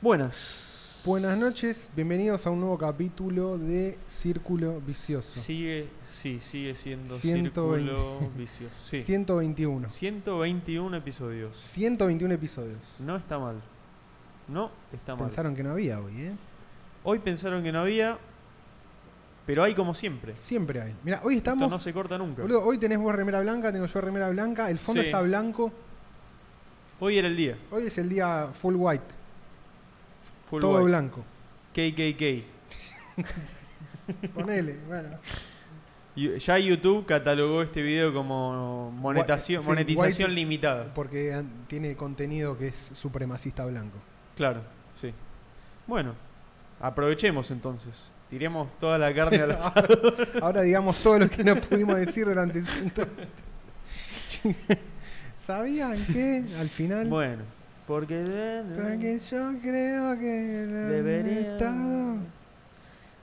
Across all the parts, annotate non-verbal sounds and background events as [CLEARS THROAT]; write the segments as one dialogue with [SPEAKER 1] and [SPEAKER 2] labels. [SPEAKER 1] Buenas.
[SPEAKER 2] Buenas noches, bienvenidos a un nuevo capítulo de Círculo Vicioso.
[SPEAKER 1] Sigue, sí, sigue siendo
[SPEAKER 2] 120.
[SPEAKER 1] círculo
[SPEAKER 2] [LAUGHS]
[SPEAKER 1] vicioso. Sí.
[SPEAKER 2] 121.
[SPEAKER 1] 121 episodios.
[SPEAKER 2] 121 episodios.
[SPEAKER 1] No está mal. No está mal.
[SPEAKER 2] Pensaron que no había hoy, ¿eh?
[SPEAKER 1] Hoy pensaron que no había, pero hay como siempre. Esto
[SPEAKER 2] Siempre hay. Mira, hoy estamos.
[SPEAKER 1] no se corta nunca.
[SPEAKER 2] boludo, hoy tenés vos remera blanca, tengo yo remera blanca, el fondo
[SPEAKER 1] Sí.
[SPEAKER 2] está blanco.
[SPEAKER 1] Hoy era el día.
[SPEAKER 2] Hoy es el día full white,
[SPEAKER 1] Full
[SPEAKER 2] todo
[SPEAKER 1] white. [LAUGHS]
[SPEAKER 2] blanco.
[SPEAKER 1] KKK.
[SPEAKER 2] Ponele, bueno.
[SPEAKER 1] Y- Ya YouTube catalogó este video como monetación,
[SPEAKER 2] sí,
[SPEAKER 1] monetización
[SPEAKER 2] white-
[SPEAKER 1] limitada.
[SPEAKER 2] Porque an- tiene contenido que es supremacista blanco.
[SPEAKER 1] Claro, sí. Bueno, aprovechemos entonces. Tiremos toda la carne
[SPEAKER 2] [LAUGHS]
[SPEAKER 1] al asado.
[SPEAKER 2] Ahora digamos todo lo que no pudimos decir durante el ciento- [LAUGHS] ¿Sabían que al final?
[SPEAKER 1] Bueno, porque de-
[SPEAKER 2] Porque yo creo que el
[SPEAKER 1] Ah. Debería-
[SPEAKER 2] Estado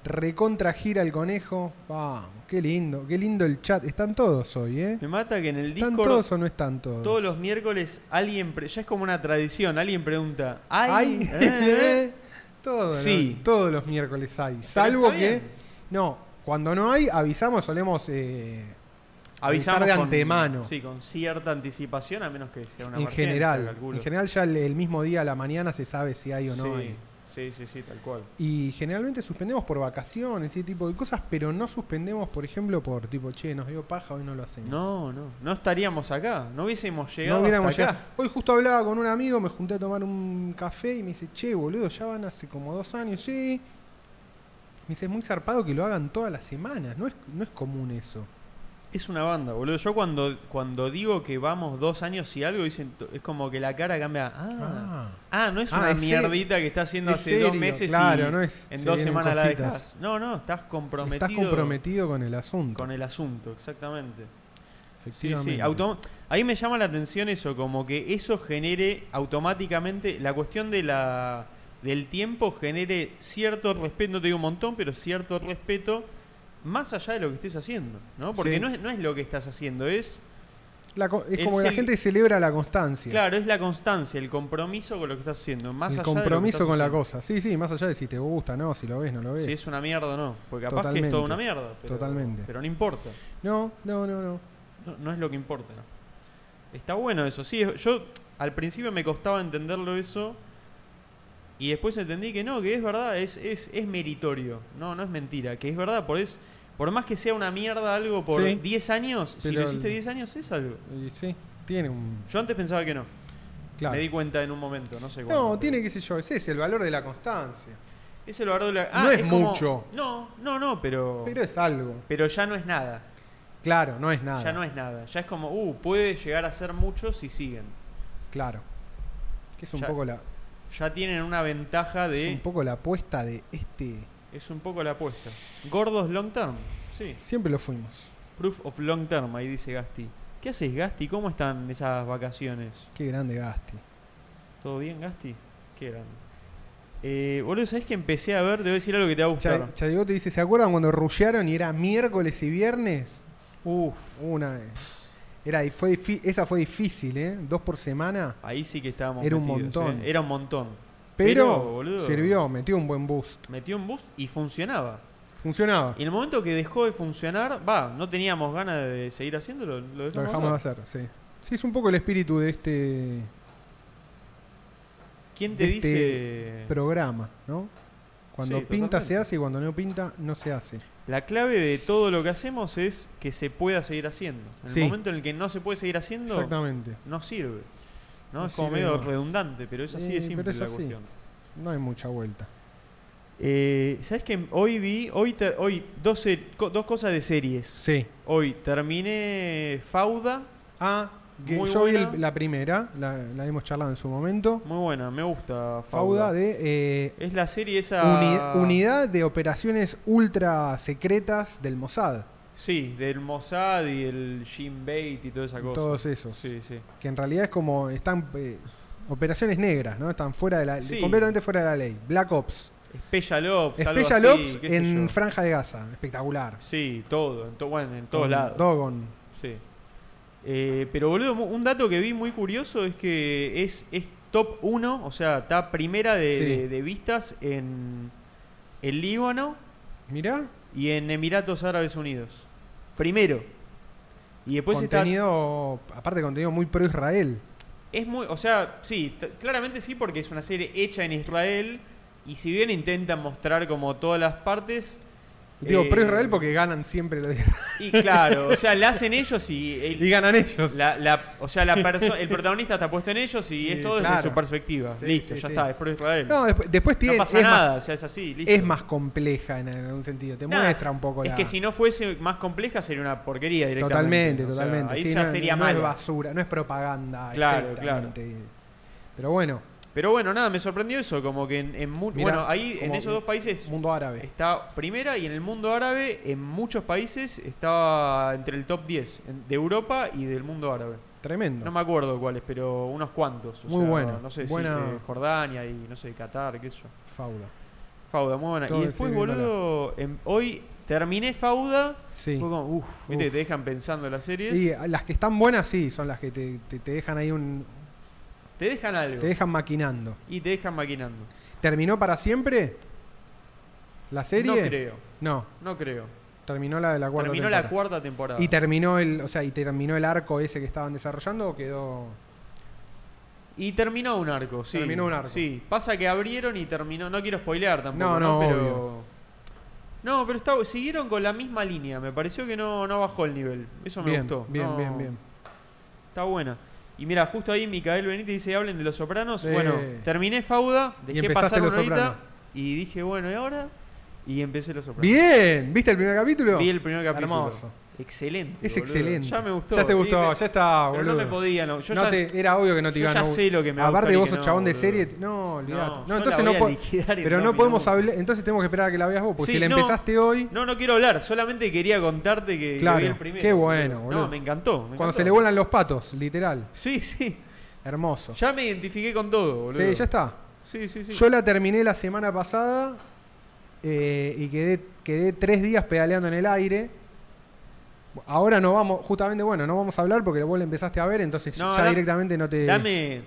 [SPEAKER 2] recontra gira el conejo. Vamos, qué lindo, qué lindo el chat. Están todos hoy, ¿eh?
[SPEAKER 1] me mata que en el
[SPEAKER 2] ¿Están
[SPEAKER 1] Discord
[SPEAKER 2] todos o no están todos?
[SPEAKER 1] todos los miércoles alguien pre- ya es como una tradición, alguien pregunta,
[SPEAKER 2] hay.
[SPEAKER 1] "Ay,
[SPEAKER 2] [LAUGHS]
[SPEAKER 1] eh, eh".
[SPEAKER 2] todos,
[SPEAKER 1] Sí.
[SPEAKER 2] los, todos los miércoles hay. Salvo
[SPEAKER 1] está
[SPEAKER 2] que.
[SPEAKER 1] bien.
[SPEAKER 2] No, cuando no hay, avisamos, solemos. eh,
[SPEAKER 1] avisamos
[SPEAKER 2] Avisar de
[SPEAKER 1] con-
[SPEAKER 2] antemano.
[SPEAKER 1] Sí, con cierta anticipación a menos que sea una
[SPEAKER 2] en
[SPEAKER 1] emergencia,
[SPEAKER 2] general.
[SPEAKER 1] calculo.
[SPEAKER 2] En general ya el, el mismo día a la mañana se sabe si hay o no
[SPEAKER 1] sí,
[SPEAKER 2] hay.
[SPEAKER 1] sí, sí, sí, tal cual.
[SPEAKER 2] Y generalmente suspendemos por vacaciones, ese tipo de cosas, pero no suspendemos, por ejemplo, por tipo, che, nos dio paja, hoy no lo hacemos.
[SPEAKER 1] No, no, no estaríamos acá, no hubiésemos
[SPEAKER 2] No
[SPEAKER 1] llegado
[SPEAKER 2] hubiéramos
[SPEAKER 1] hasta acá.
[SPEAKER 2] llegado. Hoy justo hablaba con un amigo, me junté a tomar un café y me dice, che, boludo, ya van hace como dos años, sí. Me dice, es muy zarpado que lo hagan todas las semanas, no es, no es común eso.
[SPEAKER 1] Es una banda, boludo. Yo cuando cuando digo que vamos dos años y algo dicen to- es como que la cara cambia. Ah,
[SPEAKER 2] Ah.
[SPEAKER 1] Ah, no es
[SPEAKER 2] Ah,
[SPEAKER 1] una
[SPEAKER 2] es serio.
[SPEAKER 1] mierdita que está haciendo
[SPEAKER 2] Es
[SPEAKER 1] hace dos
[SPEAKER 2] serio,
[SPEAKER 1] meses
[SPEAKER 2] claro,
[SPEAKER 1] y
[SPEAKER 2] no es-
[SPEAKER 1] en
[SPEAKER 2] se
[SPEAKER 1] dos
[SPEAKER 2] vienen
[SPEAKER 1] semanas la
[SPEAKER 2] cositas.
[SPEAKER 1] dejas. No, no, estás comprometido,
[SPEAKER 2] Estás comprometido con el asunto.
[SPEAKER 1] con el asunto, exactamente. Sí,
[SPEAKER 2] efectivamente.
[SPEAKER 1] sí. autom- Ahí me llama la atención eso, como que eso genere automáticamente, la cuestión de la del tiempo genere cierto respeto, no te digo un montón, pero cierto respeto más allá de lo que estés haciendo, ¿no? Porque
[SPEAKER 2] Sí.
[SPEAKER 1] no, es, no es lo que estás haciendo, es
[SPEAKER 2] La co- es
[SPEAKER 1] el
[SPEAKER 2] como que la
[SPEAKER 1] cel-
[SPEAKER 2] gente celebra la constancia.
[SPEAKER 1] Claro, es la constancia, el compromiso con lo que estás haciendo. Más
[SPEAKER 2] el
[SPEAKER 1] allá de lo que
[SPEAKER 2] compromiso
[SPEAKER 1] estás
[SPEAKER 2] con la
[SPEAKER 1] haciendo.
[SPEAKER 2] cosa. Sí, sí, más allá de si te gusta, no, si lo ves, no lo ves.
[SPEAKER 1] Si es una mierda o no. Porque capaz que
[SPEAKER 2] Totalmente.
[SPEAKER 1] es toda una mierda. Pero,
[SPEAKER 2] Totalmente.
[SPEAKER 1] Pero no importa.
[SPEAKER 2] No, no, no, no.
[SPEAKER 1] No, no es lo que importa. ¿no? Está bueno eso. Sí, es- yo al principio me costaba entenderlo eso. Y después entendí que no, que es verdad, es, es, es meritorio. No, no es mentira. Que es verdad, por, es, por más que sea una mierda algo por
[SPEAKER 2] Sí.
[SPEAKER 1] 10 años, si
[SPEAKER 2] Pero
[SPEAKER 1] lo
[SPEAKER 2] el-
[SPEAKER 1] hiciste 10 años es algo.
[SPEAKER 2] Y sí, tiene un.
[SPEAKER 1] Yo antes pensaba que no.
[SPEAKER 2] Claro.
[SPEAKER 1] Me di cuenta en un momento, no sé cuándo,
[SPEAKER 2] No,
[SPEAKER 1] pero-
[SPEAKER 2] tiene, qué sé yo, ese es el valor de la constancia.
[SPEAKER 1] ah, Es el valor de la-
[SPEAKER 2] No es
[SPEAKER 1] como-
[SPEAKER 2] mucho.
[SPEAKER 1] No, no, no, pero.
[SPEAKER 2] Pero
[SPEAKER 1] Pero,
[SPEAKER 2] es algo.
[SPEAKER 1] ya no es nada.
[SPEAKER 2] Claro, no es nada.
[SPEAKER 1] Ya no es nada. Ya es como, uh, puede llegar a ser mucho si siguen.
[SPEAKER 2] Claro. Que es un
[SPEAKER 1] Ya-
[SPEAKER 2] poco la.
[SPEAKER 1] Ya tienen una ventaja de.
[SPEAKER 2] Es un poco la apuesta de este.
[SPEAKER 1] la apuesta. Gordos long term. Sí.
[SPEAKER 2] Siempre lo fuimos.
[SPEAKER 1] Proof of long term, ahí dice Gasti. ¿Qué haces, Gasti? ¿Cómo están esas vacaciones?
[SPEAKER 2] Qué grande Gasti.
[SPEAKER 1] ¿Todo bien, Gasti? Qué grande. Eh, boludo, ¿sabés que empecé a ver? Te voy a decir algo que te va a gustar.
[SPEAKER 2] Cha- Chadigote dice, ¿se acuerdan cuando rushearon y era miércoles y viernes?
[SPEAKER 1] Uf.
[SPEAKER 2] Una vez. Era, y fue difí- esa fue difícil, ¿eh? Dos por semana.
[SPEAKER 1] Ahí sí que estábamos.
[SPEAKER 2] Era un
[SPEAKER 1] metidos,
[SPEAKER 2] montón.
[SPEAKER 1] eh. Era un montón. Pero,
[SPEAKER 2] Pero,
[SPEAKER 1] boludo.
[SPEAKER 2] sirvió, metió un buen boost.
[SPEAKER 1] Metió un boost y funcionaba.
[SPEAKER 2] Funcionaba.
[SPEAKER 1] Y en el momento que dejó de funcionar, va, no teníamos ganas de seguir haciéndolo, lo dejamos,
[SPEAKER 2] Lo dejamos de
[SPEAKER 1] hacer.
[SPEAKER 2] hacer, sí. Sí, es un poco el espíritu de este
[SPEAKER 1] ¿Quién te
[SPEAKER 2] de este
[SPEAKER 1] dice?
[SPEAKER 2] programa, ¿no? Cuando
[SPEAKER 1] Sí,
[SPEAKER 2] pinta
[SPEAKER 1] totalmente.
[SPEAKER 2] se hace y cuando no pinta no se hace.
[SPEAKER 1] La clave de todo lo que hacemos es que se pueda seguir haciendo. En el
[SPEAKER 2] Sí.
[SPEAKER 1] momento en el que no se puede seguir haciendo,
[SPEAKER 2] Exactamente.
[SPEAKER 1] no sirve. ¿no?
[SPEAKER 2] No
[SPEAKER 1] es como
[SPEAKER 2] sirve
[SPEAKER 1] medio
[SPEAKER 2] más.
[SPEAKER 1] redundante, pero es así
[SPEAKER 2] Eh,
[SPEAKER 1] de simple
[SPEAKER 2] pero es
[SPEAKER 1] la
[SPEAKER 2] así.
[SPEAKER 1] cuestión.
[SPEAKER 2] No hay mucha vuelta.
[SPEAKER 1] Eh, ¿Sabes que hoy vi, hoy, te- hoy dos, se- co- dos cosas de series?
[SPEAKER 2] Sí.
[SPEAKER 1] Hoy terminé Fauda,
[SPEAKER 2] Ah, que
[SPEAKER 1] Muy
[SPEAKER 2] yo vi el-
[SPEAKER 1] buena.
[SPEAKER 2] la primera, la, la hemos charlado en su momento.
[SPEAKER 1] muy buena, me gusta Fauda.
[SPEAKER 2] Fauda de eh,
[SPEAKER 1] Es la serie esa...
[SPEAKER 2] uni- Unidad de Operaciones Ultra Secretas del Mossad.
[SPEAKER 1] Sí, del Mossad y el Jim Bait y toda esa cosa.
[SPEAKER 2] Todos esos.
[SPEAKER 1] Sí, sí.
[SPEAKER 2] Que en realidad es como. Están. eh, operaciones negras, ¿no? Están fuera de la.
[SPEAKER 1] Sí.
[SPEAKER 2] Completamente fuera de la ley. Black Ops.
[SPEAKER 1] Special Ops, Pues algo
[SPEAKER 2] Special
[SPEAKER 1] así,
[SPEAKER 2] Ops
[SPEAKER 1] qué sé yo.
[SPEAKER 2] en Franja de Gaza. Espectacular.
[SPEAKER 1] Sí, todo, en, to- bueno, en todos
[SPEAKER 2] Con
[SPEAKER 1] lados.
[SPEAKER 2] Dogon.
[SPEAKER 1] Sí. Eh, pero boludo, mu- un dato que vi muy curioso es que es, es top 1, o sea, está primera de,
[SPEAKER 2] Sí.
[SPEAKER 1] de- de vistas en el Líbano
[SPEAKER 2] Mirá,
[SPEAKER 1] y en Emiratos Árabes Unidos. Primero. Y después
[SPEAKER 2] contenido, aparte contenido muy pro-Israel.
[SPEAKER 1] está. Es muy. O sea, sí, t- claramente sí, porque es una serie hecha en Israel. Y si bien intentan mostrar como todas las partes.
[SPEAKER 2] Digo
[SPEAKER 1] eh,
[SPEAKER 2] pro-Israel porque ganan siempre los de Israel.
[SPEAKER 1] Y claro, o sea, la hacen ellos
[SPEAKER 2] [LAUGHS]
[SPEAKER 1] y. eh, el-
[SPEAKER 2] Y ganan ellos.
[SPEAKER 1] la- la- o
[SPEAKER 2] [LAUGHS]
[SPEAKER 1] sea, la perso- el protagonista está puesto en ellos y es
[SPEAKER 2] Eh,
[SPEAKER 1] todo
[SPEAKER 2] claro.
[SPEAKER 1] desde su perspectiva.
[SPEAKER 2] Sí,
[SPEAKER 1] listo,
[SPEAKER 2] sí,
[SPEAKER 1] ya
[SPEAKER 2] sí.
[SPEAKER 1] está, es por Israel. No,
[SPEAKER 2] No, desp- después tiene,
[SPEAKER 1] pasa
[SPEAKER 2] es,
[SPEAKER 1] nada, o sea, es así.
[SPEAKER 2] Más,
[SPEAKER 1] Listo.
[SPEAKER 2] es más compleja en algún sentido. Te
[SPEAKER 1] Nada,
[SPEAKER 2] muestra un poco
[SPEAKER 1] Es
[SPEAKER 2] la.
[SPEAKER 1] que si no fuese más compleja sería una porquería directamente.
[SPEAKER 2] Totalmente,
[SPEAKER 1] O sea,
[SPEAKER 2] totalmente.
[SPEAKER 1] ahí
[SPEAKER 2] Sí,
[SPEAKER 1] ya
[SPEAKER 2] no,
[SPEAKER 1] sería
[SPEAKER 2] no es
[SPEAKER 1] malo.
[SPEAKER 2] basura, no es propaganda.
[SPEAKER 1] Claro,
[SPEAKER 2] estrictamente. Pero bueno,
[SPEAKER 1] Pero bueno, nada, me sorprendió eso. Como que en, en mu-
[SPEAKER 2] Mirá,
[SPEAKER 1] bueno, ahí en
[SPEAKER 2] como-
[SPEAKER 1] esos dos países
[SPEAKER 2] mundo árabe.
[SPEAKER 1] está primera y en el mundo árabe, en muchos países, estaba entre el top 10 en- de Europa y del mundo árabe.
[SPEAKER 2] Tremendo.
[SPEAKER 1] No me acuerdo cuáles, pero unos cuantos. o
[SPEAKER 2] Muy
[SPEAKER 1] sea,
[SPEAKER 2] bueno,
[SPEAKER 1] No sé, sí,
[SPEAKER 2] buena-
[SPEAKER 1] de Jordania y no sé, Qatar, qué sé yo.
[SPEAKER 2] Fauda.
[SPEAKER 1] Fauda, muy buena.
[SPEAKER 2] Todo
[SPEAKER 1] y después,
[SPEAKER 2] sí,
[SPEAKER 1] boludo, en- hoy terminé Fauda.
[SPEAKER 2] Sí.
[SPEAKER 1] Fue como, uff, viste,
[SPEAKER 2] Uf.
[SPEAKER 1] te dejan pensando las series.
[SPEAKER 2] Y a- las que están buenas, sí, son las que te, te- te dejan ahí un.
[SPEAKER 1] te dejan algo.
[SPEAKER 2] Te dejan maquinando.
[SPEAKER 1] Y te dejan maquinando.
[SPEAKER 2] ¿Terminó para siempre? ¿La serie?
[SPEAKER 1] No creo,
[SPEAKER 2] No,
[SPEAKER 1] no creo.
[SPEAKER 2] terminó la de la cuarta
[SPEAKER 1] Terminó la
[SPEAKER 2] temporada.
[SPEAKER 1] cuarta temporada.
[SPEAKER 2] ¿Y terminó el, o sea, y terminó el arco ese que estaban desarrollando o quedó
[SPEAKER 1] Y terminó un arco, sí.
[SPEAKER 2] Terminó un arco.
[SPEAKER 1] Sí, pasa que abrieron y terminó. No quiero spoilear tampoco.
[SPEAKER 2] No,
[SPEAKER 1] No,
[SPEAKER 2] no,
[SPEAKER 1] pero.
[SPEAKER 2] obvio.
[SPEAKER 1] No, pero está- siguieron con la misma línea. Me pareció que no, no bajó el nivel. Eso me
[SPEAKER 2] bien,
[SPEAKER 1] gustó.
[SPEAKER 2] bien,
[SPEAKER 1] No,
[SPEAKER 2] bien, bien.
[SPEAKER 1] Está buena. Y mira, justo ahí Micael Benítez dice: hablen de los sopranos.
[SPEAKER 2] Eh.
[SPEAKER 1] Bueno, terminé Fauda, dejé
[SPEAKER 2] empezaste
[SPEAKER 1] pasar
[SPEAKER 2] Los
[SPEAKER 1] una horita.
[SPEAKER 2] Sopranos.
[SPEAKER 1] Y dije, bueno, ¿y ahora? Y empecé los sopranos.
[SPEAKER 2] Bien, ¿viste el primer capítulo?
[SPEAKER 1] Vi el primer capítulo.
[SPEAKER 2] Hermoso.
[SPEAKER 1] Excelente.
[SPEAKER 2] Es
[SPEAKER 1] boludo.
[SPEAKER 2] excelente.
[SPEAKER 1] Ya me gustó.
[SPEAKER 2] Ya te gustó,
[SPEAKER 1] Sí, me-
[SPEAKER 2] ya está,
[SPEAKER 1] Pero
[SPEAKER 2] boludo.
[SPEAKER 1] no me podía, no. Yo
[SPEAKER 2] No
[SPEAKER 1] ya,
[SPEAKER 2] te- era obvio que no te
[SPEAKER 1] yo
[SPEAKER 2] iban
[SPEAKER 1] ya
[SPEAKER 2] a
[SPEAKER 1] sé lo que me va a
[SPEAKER 2] Aparte
[SPEAKER 1] gustar y
[SPEAKER 2] vos
[SPEAKER 1] que
[SPEAKER 2] sos
[SPEAKER 1] no,
[SPEAKER 2] chabón de
[SPEAKER 1] boludo.
[SPEAKER 2] serie, no, olvidate.
[SPEAKER 1] yo
[SPEAKER 2] No,
[SPEAKER 1] la
[SPEAKER 2] entonces
[SPEAKER 1] voy
[SPEAKER 2] no
[SPEAKER 1] a
[SPEAKER 2] po-
[SPEAKER 1] liquidar en
[SPEAKER 2] pero
[SPEAKER 1] dos
[SPEAKER 2] no podemos
[SPEAKER 1] minutos.
[SPEAKER 2] hablar, entonces tenemos que esperar a que la veas vos, porque
[SPEAKER 1] Sí,
[SPEAKER 2] si la
[SPEAKER 1] no.
[SPEAKER 2] empezaste hoy,
[SPEAKER 1] No, no quiero hablar, solamente quería contarte que, que
[SPEAKER 2] Claro,
[SPEAKER 1] vi el primero.
[SPEAKER 2] qué bueno, boludo.
[SPEAKER 1] No, me encantó. me
[SPEAKER 2] cuando
[SPEAKER 1] encantó.
[SPEAKER 2] se le vuelan los patos, literal,
[SPEAKER 1] Sí, sí.
[SPEAKER 2] hermoso.
[SPEAKER 1] Ya me identifiqué con todo, boludo.
[SPEAKER 2] Sí, ya está.
[SPEAKER 1] Sí, sí, sí.
[SPEAKER 2] Yo la terminé la semana pasada eh, y quedé, quedé tres días pedaleando en el aire. Ahora no vamos, justamente, bueno, no vamos a hablar porque vos la empezaste a ver, entonces
[SPEAKER 1] No,
[SPEAKER 2] ya
[SPEAKER 1] da-
[SPEAKER 2] directamente no te...
[SPEAKER 1] Dame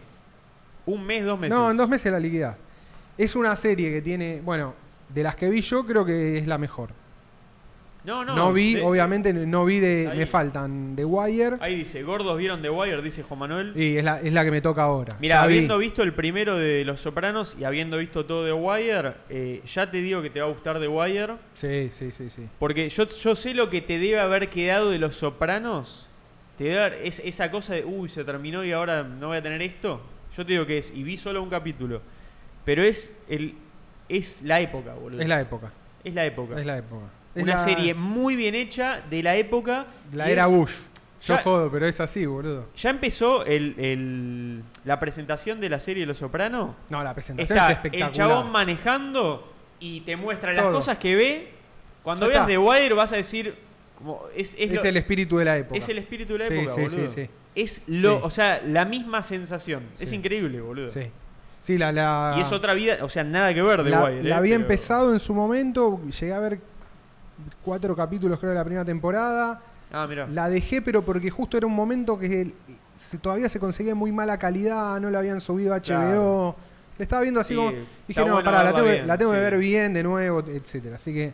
[SPEAKER 1] un mes, dos meses.
[SPEAKER 2] No, en dos meses la liquidás. Es una serie que tiene, bueno, de las que vi yo creo que es la mejor.
[SPEAKER 1] No,
[SPEAKER 2] No,
[SPEAKER 1] no.
[SPEAKER 2] vi,
[SPEAKER 1] de-
[SPEAKER 2] obviamente, no vi de...
[SPEAKER 1] Ahí.
[SPEAKER 2] Me faltan The Wire
[SPEAKER 1] Ahí dice, gordos vieron The Wire, dice Juan Manuel.
[SPEAKER 2] y es la, es la que me toca ahora.
[SPEAKER 1] Mira,
[SPEAKER 2] Ya vi.
[SPEAKER 1] habiendo visto el primero de Los Sopranos y habiendo visto todo The Wire, eh, ya te digo que te va a gustar The Wire.
[SPEAKER 2] Sí, sí, sí, sí.
[SPEAKER 1] Porque yo, yo sé lo que te debe haber quedado de los sopranos. Te debe haber- es, esa cosa de, uy, se terminó y ahora no voy a tener esto. Yo te digo que es, y vi solo un capítulo. Pero es el es la época, boludo.
[SPEAKER 2] Es la época,
[SPEAKER 1] Es la época.
[SPEAKER 2] es la época. Es
[SPEAKER 1] Una
[SPEAKER 2] la-
[SPEAKER 1] serie muy bien hecha de la época.
[SPEAKER 2] La
[SPEAKER 1] y
[SPEAKER 2] era
[SPEAKER 1] es-
[SPEAKER 2] Bush. Yo
[SPEAKER 1] Ya-
[SPEAKER 2] jodo, pero es así, boludo.
[SPEAKER 1] Ya empezó el- el- la presentación de la serie de Los Sopranos.
[SPEAKER 2] No, la presentación
[SPEAKER 1] Está
[SPEAKER 2] es espectacular.
[SPEAKER 1] el chabón manejando y te muestra las
[SPEAKER 2] Todo.
[SPEAKER 1] cosas que ve. Cuando
[SPEAKER 2] Ya
[SPEAKER 1] veas
[SPEAKER 2] está.
[SPEAKER 1] The Wire vas a decir... Como, es, es
[SPEAKER 2] es
[SPEAKER 1] lo-
[SPEAKER 2] el espíritu de la época.
[SPEAKER 1] Es el espíritu de la
[SPEAKER 2] Sí,
[SPEAKER 1] época,
[SPEAKER 2] sí,
[SPEAKER 1] boludo.
[SPEAKER 2] sí, sí.
[SPEAKER 1] Es lo,
[SPEAKER 2] Sí.
[SPEAKER 1] o sea, la misma sensación. Es
[SPEAKER 2] Sí.
[SPEAKER 1] increíble, boludo.
[SPEAKER 2] Sí, sí la, la-
[SPEAKER 1] Y es otra vida, o sea, nada que ver de
[SPEAKER 2] la,
[SPEAKER 1] Wire.
[SPEAKER 2] la
[SPEAKER 1] eh,
[SPEAKER 2] había
[SPEAKER 1] pero-
[SPEAKER 2] empezado en su momento, llegué a ver cuatro capítulos creo de la primera temporada.
[SPEAKER 1] Ah, mira.
[SPEAKER 2] La dejé, pero porque justo era un momento que el- se- todavía se conseguía en muy mala calidad, no la habían subido a HBO. La estaba viendo así
[SPEAKER 1] Sí,
[SPEAKER 2] como.
[SPEAKER 1] está
[SPEAKER 2] Dije, no,
[SPEAKER 1] bueno
[SPEAKER 2] pará, la
[SPEAKER 1] verla
[SPEAKER 2] tengo, que-
[SPEAKER 1] bien,
[SPEAKER 2] la tengo que
[SPEAKER 1] sí.
[SPEAKER 2] ver bien de nuevo, etcétera. Así que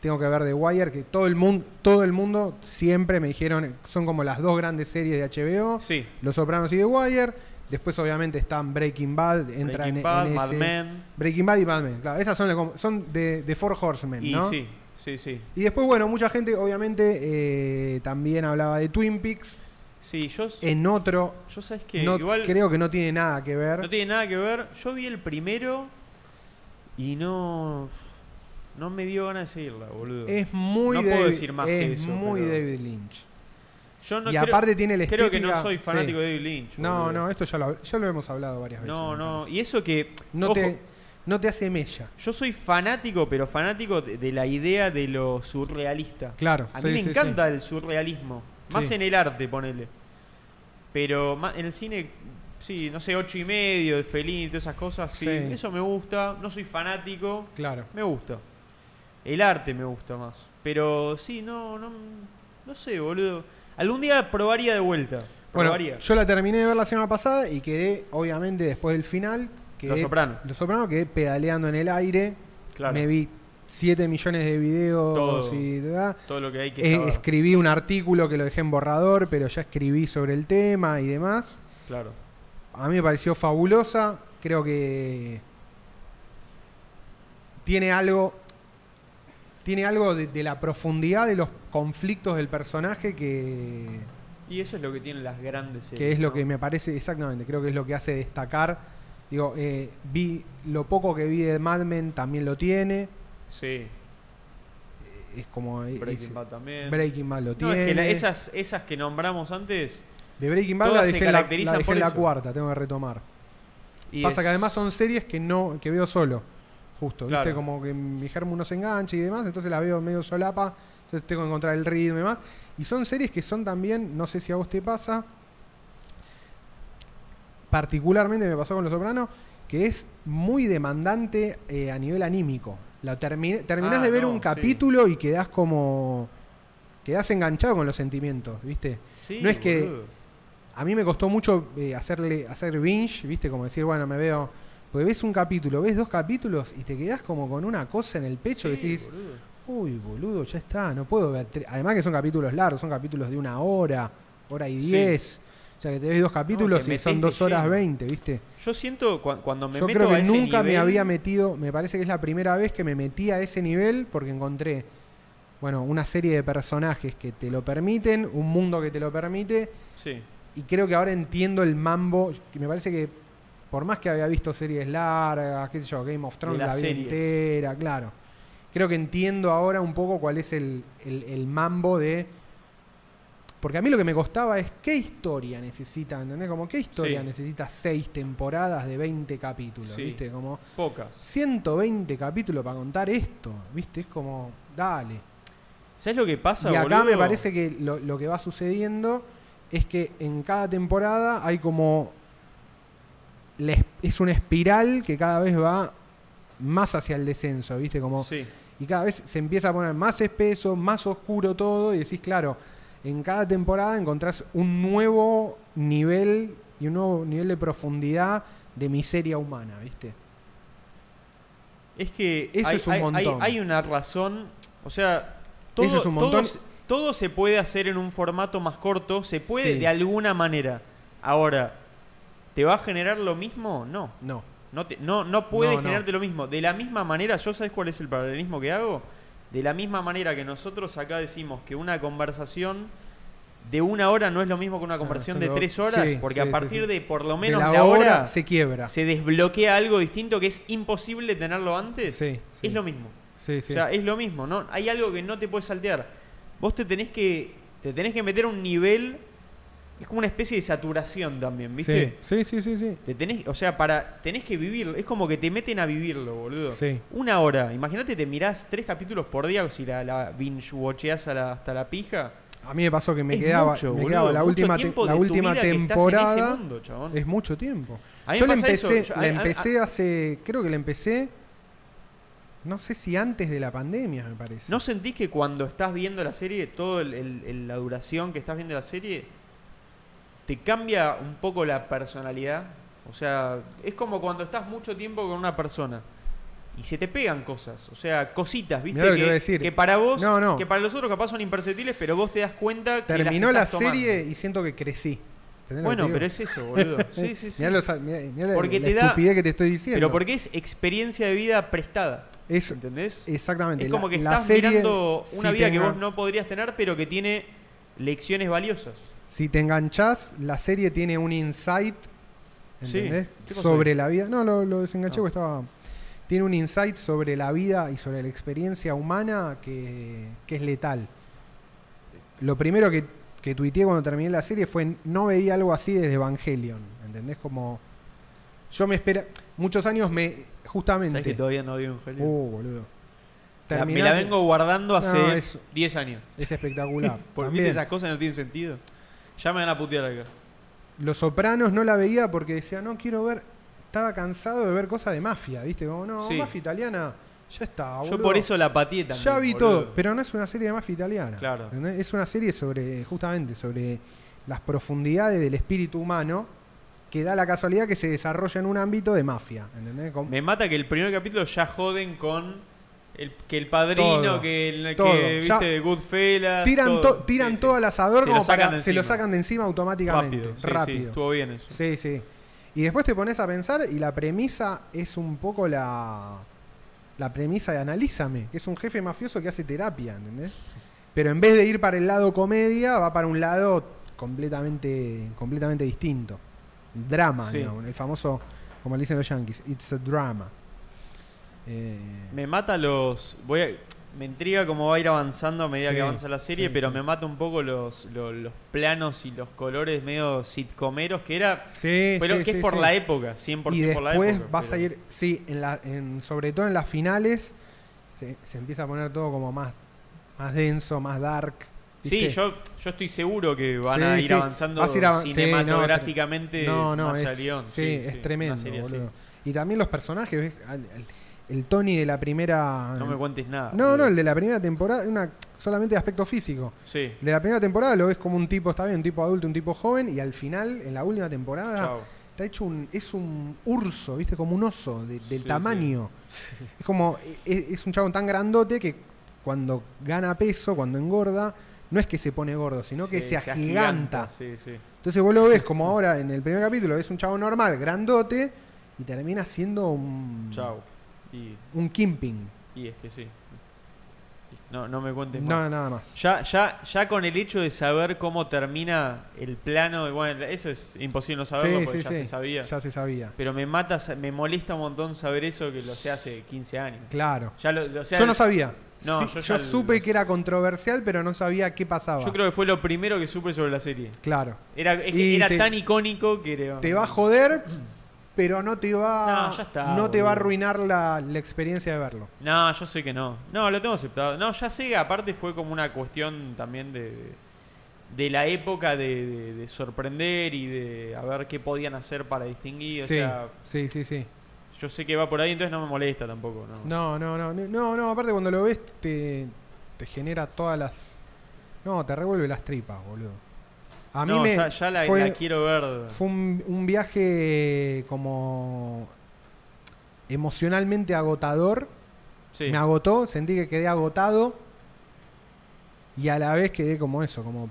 [SPEAKER 2] tengo que ver The Wire, que todo el mundo, todo el mundo siempre me dijeron, son como las dos grandes series de HBO.
[SPEAKER 1] Sí.
[SPEAKER 2] Los Sopranos y The Wire. Después, obviamente, están Breaking Bad. Entra
[SPEAKER 1] Breaking
[SPEAKER 2] en,
[SPEAKER 1] Bad,
[SPEAKER 2] en
[SPEAKER 1] Mad
[SPEAKER 2] ese-
[SPEAKER 1] Men.
[SPEAKER 2] Breaking Bad y Mad Men. Claro, esas son, las como- son de, de Four Horsemen,
[SPEAKER 1] Y
[SPEAKER 2] ¿no?
[SPEAKER 1] sí, sí, sí.
[SPEAKER 2] Y después, bueno, mucha gente, obviamente, eh, también hablaba de Twin Peaks.
[SPEAKER 1] Sí, yo,
[SPEAKER 2] En otro,
[SPEAKER 1] yo sabes que
[SPEAKER 2] no-
[SPEAKER 1] igual
[SPEAKER 2] creo que no tiene nada que ver.
[SPEAKER 1] no tiene nada que ver. Yo vi el primero y no no me dio ganas de seguirla, boludo.
[SPEAKER 2] es muy
[SPEAKER 1] No puedo
[SPEAKER 2] David-
[SPEAKER 1] decir más que
[SPEAKER 2] es
[SPEAKER 1] eso,
[SPEAKER 2] muy
[SPEAKER 1] pero-
[SPEAKER 2] David Lynch.
[SPEAKER 1] yo no
[SPEAKER 2] y
[SPEAKER 1] creo,
[SPEAKER 2] aparte tiene el
[SPEAKER 1] creo que no
[SPEAKER 2] estética-
[SPEAKER 1] soy
[SPEAKER 2] sí.
[SPEAKER 1] fanático de David Lynch.
[SPEAKER 2] No,
[SPEAKER 1] boludo.
[SPEAKER 2] no, esto ya lo, ya lo hemos hablado varias veces.
[SPEAKER 1] No,
[SPEAKER 2] me
[SPEAKER 1] no,
[SPEAKER 2] parece.
[SPEAKER 1] y eso que
[SPEAKER 2] no,
[SPEAKER 1] ojo,
[SPEAKER 2] te, no te hace mella.
[SPEAKER 1] Yo soy fanático, pero fanático de, de la idea de lo surrealista.
[SPEAKER 2] Claro.
[SPEAKER 1] A
[SPEAKER 2] sí,
[SPEAKER 1] mí me
[SPEAKER 2] sí, sí.
[SPEAKER 1] encanta el surrealismo. Más
[SPEAKER 2] Sí.
[SPEAKER 1] en el arte, ponele. Pero ma- en el cine, sí, no sé, ocho y medio, de Fellini y todas esas cosas, sí.
[SPEAKER 2] Sí.
[SPEAKER 1] Eso me gusta. No soy fanático.
[SPEAKER 2] Claro.
[SPEAKER 1] Me gusta. El arte me gusta más. Pero sí, no, no, no sé, boludo. Algún día probaría de vuelta. probaría.
[SPEAKER 2] yo la terminé de ver la semana pasada y quedé, obviamente, después del final. Quedé,
[SPEAKER 1] Los Soprano.
[SPEAKER 2] Los Soprano, quedé pedaleando en el aire.
[SPEAKER 1] Claro.
[SPEAKER 2] Me vi 7 millones de videos
[SPEAKER 1] Todo.
[SPEAKER 2] y ¿verdad?
[SPEAKER 1] Todo lo que hay que
[SPEAKER 2] Eh,
[SPEAKER 1] saber.
[SPEAKER 2] escribí un artículo que lo dejé en borrador, pero ya escribí sobre el tema y demás.
[SPEAKER 1] Claro.
[SPEAKER 2] A mí me pareció fabulosa. Creo que tiene algo. Tiene algo de, de la profundidad de los conflictos del personaje que,
[SPEAKER 1] Y eso es lo que tienen las grandes series.
[SPEAKER 2] que es lo
[SPEAKER 1] ¿no?
[SPEAKER 2] que me parece exactamente. Creo que es lo que hace destacar. Digo, eh, vi lo poco que vi de Mad Men también lo tiene. Eh,
[SPEAKER 1] Sí.
[SPEAKER 2] Es como es-
[SPEAKER 1] Breaking Bad también.
[SPEAKER 2] Eh, Breaking Bad lo
[SPEAKER 1] No,
[SPEAKER 2] tiene.
[SPEAKER 1] es que la- esas, esas que nombramos antes.
[SPEAKER 2] de Breaking Bad la
[SPEAKER 1] todas se
[SPEAKER 2] dejé, en la, la
[SPEAKER 1] caracterizan
[SPEAKER 2] dejé
[SPEAKER 1] por
[SPEAKER 2] en la
[SPEAKER 1] eso.
[SPEAKER 2] cuarta, tengo que retomar.
[SPEAKER 1] y
[SPEAKER 2] Pasa que
[SPEAKER 1] es-
[SPEAKER 2] además son series que no que veo solo, justo. ¿Viste?
[SPEAKER 1] Claro.
[SPEAKER 2] Como que mi germo no se engancha y demás, entonces las veo medio solapa, entonces tengo que encontrar el ritmo y demás. Y son series que son también, no sé si a vos te pasa, particularmente me pasó con Los Sopranos, que es muy demandante eh, a nivel anímico. La terminé- terminás
[SPEAKER 1] Ah,
[SPEAKER 2] de ver
[SPEAKER 1] no,
[SPEAKER 2] un
[SPEAKER 1] sí.
[SPEAKER 2] capítulo y quedás como... Quedás enganchado con los sentimientos, ¿viste?
[SPEAKER 1] Sí,
[SPEAKER 2] no es que-
[SPEAKER 1] boludo.
[SPEAKER 2] A mí me costó mucho eh, hacerle hacer binge, ¿viste? Como decir, bueno, me veo. Porque ves un capítulo, ves dos capítulos y te quedás como con una cosa en el pecho que
[SPEAKER 1] Sí,
[SPEAKER 2] decís,
[SPEAKER 1] boludo.
[SPEAKER 2] uy, boludo, ya está, no puedo ver. tre-". Además que son capítulos largos, son capítulos de una hora, hora y
[SPEAKER 1] Sí.
[SPEAKER 2] diez. O sea que te ves dos capítulos y
[SPEAKER 1] metés
[SPEAKER 2] son
[SPEAKER 1] de
[SPEAKER 2] dos horas
[SPEAKER 1] lleno.
[SPEAKER 2] veinte, ¿viste?
[SPEAKER 1] Yo siento cua- cuando me
[SPEAKER 2] Yo
[SPEAKER 1] meto
[SPEAKER 2] creo
[SPEAKER 1] a
[SPEAKER 2] que
[SPEAKER 1] ese
[SPEAKER 2] nunca me
[SPEAKER 1] nivel-
[SPEAKER 2] había metido, me parece que es la primera vez que me metí a ese nivel porque encontré, bueno, una serie de personajes que te lo permiten, un mundo que te lo permite
[SPEAKER 1] Sí.
[SPEAKER 2] y creo que ahora entiendo el mambo. Que me parece que, por más que había visto series largas, qué sé yo, Game of Thrones
[SPEAKER 1] De
[SPEAKER 2] la,
[SPEAKER 1] las
[SPEAKER 2] vi
[SPEAKER 1] series.
[SPEAKER 2] entera, claro. Creo que entiendo ahora un poco cuál es el, el- el mambo de. Porque a mí lo que me costaba es qué historia necesita, ¿entendés? Como qué historia
[SPEAKER 1] Sí.
[SPEAKER 2] necesita seis temporadas de 20 capítulos,
[SPEAKER 1] Sí.
[SPEAKER 2] ¿viste? Como
[SPEAKER 1] Pocas.
[SPEAKER 2] 120 capítulos para contar esto, ¿viste? Es como, dale.
[SPEAKER 1] ¿Sabes lo que pasa,
[SPEAKER 2] Y acá
[SPEAKER 1] boludo?
[SPEAKER 2] me parece que lo, lo que va sucediendo es que en cada temporada hay como. la es- es una espiral que cada vez va más hacia el descenso, ¿viste? Como,
[SPEAKER 1] Sí.
[SPEAKER 2] Y cada vez se empieza a poner más espeso, más oscuro todo, y decís, claro, en cada temporada encontrás un nuevo nivel y un nuevo nivel de profundidad de miseria humana, ¿viste?
[SPEAKER 1] Es que
[SPEAKER 2] Eso
[SPEAKER 1] hay,
[SPEAKER 2] es un
[SPEAKER 1] hay- hay-
[SPEAKER 2] montón.
[SPEAKER 1] hay una razón, o sea, todo,
[SPEAKER 2] Eso es un
[SPEAKER 1] todo
[SPEAKER 2] montón.
[SPEAKER 1] se- todo se puede hacer en un formato más corto, se puede
[SPEAKER 2] Sí.
[SPEAKER 1] de alguna manera. Ahora, ¿te va a generar lo mismo? No,
[SPEAKER 2] No.
[SPEAKER 1] no, te- no, no puede
[SPEAKER 2] No, no.
[SPEAKER 1] generarte lo mismo. De la misma manera, ¿yo sabes cuál es el paralelismo que hago? De la misma manera que nosotros acá decimos que una conversación de una hora no es lo mismo que una conversación
[SPEAKER 2] son
[SPEAKER 1] de
[SPEAKER 2] lo-
[SPEAKER 1] tres horas,
[SPEAKER 2] sí,
[SPEAKER 1] porque
[SPEAKER 2] sí,
[SPEAKER 1] a
[SPEAKER 2] sí,
[SPEAKER 1] partir
[SPEAKER 2] sí.
[SPEAKER 1] de por lo
[SPEAKER 2] De
[SPEAKER 1] menos
[SPEAKER 2] la, hora, se quiebra.
[SPEAKER 1] se desbloquea algo distinto que es imposible tenerlo antes,
[SPEAKER 2] Sí, sí.
[SPEAKER 1] es lo mismo.
[SPEAKER 2] Sí, sí.
[SPEAKER 1] O sea, es lo mismo, ¿no? Hay algo que no te puedes saltear. Vos te tenés que te tenés que meter a un nivel es como una especie de saturación también, ¿viste?
[SPEAKER 2] Sí, sí, sí, sí.
[SPEAKER 1] Te tenés, o sea, para tenés que vivirlo, es como que te meten a vivirlo, boludo.
[SPEAKER 2] Sí.
[SPEAKER 1] Una hora, imagínate te mirás tres capítulos por día si la, la binge watcheas hasta la pija.
[SPEAKER 2] A mí me pasó que me
[SPEAKER 1] Es
[SPEAKER 2] quedaba,
[SPEAKER 1] mucho,
[SPEAKER 2] me
[SPEAKER 1] boludo,
[SPEAKER 2] quedaba la
[SPEAKER 1] mucho
[SPEAKER 2] última, te-
[SPEAKER 1] tiempo de
[SPEAKER 2] la
[SPEAKER 1] tu
[SPEAKER 2] última
[SPEAKER 1] vida que estás en ese
[SPEAKER 2] temporada.
[SPEAKER 1] mundo, chabón.
[SPEAKER 2] es mucho tiempo.
[SPEAKER 1] A mí
[SPEAKER 2] Yo
[SPEAKER 1] me
[SPEAKER 2] la
[SPEAKER 1] pasa eso,
[SPEAKER 2] empecé,
[SPEAKER 1] yo-
[SPEAKER 2] la
[SPEAKER 1] a- a-
[SPEAKER 2] empecé hace, creo que la empecé, no sé si antes de la pandemia, me parece.
[SPEAKER 1] ¿No sentís que cuando estás viendo la serie, toda la duración que estás viendo la serie, te cambia un poco la personalidad? O sea, es como cuando estás mucho tiempo con una persona y se te pegan cosas, o sea, cositas, ¿viste?
[SPEAKER 2] Mirá lo que te iba a decir.
[SPEAKER 1] que para vos,
[SPEAKER 2] No, no.
[SPEAKER 1] que para los otros capaz son imperceptibles, pero vos te das cuenta que
[SPEAKER 2] Terminó la
[SPEAKER 1] las estás
[SPEAKER 2] serie
[SPEAKER 1] tomando.
[SPEAKER 2] y siento que crecí. ¿Entendés lo que
[SPEAKER 1] Bueno,
[SPEAKER 2] te digo?
[SPEAKER 1] pero es eso, boludo. Sí,
[SPEAKER 2] [LAUGHS]
[SPEAKER 1] sí, sí.
[SPEAKER 2] Mirá los- mirá- mirá la-
[SPEAKER 1] Porque
[SPEAKER 2] la
[SPEAKER 1] te da-
[SPEAKER 2] estupidez que te estoy diciendo.
[SPEAKER 1] pero porque es experiencia de vida prestada,
[SPEAKER 2] es
[SPEAKER 1] ¿entendés?
[SPEAKER 2] exactamente
[SPEAKER 1] Es
[SPEAKER 2] la-
[SPEAKER 1] como que
[SPEAKER 2] la
[SPEAKER 1] estás
[SPEAKER 2] serie,
[SPEAKER 1] mirando una
[SPEAKER 2] si
[SPEAKER 1] vida que
[SPEAKER 2] tenga-
[SPEAKER 1] vos no podrías tener, pero que tiene lecciones valiosas.
[SPEAKER 2] Si te enganchás, la serie tiene un insight
[SPEAKER 1] Sí.
[SPEAKER 2] ¿entendés?
[SPEAKER 1] ¿Qué cosa
[SPEAKER 2] sobre
[SPEAKER 1] es?
[SPEAKER 2] la vida. No, lo, lo desenganché
[SPEAKER 1] Ah.
[SPEAKER 2] porque estaba. Tiene un insight sobre la vida y sobre la experiencia humana que, que es letal. Lo primero que, que tuiteé cuando terminé la serie fue: no veía algo así desde Evangelion. ¿Entendés? Como. Yo me espera. Muchos años me. Justamente.
[SPEAKER 1] ¿Sabes que todavía no vi Evangelion?
[SPEAKER 2] Uh, boludo.
[SPEAKER 1] La- me la
[SPEAKER 2] Terminate-
[SPEAKER 1] vengo guardando
[SPEAKER 2] No,
[SPEAKER 1] hace
[SPEAKER 2] es-
[SPEAKER 1] 10 años. [LAUGHS]
[SPEAKER 2] Es espectacular.
[SPEAKER 1] Porque
[SPEAKER 2] También.
[SPEAKER 1] viste, esas cosas no tienen sentido. Ya me van a putear acá.
[SPEAKER 2] Los Sopranos no la veía porque decía, no quiero ver. Estaba cansado de ver cosas de mafia, ¿viste? Como, no,
[SPEAKER 1] Sí.
[SPEAKER 2] mafia italiana, ya está,
[SPEAKER 1] Yo
[SPEAKER 2] Ah, boludo.
[SPEAKER 1] por eso la patié también.
[SPEAKER 2] Ya vi
[SPEAKER 1] boludo.
[SPEAKER 2] todo, pero no es una serie de mafia italiana.
[SPEAKER 1] Claro.
[SPEAKER 2] ¿entendés? Es una serie sobre, justamente, sobre las profundidades del espíritu humano que da la casualidad que se desarrolla en un ámbito de mafia. ¿entendés? Como-
[SPEAKER 1] Me mata que el primer capítulo ya joden con el, que el padrino,
[SPEAKER 2] Todo,
[SPEAKER 1] que el
[SPEAKER 2] todo.
[SPEAKER 1] que
[SPEAKER 2] Ya
[SPEAKER 1] viste de Goodfellas.
[SPEAKER 2] tiran
[SPEAKER 1] todo,
[SPEAKER 2] todo, tiran
[SPEAKER 1] Sí, sí.
[SPEAKER 2] todo al asador
[SPEAKER 1] Se lo
[SPEAKER 2] como
[SPEAKER 1] sacan
[SPEAKER 2] para
[SPEAKER 1] de
[SPEAKER 2] se lo
[SPEAKER 1] encima.
[SPEAKER 2] sacan de encima automáticamente.
[SPEAKER 1] rápido.
[SPEAKER 2] Rápido.
[SPEAKER 1] sí, sí, estuvo bien eso.
[SPEAKER 2] Sí, sí. Y después te pones a pensar y la premisa es un poco la, la premisa de Analízame, que es un jefe mafioso que hace terapia, ¿entendés? Pero en vez de ir para el lado comedia, va para un lado completamente, completamente distinto. Drama,
[SPEAKER 1] Sí.
[SPEAKER 2] ¿no? el famoso, como le dicen los yankees, it's a drama. Eh,
[SPEAKER 1] Me mata los. Voy a- me intriga cómo va a ir avanzando a medida
[SPEAKER 2] Sí,
[SPEAKER 1] que avanza la serie,
[SPEAKER 2] sí,
[SPEAKER 1] pero
[SPEAKER 2] sí.
[SPEAKER 1] me mata un poco los, lo- los, planos y los colores medio sitcomeros que era.
[SPEAKER 2] sí,
[SPEAKER 1] Pero
[SPEAKER 2] sí,
[SPEAKER 1] que
[SPEAKER 2] sí,
[SPEAKER 1] es por
[SPEAKER 2] sí.
[SPEAKER 1] la época, 100%
[SPEAKER 2] y
[SPEAKER 1] por la
[SPEAKER 2] después
[SPEAKER 1] época.
[SPEAKER 2] vas a
[SPEAKER 1] pero-
[SPEAKER 2] ir, sí, en la, en- sobre todo en las finales, se, se empieza a poner todo como más, más denso, más dark.
[SPEAKER 1] Sí,
[SPEAKER 2] ¿viste?
[SPEAKER 1] yo, yo estoy seguro que van
[SPEAKER 2] Sí,
[SPEAKER 1] a ir
[SPEAKER 2] sí.
[SPEAKER 1] avanzando
[SPEAKER 2] Vas a ir avan- sí, no,
[SPEAKER 1] cinematográficamente
[SPEAKER 2] No, no,
[SPEAKER 1] este, más allá
[SPEAKER 2] es,
[SPEAKER 1] de León.
[SPEAKER 2] sí,
[SPEAKER 1] Sí, sí,
[SPEAKER 2] es
[SPEAKER 1] una
[SPEAKER 2] tremendo,
[SPEAKER 1] serie así.
[SPEAKER 2] boludo. Y también los personajes, ¿ves? Al- al- el Tony de la primera...
[SPEAKER 1] No me cuentes nada.
[SPEAKER 2] no,
[SPEAKER 1] boludo.
[SPEAKER 2] no, el de la primera temporada, una, solamente de aspecto físico.
[SPEAKER 1] Sí,
[SPEAKER 2] El de la primera temporada lo ves como un tipo, está bien, un tipo adulto, un tipo joven, y al final, en la última temporada,
[SPEAKER 1] chao.
[SPEAKER 2] Está hecho un. Es un urso, ¿viste? Como un oso, de- del
[SPEAKER 1] Sí,
[SPEAKER 2] tamaño. Es como. Es, es un chabón tan grandote que cuando gana peso, cuando engorda, no es que se pone gordo, sino que
[SPEAKER 1] Sí,
[SPEAKER 2] se agiganta.
[SPEAKER 1] Sí, sí.
[SPEAKER 2] Entonces vos lo ves como ahora en el primer capítulo, ves un chabón normal, grandote, y termina siendo un.
[SPEAKER 1] Chao. Y,
[SPEAKER 2] Un Kimping.
[SPEAKER 1] y es que sí. No, no me cuentes más.
[SPEAKER 2] No, nada más.
[SPEAKER 1] Ya, ya, ya con el hecho de saber cómo termina el plano, y bueno, eso es imposible no saberlo
[SPEAKER 2] Sí,
[SPEAKER 1] porque
[SPEAKER 2] sí,
[SPEAKER 1] ya
[SPEAKER 2] sí.
[SPEAKER 1] se sabía.
[SPEAKER 2] Ya se sabía.
[SPEAKER 1] Pero me mata, sa- me molesta un montón saber eso que lo sé hace 15 años.
[SPEAKER 2] Claro.
[SPEAKER 1] Ya lo- lo- o sea,
[SPEAKER 2] yo no sabía.
[SPEAKER 1] No,
[SPEAKER 2] Sí,
[SPEAKER 1] yo
[SPEAKER 2] yo,
[SPEAKER 1] ya
[SPEAKER 2] supe
[SPEAKER 1] los-
[SPEAKER 2] que era controversial, pero no sabía qué pasaba.
[SPEAKER 1] yo creo que fue lo primero que supe sobre la serie.
[SPEAKER 2] Claro.
[SPEAKER 1] Era, es que
[SPEAKER 2] Y
[SPEAKER 1] era
[SPEAKER 2] te-
[SPEAKER 1] tan icónico que era-
[SPEAKER 2] Te va a joder, pero no te va,
[SPEAKER 1] No, ya está,
[SPEAKER 2] no te va a
[SPEAKER 1] boludo.
[SPEAKER 2] arruinar la, la experiencia de verlo.
[SPEAKER 1] No, yo sé que no. No, lo tengo aceptado. No, ya sé, aparte fue como una cuestión también de, de, de la época de, de- de sorprender y de a ver qué podían hacer para distinguir. O
[SPEAKER 2] sí,
[SPEAKER 1] sea,
[SPEAKER 2] sí, sí, sí.
[SPEAKER 1] yo sé que va por ahí, entonces no me molesta tampoco. No.
[SPEAKER 2] No, no, no, no, no, no, aparte cuando lo ves te, te genera todas las... No, te revuelve las tripas, boludo. A mí
[SPEAKER 1] No,
[SPEAKER 2] me
[SPEAKER 1] ya, ya la,
[SPEAKER 2] fue,
[SPEAKER 1] la quiero ver.
[SPEAKER 2] fue un, un viaje como emocionalmente agotador.
[SPEAKER 1] Sí.
[SPEAKER 2] Me agotó, sentí que quedé agotado y a la vez quedé como eso, como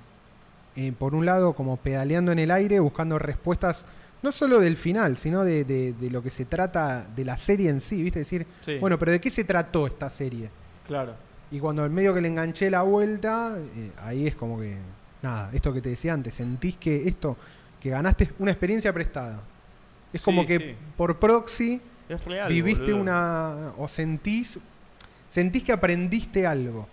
[SPEAKER 2] eh, por un lado como pedaleando en el aire, buscando respuestas no solo del final, sino de, de- de lo que se trata de la serie en sí, ¿viste? Decir,
[SPEAKER 1] Sí,
[SPEAKER 2] bueno, pero ¿de qué se trató esta serie?
[SPEAKER 1] claro.
[SPEAKER 2] Y cuando al medio que le enganché la vuelta, eh, ahí es como que, nada, esto que te decía antes, sentís que esto, que ganaste una experiencia prestada. Es
[SPEAKER 1] Sí,
[SPEAKER 2] como que
[SPEAKER 1] sí.
[SPEAKER 2] por proxy
[SPEAKER 1] Es real.
[SPEAKER 2] viviste
[SPEAKER 1] boludo.
[SPEAKER 2] una o sentís sentís que aprendiste algo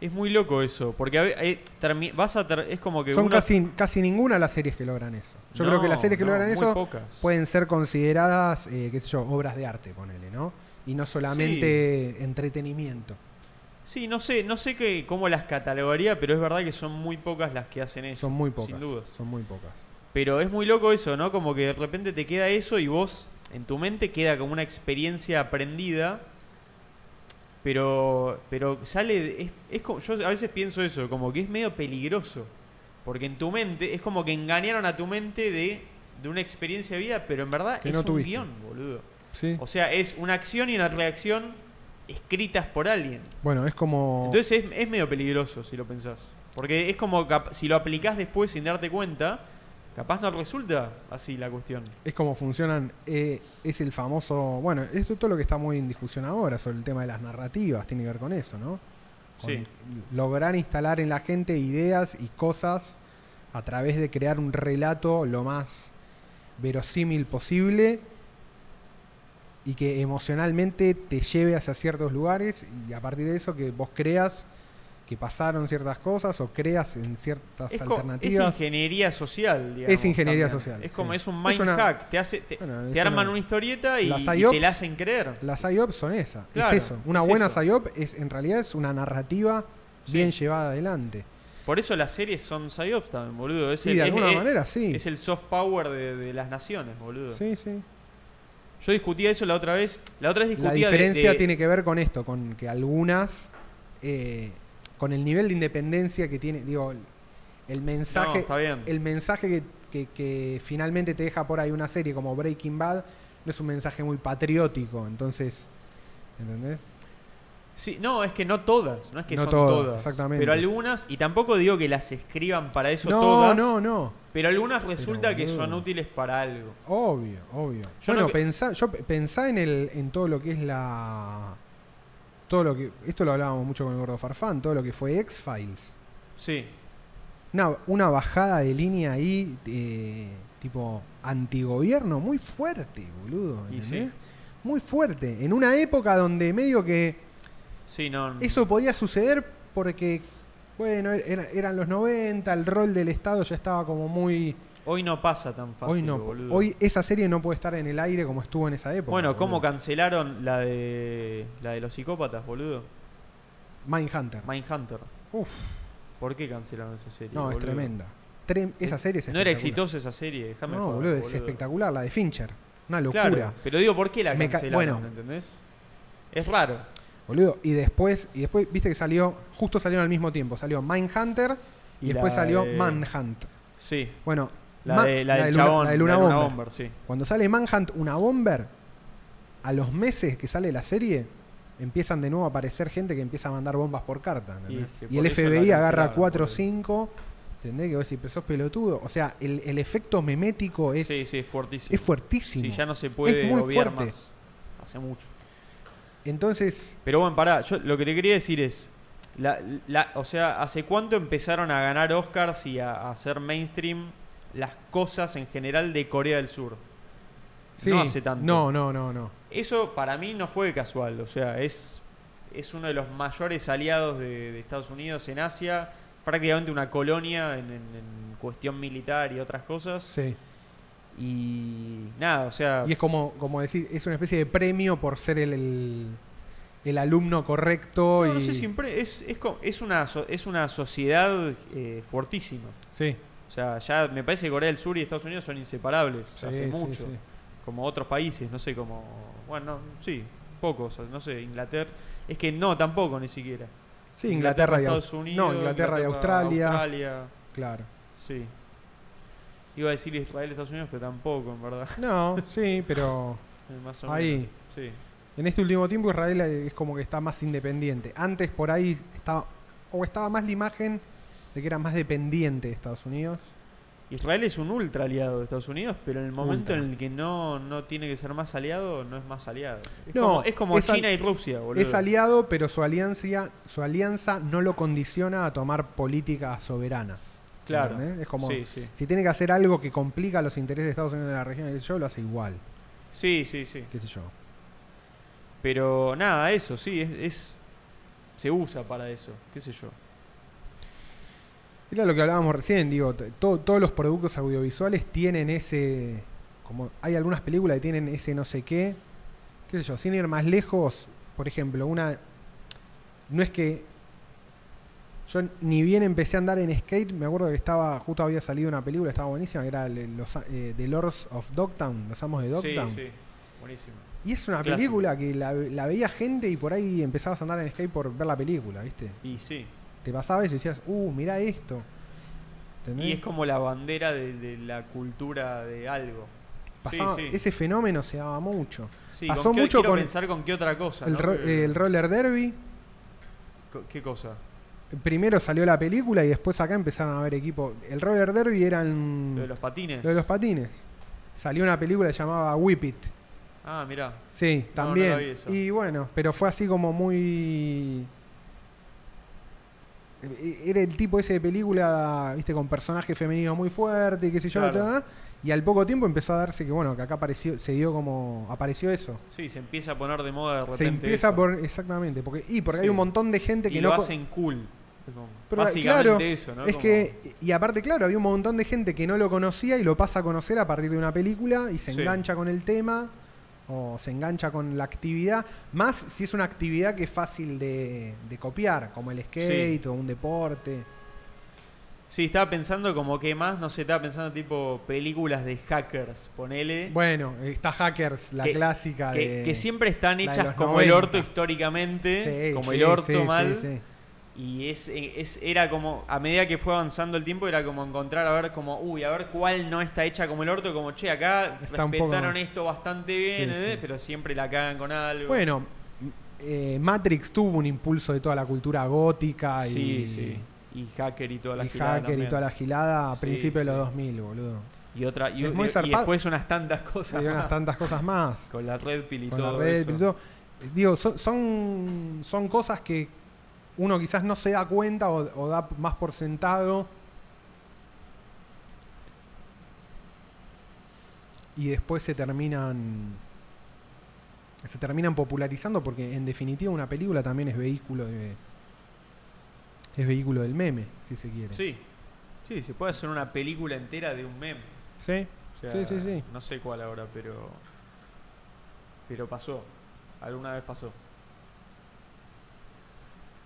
[SPEAKER 1] Es muy loco eso, porque a ve- eh, termi- vas a ter- es como que
[SPEAKER 2] son
[SPEAKER 1] uno-
[SPEAKER 2] casi casi ninguna las series que logran eso yo creo que
[SPEAKER 1] No,
[SPEAKER 2] las series que
[SPEAKER 1] no,
[SPEAKER 2] logran
[SPEAKER 1] muy
[SPEAKER 2] eso
[SPEAKER 1] pocas.
[SPEAKER 2] pueden ser consideradas eh, qué sé yo obras de arte ponele no y no solamente entretenimiento
[SPEAKER 1] Sí, no sé, no sé que, cómo las catalogaría, pero es verdad que son muy pocas las que hacen eso.
[SPEAKER 2] son muy pocas
[SPEAKER 1] Sin dudas.
[SPEAKER 2] son muy pocas
[SPEAKER 1] Pero es muy loco eso, ¿no? Como que de repente te queda eso y vos, en tu mente, queda como una experiencia aprendida. Pero, pero sale. de- Es, es como- yo a veces pienso eso, como que es medio peligroso. Porque en tu mente, es como que engañaron a tu mente de, de una experiencia de vida, pero en verdad
[SPEAKER 2] Que
[SPEAKER 1] es
[SPEAKER 2] no
[SPEAKER 1] un
[SPEAKER 2] tuviste.
[SPEAKER 1] guión, boludo.
[SPEAKER 2] sí
[SPEAKER 1] O sea, es una acción y una reacción escritas por alguien.
[SPEAKER 2] bueno es como
[SPEAKER 1] Entonces es, es medio peligroso si lo pensás. Porque es como cap- si lo aplicás después sin darte cuenta, capaz no resulta así la cuestión.
[SPEAKER 2] es como funcionan eh, es el famoso bueno esto es todo lo que está muy en discusión ahora sobre el tema de las narrativas tiene que ver con eso no Con
[SPEAKER 1] Sí.
[SPEAKER 2] lograr instalar en la gente ideas y cosas a través de crear un relato lo más verosímil posible y que emocionalmente te lleve hacia ciertos lugares y a partir de eso que vos creas que pasaron ciertas cosas o creas en ciertas
[SPEAKER 1] Es, co- es
[SPEAKER 2] alternativas
[SPEAKER 1] ingeniería social, digamos.
[SPEAKER 2] Es ingeniería social,
[SPEAKER 1] Es como
[SPEAKER 2] sí.
[SPEAKER 1] es un
[SPEAKER 2] Es
[SPEAKER 1] mind
[SPEAKER 2] una-
[SPEAKER 1] hack. Te, hace, te,
[SPEAKER 2] Bueno,
[SPEAKER 1] te
[SPEAKER 2] es
[SPEAKER 1] arman
[SPEAKER 2] una-
[SPEAKER 1] una historieta y,
[SPEAKER 2] las
[SPEAKER 1] y
[SPEAKER 2] IOPS
[SPEAKER 1] te la hacen creer.
[SPEAKER 2] Las IOPs son esas.
[SPEAKER 1] Claro,
[SPEAKER 2] es eso. Una
[SPEAKER 1] es
[SPEAKER 2] buena
[SPEAKER 1] eso.
[SPEAKER 2] IOP es, en realidad es una narrativa
[SPEAKER 1] Sí.
[SPEAKER 2] bien llevada adelante.
[SPEAKER 1] Por eso las series son psyops también, boludo. Es
[SPEAKER 2] Sí,
[SPEAKER 1] el,
[SPEAKER 2] de
[SPEAKER 1] es-
[SPEAKER 2] alguna
[SPEAKER 1] es-
[SPEAKER 2] manera sí.
[SPEAKER 1] es el soft power de, de las naciones, boludo.
[SPEAKER 2] Sí, sí.
[SPEAKER 1] Yo discutía eso la otra vez. La otra vez
[SPEAKER 2] La
[SPEAKER 1] discutía de-
[SPEAKER 2] diferencia
[SPEAKER 1] de-
[SPEAKER 2] tiene que ver con esto, con que algunas, eh, con el nivel de independencia que tiene, digo, el mensaje,
[SPEAKER 1] No, está bien.
[SPEAKER 2] el mensaje que, que- que finalmente te deja por ahí una serie como Breaking Bad no es un mensaje muy patriótico, entonces, ¿entendés?
[SPEAKER 1] Sí, no, es que no todas, no es que
[SPEAKER 2] No
[SPEAKER 1] son
[SPEAKER 2] todas,
[SPEAKER 1] todas,
[SPEAKER 2] exactamente.
[SPEAKER 1] pero algunas, y tampoco digo que las escriban para eso
[SPEAKER 2] No,
[SPEAKER 1] todas,
[SPEAKER 2] no, no,
[SPEAKER 1] pero algunas resulta que
[SPEAKER 2] boludo.
[SPEAKER 1] son útiles para algo.
[SPEAKER 2] obvio, obvio.
[SPEAKER 1] Yo
[SPEAKER 2] bueno,
[SPEAKER 1] no que-
[SPEAKER 2] pensá, yo pe- pensá en el, en todo lo que es la, todo lo que, esto lo hablábamos mucho con el gordo Farfán, todo lo que fue X Files.
[SPEAKER 1] Sí,
[SPEAKER 2] Una, una bajada de línea ahí, eh, tipo, antigobierno, muy fuerte, boludo.
[SPEAKER 1] Y
[SPEAKER 2] ¿entendés?
[SPEAKER 1] sí.
[SPEAKER 2] Muy fuerte. En una época donde medio que
[SPEAKER 1] sí, no.
[SPEAKER 2] eso podía suceder porque, bueno, er, era- eran los 90, el rol del Estado ya estaba como muy...
[SPEAKER 1] Hoy no pasa tan fácil,
[SPEAKER 2] hoy no,
[SPEAKER 1] boludo.
[SPEAKER 2] hoy esa serie no puede estar en el aire como estuvo en esa época.
[SPEAKER 1] bueno, ¿cómo
[SPEAKER 2] boludo.
[SPEAKER 1] cancelaron la de la de los psicópatas, boludo?
[SPEAKER 2] Mindhunter.
[SPEAKER 1] Mindhunter.
[SPEAKER 2] Uf.
[SPEAKER 1] ¿Por qué cancelaron esa serie?
[SPEAKER 2] no, es
[SPEAKER 1] boludo?
[SPEAKER 2] tremenda. Trem- esa serie es
[SPEAKER 1] No era
[SPEAKER 2] espectacular.
[SPEAKER 1] exitosa esa serie, déjame
[SPEAKER 2] No,
[SPEAKER 1] joder,
[SPEAKER 2] boludo, es espectacular, la de Fincher. Una locura.
[SPEAKER 1] Claro, pero digo, ¿por qué la
[SPEAKER 2] Me ca-
[SPEAKER 1] cancelaron?
[SPEAKER 2] bueno.
[SPEAKER 1] ¿Entendés? Es raro.
[SPEAKER 2] Boludo, y después, y después, viste que salió, justo salieron al mismo tiempo, salió Mindhunter y,
[SPEAKER 1] Y
[SPEAKER 2] después
[SPEAKER 1] la
[SPEAKER 2] salió
[SPEAKER 1] de-
[SPEAKER 2] Manhunt.
[SPEAKER 1] Sí,
[SPEAKER 2] Bueno,
[SPEAKER 1] la,
[SPEAKER 2] Ma-
[SPEAKER 1] de, la, del
[SPEAKER 2] Luna-
[SPEAKER 1] chabón,
[SPEAKER 2] la de Luna Bomber.
[SPEAKER 1] sí.
[SPEAKER 2] Cuando sale Manhunt, una bomber, a los meses que sale la serie, empiezan de nuevo a aparecer gente que empieza a mandar bombas por carta. ¿entendés?
[SPEAKER 1] Y es que
[SPEAKER 2] Y, el
[SPEAKER 1] por eso la
[SPEAKER 2] FBI agarra
[SPEAKER 1] cancelaron,
[SPEAKER 2] 4 o
[SPEAKER 1] boludo.
[SPEAKER 2] 5, ¿entendés? Que vos decís, pero sos pelotudo. O sea, el, el efecto memético es,
[SPEAKER 1] sí, sí, es fuertísimo.
[SPEAKER 2] es fuertísimo.
[SPEAKER 1] Sí, ya no se puede
[SPEAKER 2] Es muy
[SPEAKER 1] obviar
[SPEAKER 2] fuerte.
[SPEAKER 1] más. Hace mucho.
[SPEAKER 2] Entonces,
[SPEAKER 1] Pero bueno, pará, yo lo que te quería decir es. la- la- o sea, ¿hace cuánto empezaron a ganar Oscars y a, a hacer mainstream las cosas en general de Corea del Sur?
[SPEAKER 2] sí,
[SPEAKER 1] No hace tanto.
[SPEAKER 2] No, no, no, no.
[SPEAKER 1] Eso para mí no fue casual, o sea, es, es uno de los mayores aliados de, de Estados Unidos en Asia, prácticamente una colonia en, en- en cuestión militar y otras cosas.
[SPEAKER 2] Sí.
[SPEAKER 1] Y nada, o sea,
[SPEAKER 2] Y es como, como decir, es una especie de premio por ser el, el, el alumno correcto.
[SPEAKER 1] no, no
[SPEAKER 2] y,
[SPEAKER 1] sé si impre- es, es, co- es una, so- es una sociedad eh, fuertísima.
[SPEAKER 2] Sí,
[SPEAKER 1] O sea, ya me parece que Corea del Sur y Estados Unidos son inseparables
[SPEAKER 2] sí,
[SPEAKER 1] hace
[SPEAKER 2] sí,
[SPEAKER 1] mucho.
[SPEAKER 2] sí.
[SPEAKER 1] como otros países, no sé, como. Bueno, no, sí, pocos, no sé, Inglaterra. Es que no, tampoco, ni siquiera.
[SPEAKER 2] Sí, Inglaterra, y Aus-
[SPEAKER 1] Estados Unidos.
[SPEAKER 2] No, Inglaterra y Australia.
[SPEAKER 1] Australia,
[SPEAKER 2] Claro.
[SPEAKER 1] sí. Iba a decir Israel, Estados Unidos, pero tampoco, en verdad. [LAUGHS]
[SPEAKER 2] No, sí, pero
[SPEAKER 1] Más o
[SPEAKER 2] ahí.
[SPEAKER 1] menos. Sí.
[SPEAKER 2] En este último tiempo Israel es como que está más independiente. Antes por ahí estaba, o estaba más la imagen de que era más dependiente de Estados Unidos.
[SPEAKER 1] Israel es un ultra aliado de Estados Unidos, pero en el momento
[SPEAKER 2] Ultra.
[SPEAKER 1] en el que no, no tiene que ser más aliado, no es más aliado. Es
[SPEAKER 2] No,
[SPEAKER 1] como, es como
[SPEAKER 2] es al-
[SPEAKER 1] China y Rusia, boludo.
[SPEAKER 2] Es aliado, pero su alianza, su alianza no lo condiciona a tomar políticas soberanas.
[SPEAKER 1] Claro.
[SPEAKER 2] ¿entendés? Es como,
[SPEAKER 1] Sí, sí.
[SPEAKER 2] si tiene que hacer algo que complica los intereses de Estados Unidos en la región, qué sé yo lo hace igual,
[SPEAKER 1] Sí, sí, sí.
[SPEAKER 2] qué sé yo.
[SPEAKER 1] Pero nada, eso, sí, es, es- se usa para eso, qué sé yo.
[SPEAKER 2] Era lo que hablábamos recién, digo, t- to- todos los productos audiovisuales tienen ese. como hay algunas películas que tienen ese no sé qué. qué sé yo, sin ir más lejos, por ejemplo, una. No es que. Yo ni bien empecé a andar en skate, me acuerdo que estaba, justo había salido una película, estaba buenísima, que era el- el- los, eh, The Lords of Dogtown, Los Amos de
[SPEAKER 1] sí,
[SPEAKER 2] Dogtown.
[SPEAKER 1] sí, buenísimo.
[SPEAKER 2] Y es una
[SPEAKER 1] Clásico.
[SPEAKER 2] película que la, la veía gente y por ahí empezabas a andar en skate por ver la película, ¿viste?
[SPEAKER 1] Y sí,
[SPEAKER 2] Te pasaba eso y decías, uh, mirá esto. ¿Entendés?
[SPEAKER 1] y es como la bandera de, de la cultura de algo.
[SPEAKER 2] Pasaba-
[SPEAKER 1] sí, sí.
[SPEAKER 2] Ese fenómeno se daba mucho.
[SPEAKER 1] Sí,
[SPEAKER 2] pasó
[SPEAKER 1] con qué-
[SPEAKER 2] mucho
[SPEAKER 1] quiero
[SPEAKER 2] con
[SPEAKER 1] pensar con qué otra cosa.
[SPEAKER 2] el,
[SPEAKER 1] ¿no? Eh,
[SPEAKER 2] ro-
[SPEAKER 1] Que-
[SPEAKER 2] el roller derby,
[SPEAKER 1] co- ¿Qué cosa?
[SPEAKER 2] primero salió la película y después acá empezaron a haber equipos. El roller derby eran
[SPEAKER 1] Lo de los patines.
[SPEAKER 2] Mm. lo de los patines. Salió una película que llamaba Whip It.
[SPEAKER 1] ah, mirá. No,
[SPEAKER 2] Sí,
[SPEAKER 1] no la
[SPEAKER 2] también.
[SPEAKER 1] vi esa.
[SPEAKER 2] y bueno, pero fue así como muy... e- Era el tipo ese de película, viste, con personaje femenino muy fuerte y qué sé yo.
[SPEAKER 1] Claro.
[SPEAKER 2] ta, ta, y al poco tiempo empezó a darse que, bueno, que acá apareció, se dio como... Apareció eso.
[SPEAKER 1] Sí, se empieza a poner de moda de repente.
[SPEAKER 2] se empieza
[SPEAKER 1] eso.
[SPEAKER 2] por exactamente porque y porque
[SPEAKER 1] Sí.
[SPEAKER 2] hay un montón de gente que
[SPEAKER 1] Y
[SPEAKER 2] no
[SPEAKER 1] lo
[SPEAKER 2] co-
[SPEAKER 1] hacen cool. Es como-
[SPEAKER 2] Pero,
[SPEAKER 1] básicamente
[SPEAKER 2] claro,
[SPEAKER 1] eso, ¿no?
[SPEAKER 2] es
[SPEAKER 1] Como-
[SPEAKER 2] que y aparte claro había un montón de gente que no lo conocía y lo pasa a conocer a partir de una película y se
[SPEAKER 1] Sí.
[SPEAKER 2] engancha con el tema o se engancha con la actividad más si es una actividad que es fácil de, de copiar como el skate o un deporte
[SPEAKER 1] Sí, estaba pensando como que más, no sé, estaba pensando tipo películas de hackers, ponele.
[SPEAKER 2] bueno está hackers la
[SPEAKER 1] Eh. Que-
[SPEAKER 2] clásica
[SPEAKER 1] que,
[SPEAKER 2] de,
[SPEAKER 1] que siempre están
[SPEAKER 2] la de
[SPEAKER 1] hechas
[SPEAKER 2] los
[SPEAKER 1] como el
[SPEAKER 2] 90.
[SPEAKER 1] orto históricamente,
[SPEAKER 2] Sí,
[SPEAKER 1] como
[SPEAKER 2] sí,
[SPEAKER 1] el orto
[SPEAKER 2] sí, sí,
[SPEAKER 1] mal,
[SPEAKER 2] sí.
[SPEAKER 1] Y es, es- era como, a medida que fue avanzando el tiempo, era como encontrar, a ver, como, uy, a ver cuál no está hecha como el orto, como, che, acá
[SPEAKER 2] Está un poco
[SPEAKER 1] respetaron
[SPEAKER 2] más.
[SPEAKER 1] esto bastante bien,
[SPEAKER 2] Sí,
[SPEAKER 1] eh,
[SPEAKER 2] sí.
[SPEAKER 1] pero siempre la cagan con algo.
[SPEAKER 2] Bueno, eh, Matrix tuvo un impulso de toda la cultura gótica y,
[SPEAKER 1] sí, sí. Y hacker y toda la
[SPEAKER 2] y hacker y toda la gilada a
[SPEAKER 1] Sí,
[SPEAKER 2] principios de los
[SPEAKER 1] sí.
[SPEAKER 2] 2000, boludo.
[SPEAKER 1] Y, otra, y,
[SPEAKER 2] Es muy
[SPEAKER 1] y- y
[SPEAKER 2] zarpado.
[SPEAKER 1] después unas tantas cosas.
[SPEAKER 2] Y unas
[SPEAKER 1] más,
[SPEAKER 2] tantas cosas más.
[SPEAKER 1] Con la red pill y
[SPEAKER 2] con la
[SPEAKER 1] todo.
[SPEAKER 2] Red
[SPEAKER 1] eso.
[SPEAKER 2] Pill y todo. Digo, son, son, son cosas que uno quizás no se da cuenta o, o da más por sentado. Y después se terminan. Se terminan popularizando porque en definitiva una película también es vehículo de. Es vehículo del meme, si se quiere.
[SPEAKER 1] Sí. Sí, se puede hacer una película entera de un meme.
[SPEAKER 2] ¿Sí?
[SPEAKER 1] O sea,
[SPEAKER 2] Sí, sí, sí.
[SPEAKER 1] No sé cuál ahora, pero. Pero pasó. Alguna vez pasó.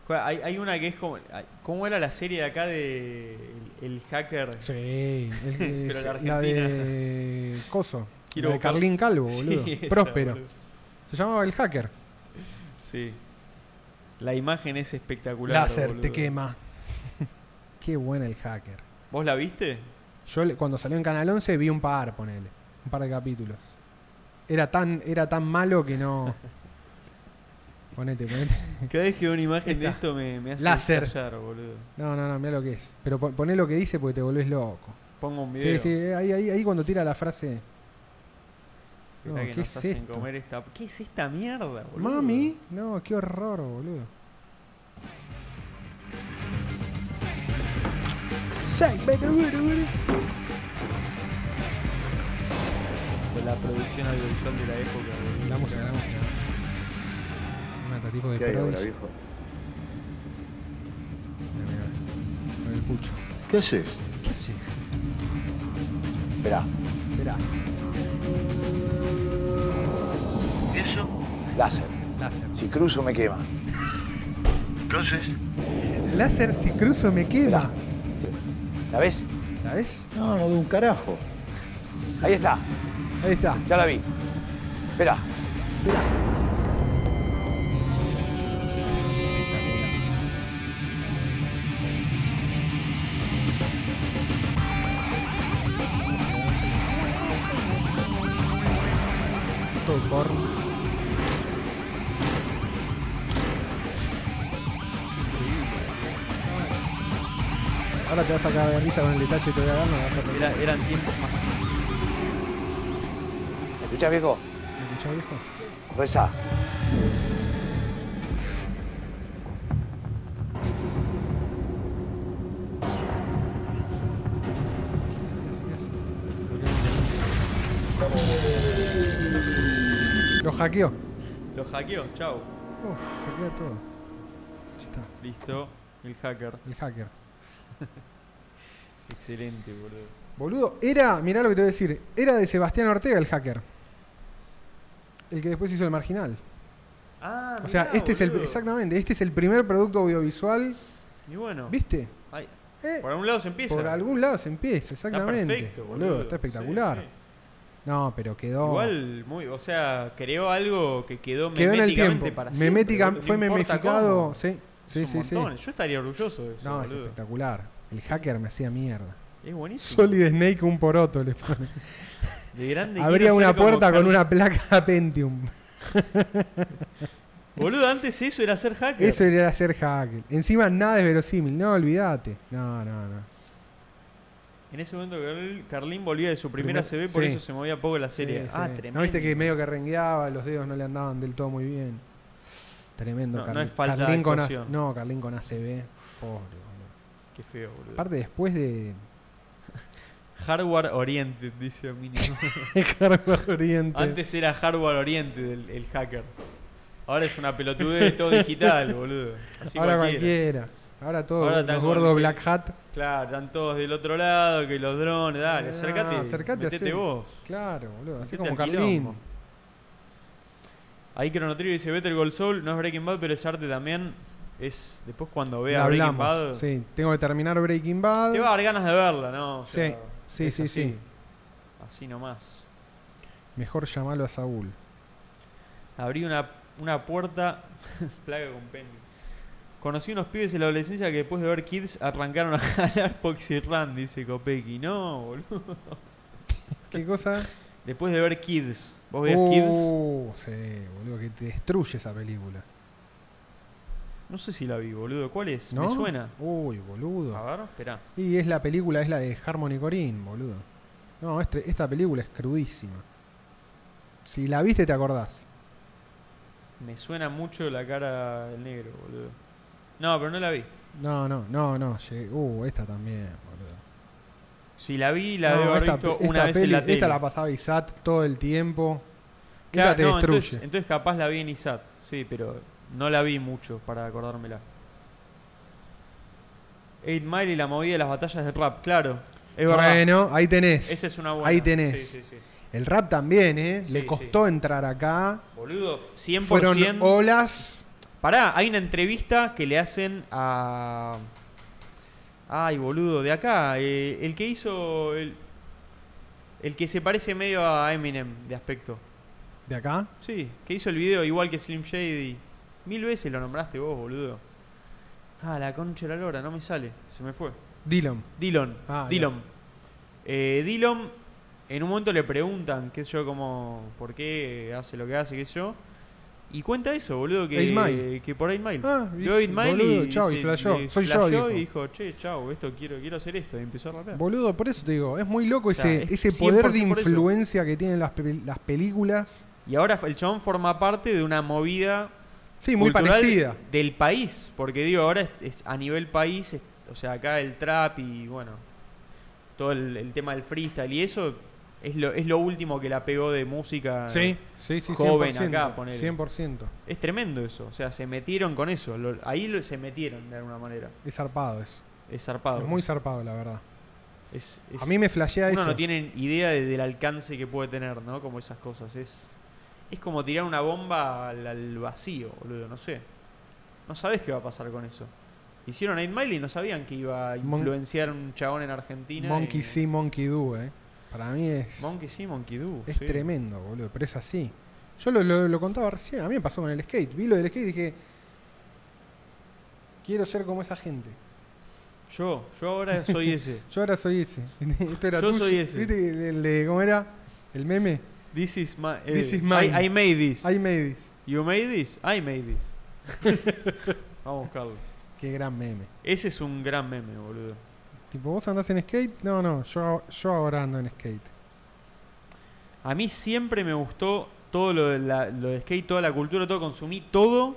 [SPEAKER 1] Cu- Hay, hay una que es como. ay, ¿Cómo era la serie de acá de. El, el hacker?
[SPEAKER 2] Sí. el- el-
[SPEAKER 1] [LAUGHS] Pero la
[SPEAKER 2] la,
[SPEAKER 1] Argentina-
[SPEAKER 2] de. Coso.
[SPEAKER 1] Quiero
[SPEAKER 2] la de
[SPEAKER 1] buscar-
[SPEAKER 2] Carlín Calvo,
[SPEAKER 1] [LAUGHS]
[SPEAKER 2] boludo.
[SPEAKER 1] Sí, esa,
[SPEAKER 2] Próspero.
[SPEAKER 1] boludo.
[SPEAKER 2] Se llamaba El Hacker.
[SPEAKER 1] Sí. La imagen es espectacular.
[SPEAKER 2] Láser, te
[SPEAKER 1] boludo.
[SPEAKER 2] quema. [LAUGHS] Qué buena el hacker.
[SPEAKER 1] ¿Vos la viste?
[SPEAKER 2] Yo le- cuando salió en Canal 11 vi un par, ponele. Un par de capítulos. Era tan, era tan malo que no...
[SPEAKER 1] [LAUGHS]
[SPEAKER 2] Ponete, ponete.
[SPEAKER 1] Cada vez que veo una imagen de
[SPEAKER 2] Esta.
[SPEAKER 1] esto me, me hace
[SPEAKER 2] Láser.
[SPEAKER 1] estallar, boludo.
[SPEAKER 2] No, no, no, mira lo que es. Pero pon- poné lo que dice porque te volvés loco.
[SPEAKER 1] Pongo un
[SPEAKER 2] Sí,
[SPEAKER 1] video.
[SPEAKER 2] sí, eh, ahí, ahí, ahí cuando tira la frase...
[SPEAKER 1] Mirá
[SPEAKER 2] No,
[SPEAKER 1] que
[SPEAKER 2] ¿qué
[SPEAKER 1] nos
[SPEAKER 2] es
[SPEAKER 1] hacen
[SPEAKER 2] esto?
[SPEAKER 1] comer esta. ¿Qué es esta mierda, boludo?
[SPEAKER 2] Mami, no, qué horror, boludo. Sí, bueno, bueno, bueno.
[SPEAKER 1] Con la producción audiovisual de la época, boludo.
[SPEAKER 2] La música, la música. Mata, tipo de
[SPEAKER 3] ¿Qué hay ahora,
[SPEAKER 2] Prodigy.
[SPEAKER 3] viejo?
[SPEAKER 2] Mira, mira, Con el pucho.
[SPEAKER 3] ¿Qué haces?
[SPEAKER 2] ¿Qué haces?
[SPEAKER 3] Esperá,
[SPEAKER 2] Esperá,
[SPEAKER 4] ¿Eso?
[SPEAKER 3] láser.
[SPEAKER 2] láser.
[SPEAKER 3] Si cruzo me quema.
[SPEAKER 4] Entonces,
[SPEAKER 2] Láser si cruzo me quema.
[SPEAKER 3] Esperá. ¿La ves?
[SPEAKER 2] ¿La ves?
[SPEAKER 3] No, no de un carajo. Ahí está,
[SPEAKER 2] Ahí está.
[SPEAKER 3] ya la vi. Esperá.
[SPEAKER 2] Esperá. Todo corno. Ahora te vas a cagar de risa con el detalle que te voy a dar, no vas a aprender.
[SPEAKER 1] Era- eran tiempos más simples.
[SPEAKER 3] ¿Escuchás, viejo?
[SPEAKER 2] ¿Me escuchás, viejo?
[SPEAKER 3] Reza.
[SPEAKER 2] Lo hackeó.
[SPEAKER 1] Lo hackeó, chau.
[SPEAKER 2] Uf, hackea todo. Ya está,
[SPEAKER 1] Listo. El hacker.
[SPEAKER 2] el hacker.
[SPEAKER 1] Excelente, boludo.
[SPEAKER 2] Boludo, era, mirá lo que te voy a decir, era de Sebastián Ortega el hacker. El que después hizo el marginal.
[SPEAKER 1] Ah,
[SPEAKER 2] O sea,
[SPEAKER 1] mirá,
[SPEAKER 2] este es el,
[SPEAKER 1] boludo.
[SPEAKER 2] exactamente, este es el primer producto audiovisual,
[SPEAKER 1] Y bueno.
[SPEAKER 2] ¿viste?
[SPEAKER 1] ay,
[SPEAKER 2] Eh,
[SPEAKER 1] por algún lado se empieza.
[SPEAKER 2] por algún lado se empieza, exactamente.
[SPEAKER 1] Está perfecto, boludo.
[SPEAKER 2] está
[SPEAKER 1] Sí,
[SPEAKER 2] espectacular.
[SPEAKER 1] sí.
[SPEAKER 2] No, pero quedó...
[SPEAKER 1] Igual, muy, o sea, creó algo que quedó,
[SPEAKER 2] quedó en el
[SPEAKER 1] meméticamente
[SPEAKER 2] tiempo.
[SPEAKER 1] para siempre.
[SPEAKER 2] Memética,
[SPEAKER 1] boludo. No
[SPEAKER 2] fue
[SPEAKER 1] importa
[SPEAKER 2] memificado,
[SPEAKER 1] cómo.
[SPEAKER 2] sí, sí,
[SPEAKER 1] es
[SPEAKER 2] sí,
[SPEAKER 1] un
[SPEAKER 2] sí.
[SPEAKER 1] montón. Yo estaría orgulloso de eso,
[SPEAKER 2] No, es
[SPEAKER 1] Pues, boludo.
[SPEAKER 2] espectacular. El hacker me hacía mierda.
[SPEAKER 1] Es buenísimo.
[SPEAKER 2] Solid Snake un poroto le pone.
[SPEAKER 1] De grande
[SPEAKER 2] Abría
[SPEAKER 1] quiero ser
[SPEAKER 2] una
[SPEAKER 1] como
[SPEAKER 2] puerta con
[SPEAKER 1] Carlos.
[SPEAKER 2] una placa Pentium.
[SPEAKER 1] Boludo, antes eso era ser hacker.
[SPEAKER 2] Eso era ser hacker. Encima nada es verosímil. No, olvídate. No, no, no.
[SPEAKER 1] En ese momento Carl- Carlín volvía de su primera
[SPEAKER 2] Primer-
[SPEAKER 1] CB, por
[SPEAKER 2] sí.
[SPEAKER 1] eso se movía poco la serie.
[SPEAKER 2] Sí,
[SPEAKER 1] ah,
[SPEAKER 2] sí.
[SPEAKER 1] tremendo.
[SPEAKER 2] No viste que medio que rengueaba, los dedos no le andaban del todo muy bien. Tremendo,
[SPEAKER 1] No, no
[SPEAKER 2] Carlín.
[SPEAKER 1] es falta de
[SPEAKER 2] Carlín con
[SPEAKER 1] actuación.
[SPEAKER 2] A- No, Carlín con ACB. Pobre, boludo.
[SPEAKER 1] Qué feo, boludo.
[SPEAKER 2] Aparte, después
[SPEAKER 1] [LAUGHS]
[SPEAKER 2] de
[SPEAKER 1] Hardware Oriented, dice
[SPEAKER 2] [LAUGHS]
[SPEAKER 1] mínimo.
[SPEAKER 2] Hardware Oriente.
[SPEAKER 1] antes era Hardware Oriented el, el hacker. Ahora es una pelotudez todo
[SPEAKER 2] [LAUGHS]
[SPEAKER 1] digital, boludo. Así
[SPEAKER 2] Ahora
[SPEAKER 1] cualquiera.
[SPEAKER 2] cualquiera. Ahora todo
[SPEAKER 1] Ahora
[SPEAKER 2] los
[SPEAKER 1] tan
[SPEAKER 2] gordos
[SPEAKER 1] con-
[SPEAKER 2] Black Hat.
[SPEAKER 1] Claro, están todos del otro lado, que los drones, dale,
[SPEAKER 2] Ah,
[SPEAKER 1] acercate.
[SPEAKER 2] acercate a
[SPEAKER 1] metete
[SPEAKER 2] hacer-
[SPEAKER 1] vos.
[SPEAKER 2] Claro, boludo.
[SPEAKER 1] Metete
[SPEAKER 2] Así como
[SPEAKER 1] al
[SPEAKER 2] Carlín.
[SPEAKER 1] quilombo. Ahí Chrono Trigger dice Better Gold Soul, no es Breaking Bad, pero es arte también. Es después cuando
[SPEAKER 2] La
[SPEAKER 1] vea Breaking
[SPEAKER 2] hablamos.
[SPEAKER 1] Bad.
[SPEAKER 2] Sí, tengo que terminar Breaking Bad.
[SPEAKER 1] Te va a dar ganas de verla, ¿no? O
[SPEAKER 2] Sí,
[SPEAKER 1] sea,
[SPEAKER 2] sí,
[SPEAKER 1] es
[SPEAKER 2] sí,
[SPEAKER 1] así.
[SPEAKER 2] sí.
[SPEAKER 1] Así nomás.
[SPEAKER 2] Mejor llamalo a Saúl.
[SPEAKER 1] [LAUGHS] Abrí una, una puerta, plaga con pendio. Conocí unos pibes en la adolescencia que después de ver Kids arrancaron a jalar Poxy Run, dice Copeki. No, boludo.
[SPEAKER 2] ¿Qué cosa?
[SPEAKER 1] Después de ver Kids. ¿Vos veías Kids?
[SPEAKER 2] Uh, sí, boludo, que te destruye esa película.
[SPEAKER 1] No sé si la vi, boludo. ¿Cuál es?
[SPEAKER 2] ¿No?
[SPEAKER 1] ¿Me suena?
[SPEAKER 2] Uy, boludo.
[SPEAKER 1] A ver, esperá.
[SPEAKER 2] Y es la película, es la de Harmony Corinne, boludo. No, este- esta película es crudísima. Si la viste, te acordás.
[SPEAKER 1] Me suena mucho la cara del negro, boludo. No, pero no la vi.
[SPEAKER 2] No, no, no, no. llegué- Uh, esta también, boludo.
[SPEAKER 1] Si la vi, la
[SPEAKER 2] No,
[SPEAKER 1] debo haber
[SPEAKER 2] esta
[SPEAKER 1] visto
[SPEAKER 2] pe- esta
[SPEAKER 1] una vez en
[SPEAKER 2] peli-
[SPEAKER 1] la tele.
[SPEAKER 2] Esta la pasaba Isat todo el tiempo.
[SPEAKER 1] Claro,
[SPEAKER 2] esta te
[SPEAKER 1] no,
[SPEAKER 2] destruye.
[SPEAKER 1] entonces, entonces capaz la vi en ISAT. Sí, pero no la vi mucho para acordármela. 8 Mile y la movida de las batallas de rap, claro. Es verdad.
[SPEAKER 2] bueno, ahí tenés.
[SPEAKER 1] Esa es una buena.
[SPEAKER 2] ahí tenés.
[SPEAKER 1] Sí, sí, sí.
[SPEAKER 2] El rap también, ¿eh?
[SPEAKER 1] Sí,
[SPEAKER 2] Le costó entrar acá.
[SPEAKER 1] Boludo, 100%.
[SPEAKER 2] Fueron olas.
[SPEAKER 1] Pará, hay una entrevista que le hacen a. Ay, boludo, de acá. eh, el que hizo. El, el que se parece medio a Eminem de aspecto.
[SPEAKER 2] ¿De acá?
[SPEAKER 1] Sí, que hizo el video igual que Slim Shady. Mil veces lo nombraste vos, boludo. Ah, la concha de la lora, no me sale. Se me fue.
[SPEAKER 2] Dylan.
[SPEAKER 1] Dillon.
[SPEAKER 2] Ah,
[SPEAKER 1] Dillon. Eh, Dillon, en un momento le preguntan, qué sé yo, como, por qué hace lo que hace, qué sé yo. Y cuenta eso, boludo, que,
[SPEAKER 2] Eight Mile.
[SPEAKER 1] que por 8 Mile.
[SPEAKER 2] Ah,
[SPEAKER 1] Vio 8 Mile
[SPEAKER 2] boludo,
[SPEAKER 1] y,
[SPEAKER 2] chau,
[SPEAKER 1] se-
[SPEAKER 2] y flasheó.
[SPEAKER 1] le
[SPEAKER 2] Soy yo,
[SPEAKER 1] flasheó
[SPEAKER 2] dijo.
[SPEAKER 1] y dijo, che, chao, esto quiero, quiero hacer esto. Y empezó a rapear.
[SPEAKER 2] Boludo, por eso te digo, es muy loco
[SPEAKER 1] O sea,
[SPEAKER 2] ese,
[SPEAKER 1] es
[SPEAKER 2] ese poder de
[SPEAKER 1] 100% por eso.
[SPEAKER 2] influencia que tienen las, pel- las películas.
[SPEAKER 1] Y ahora el chabón forma parte de una movida
[SPEAKER 2] Sí, muy
[SPEAKER 1] cultural
[SPEAKER 2] parecida.
[SPEAKER 1] Del país, porque digo, ahora es, es a nivel país, es- o sea, acá el trap y bueno, todo el, el tema del freestyle y eso es lo, es lo último que la pegó de música.
[SPEAKER 2] sí, sí,
[SPEAKER 1] Joven
[SPEAKER 2] 100%.
[SPEAKER 1] acá, ponele.
[SPEAKER 2] 100%.
[SPEAKER 1] Es tremendo eso, o sea, se metieron con eso, lo- ahí lo- se metieron de alguna manera.
[SPEAKER 2] Es zarpado eso.
[SPEAKER 1] Es zarpado.
[SPEAKER 2] Es muy zarpado, la verdad.
[SPEAKER 1] Es- es-
[SPEAKER 2] A mí me flashea
[SPEAKER 1] uno
[SPEAKER 2] eso.
[SPEAKER 1] no tiene idea de- del alcance que puede tener, ¿no? Como esas cosas. Es, es como tirar una bomba al, al vacío, boludo, no sé. No sabes qué va a pasar con eso. Hicieron 8 Mile y no sabían que iba a
[SPEAKER 2] Mon-
[SPEAKER 1] influenciar un chabón en Argentina.
[SPEAKER 2] Monkey
[SPEAKER 1] y-
[SPEAKER 2] sí, Monkey do, eh. Para mí es,
[SPEAKER 1] Monkey sí, Monkey Do.
[SPEAKER 2] es
[SPEAKER 1] sí.
[SPEAKER 2] tremendo, boludo, pero es así. Yo lo, lo- lo contaba recién, a mí me pasó con el skate. Vi lo del skate y dije, quiero ser como esa gente.
[SPEAKER 1] Yo, yo ahora
[SPEAKER 2] [LAUGHS]
[SPEAKER 1] soy ese.
[SPEAKER 2] Yo ahora soy ese. [LAUGHS] Esto era
[SPEAKER 1] Yo
[SPEAKER 2] tuyo.
[SPEAKER 1] soy ese.
[SPEAKER 2] ¿Viste el, el de cómo era? El meme.
[SPEAKER 1] This is my. eh,
[SPEAKER 2] This is mine.
[SPEAKER 1] I, I made this.
[SPEAKER 2] I made this.
[SPEAKER 1] You made this. I made
[SPEAKER 2] [LAUGHS]
[SPEAKER 1] this. Vamos a buscarlo.
[SPEAKER 2] Qué gran meme.
[SPEAKER 1] Ese es un gran meme, boludo.
[SPEAKER 2] Tipo, ¿vos andás en skate? No, no, yo, yo ahora ando en skate.
[SPEAKER 1] A mí siempre me gustó todo lo de, la- lo de skate, toda la cultura, todo. Consumí todo,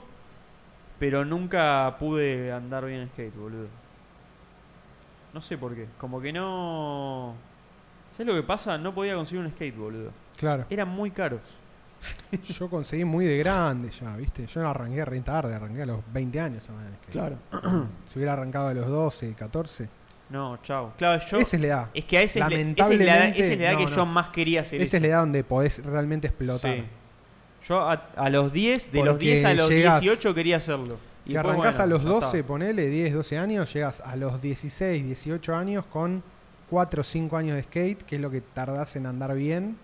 [SPEAKER 1] pero nunca pude andar bien en skate, boludo. No sé por qué. Como que no. ¿Sabes lo que pasa? No podía conseguir un skate, boludo. [LAUGHS]
[SPEAKER 2] Claro.
[SPEAKER 1] Eran muy caros.
[SPEAKER 2] Yo conseguí muy de grande ya, ¿viste? Yo no arranqué re tarde, arranqué a los 20 años. andar en skate. [CLEARS THROAT] Si hubiera arrancado a los 12, 14.
[SPEAKER 1] No, chao. Claro, yo.
[SPEAKER 2] esa es la edad.
[SPEAKER 1] es que a esa es la- esa es la edad,
[SPEAKER 2] Lamentablemente,
[SPEAKER 1] esa es la edad que
[SPEAKER 2] no, no.
[SPEAKER 1] yo más quería hacer
[SPEAKER 2] Esa
[SPEAKER 1] eso.
[SPEAKER 2] es la edad donde podés realmente explotar.
[SPEAKER 1] Sí. Yo a, a los 10, de los
[SPEAKER 2] Porque
[SPEAKER 1] 10 a los
[SPEAKER 2] llegás-
[SPEAKER 1] 18 quería hacerlo. Y
[SPEAKER 2] Si
[SPEAKER 1] después,
[SPEAKER 2] arrancás
[SPEAKER 1] bueno,
[SPEAKER 2] a los
[SPEAKER 1] ya está.
[SPEAKER 2] 12, ponele 10, 12 años, llegas a los 16, 18 años con 4 o 5 años de skate, que es lo que tardás en andar bien.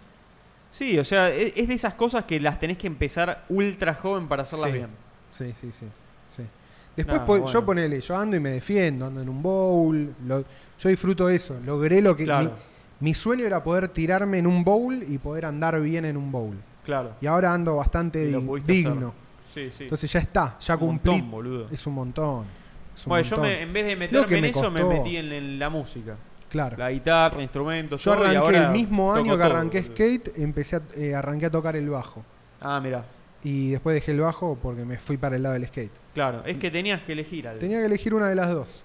[SPEAKER 1] Sí, o sea, e- es de esas cosas que las tenés que empezar ultra joven para hacerlas
[SPEAKER 2] Sí.
[SPEAKER 1] bien.
[SPEAKER 2] Sí, sí, sí. sí. Después
[SPEAKER 1] Nah,
[SPEAKER 2] po-
[SPEAKER 1] bueno.
[SPEAKER 2] yo ponele, yo ando y me defiendo, ando en un bowl, lo- yo disfruto eso, logré lo que...
[SPEAKER 1] Claro.
[SPEAKER 2] Mi, mi sueño era poder tirarme en un bowl y poder andar bien en un bowl.
[SPEAKER 1] Claro.
[SPEAKER 2] Y ahora ando bastante
[SPEAKER 1] Y lo
[SPEAKER 2] di-
[SPEAKER 1] pudiste
[SPEAKER 2] digno.
[SPEAKER 1] Sí, sí.
[SPEAKER 2] Entonces ya está, ya
[SPEAKER 1] Un
[SPEAKER 2] cumplí.
[SPEAKER 1] montón, boludo.
[SPEAKER 2] es un montón. es un
[SPEAKER 1] Bueno, yo
[SPEAKER 2] montón.
[SPEAKER 1] me- en vez de
[SPEAKER 2] Lo
[SPEAKER 1] meterme
[SPEAKER 2] que
[SPEAKER 1] en
[SPEAKER 2] me
[SPEAKER 1] eso, me
[SPEAKER 2] costó.
[SPEAKER 1] metí en, en la música.
[SPEAKER 2] Claro.
[SPEAKER 1] La guitarra, instrumentos,
[SPEAKER 2] Yo
[SPEAKER 1] todo, y
[SPEAKER 2] arranqué
[SPEAKER 1] ahora
[SPEAKER 2] el mismo
[SPEAKER 1] toco
[SPEAKER 2] año que
[SPEAKER 1] todo,
[SPEAKER 2] arranqué
[SPEAKER 1] boludo.
[SPEAKER 2] skate, empecé a, eh, arranqué a tocar el bajo.
[SPEAKER 1] Ah, mira.
[SPEAKER 2] Y después dejé el bajo porque me fui para el lado del skate.
[SPEAKER 1] Claro, es que tenías que elegir algo.
[SPEAKER 2] Tenía que elegir una de las dos.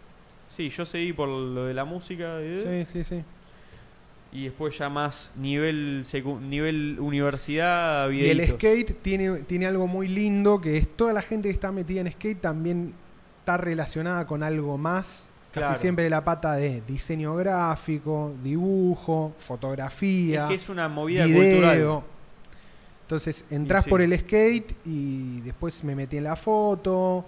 [SPEAKER 1] Sí, yo seguí por lo de la música eh,
[SPEAKER 2] Sí, sí, sí.
[SPEAKER 1] y después ya más nivel secu- nivel universidad,
[SPEAKER 2] Y el
[SPEAKER 1] videitos.
[SPEAKER 2] skate tiene, tiene algo muy lindo que es toda la gente que está metida en skate también está relacionada con algo más.
[SPEAKER 1] Claro.
[SPEAKER 2] Casi siempre la pata de diseño gráfico, dibujo,
[SPEAKER 1] Es
[SPEAKER 2] fotografía.
[SPEAKER 1] que es una movida cultural.
[SPEAKER 2] video. Entonces entras
[SPEAKER 1] sí.
[SPEAKER 2] por el skate y después me metí en la foto.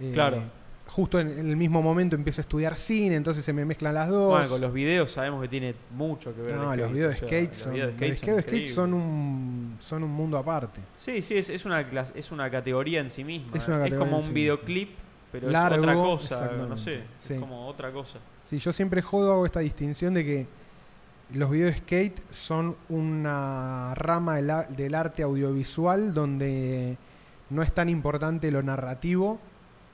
[SPEAKER 2] Eh,
[SPEAKER 1] Claro.
[SPEAKER 2] Justo en, en el mismo momento empiezo a estudiar cine, entonces se me mezclan las dos.
[SPEAKER 1] Bueno, con los videos sabemos que tiene mucho que ver. el
[SPEAKER 2] No,
[SPEAKER 1] skate,
[SPEAKER 2] los videos
[SPEAKER 1] o
[SPEAKER 2] de
[SPEAKER 1] sea,
[SPEAKER 2] skate
[SPEAKER 1] los
[SPEAKER 2] son,
[SPEAKER 1] videos de
[SPEAKER 2] los videos de skate
[SPEAKER 1] increíbles.
[SPEAKER 2] son un, son un mundo aparte.
[SPEAKER 1] Sí, sí, es, es una, clas- es una categoría en sí misma. ¿eh?
[SPEAKER 2] Es una
[SPEAKER 1] Es
[SPEAKER 2] categoría
[SPEAKER 1] como
[SPEAKER 2] en
[SPEAKER 1] un
[SPEAKER 2] sí misma.
[SPEAKER 1] videoclip pero es
[SPEAKER 2] largo,
[SPEAKER 1] otra cosa,
[SPEAKER 2] exactamente,
[SPEAKER 1] no sé,
[SPEAKER 2] sí.
[SPEAKER 1] es como otra cosa.
[SPEAKER 2] Sí, yo siempre jodo, hago esta distinción de que los videos de skate son una rama del, a- del arte audiovisual donde no es tan importante lo narrativo,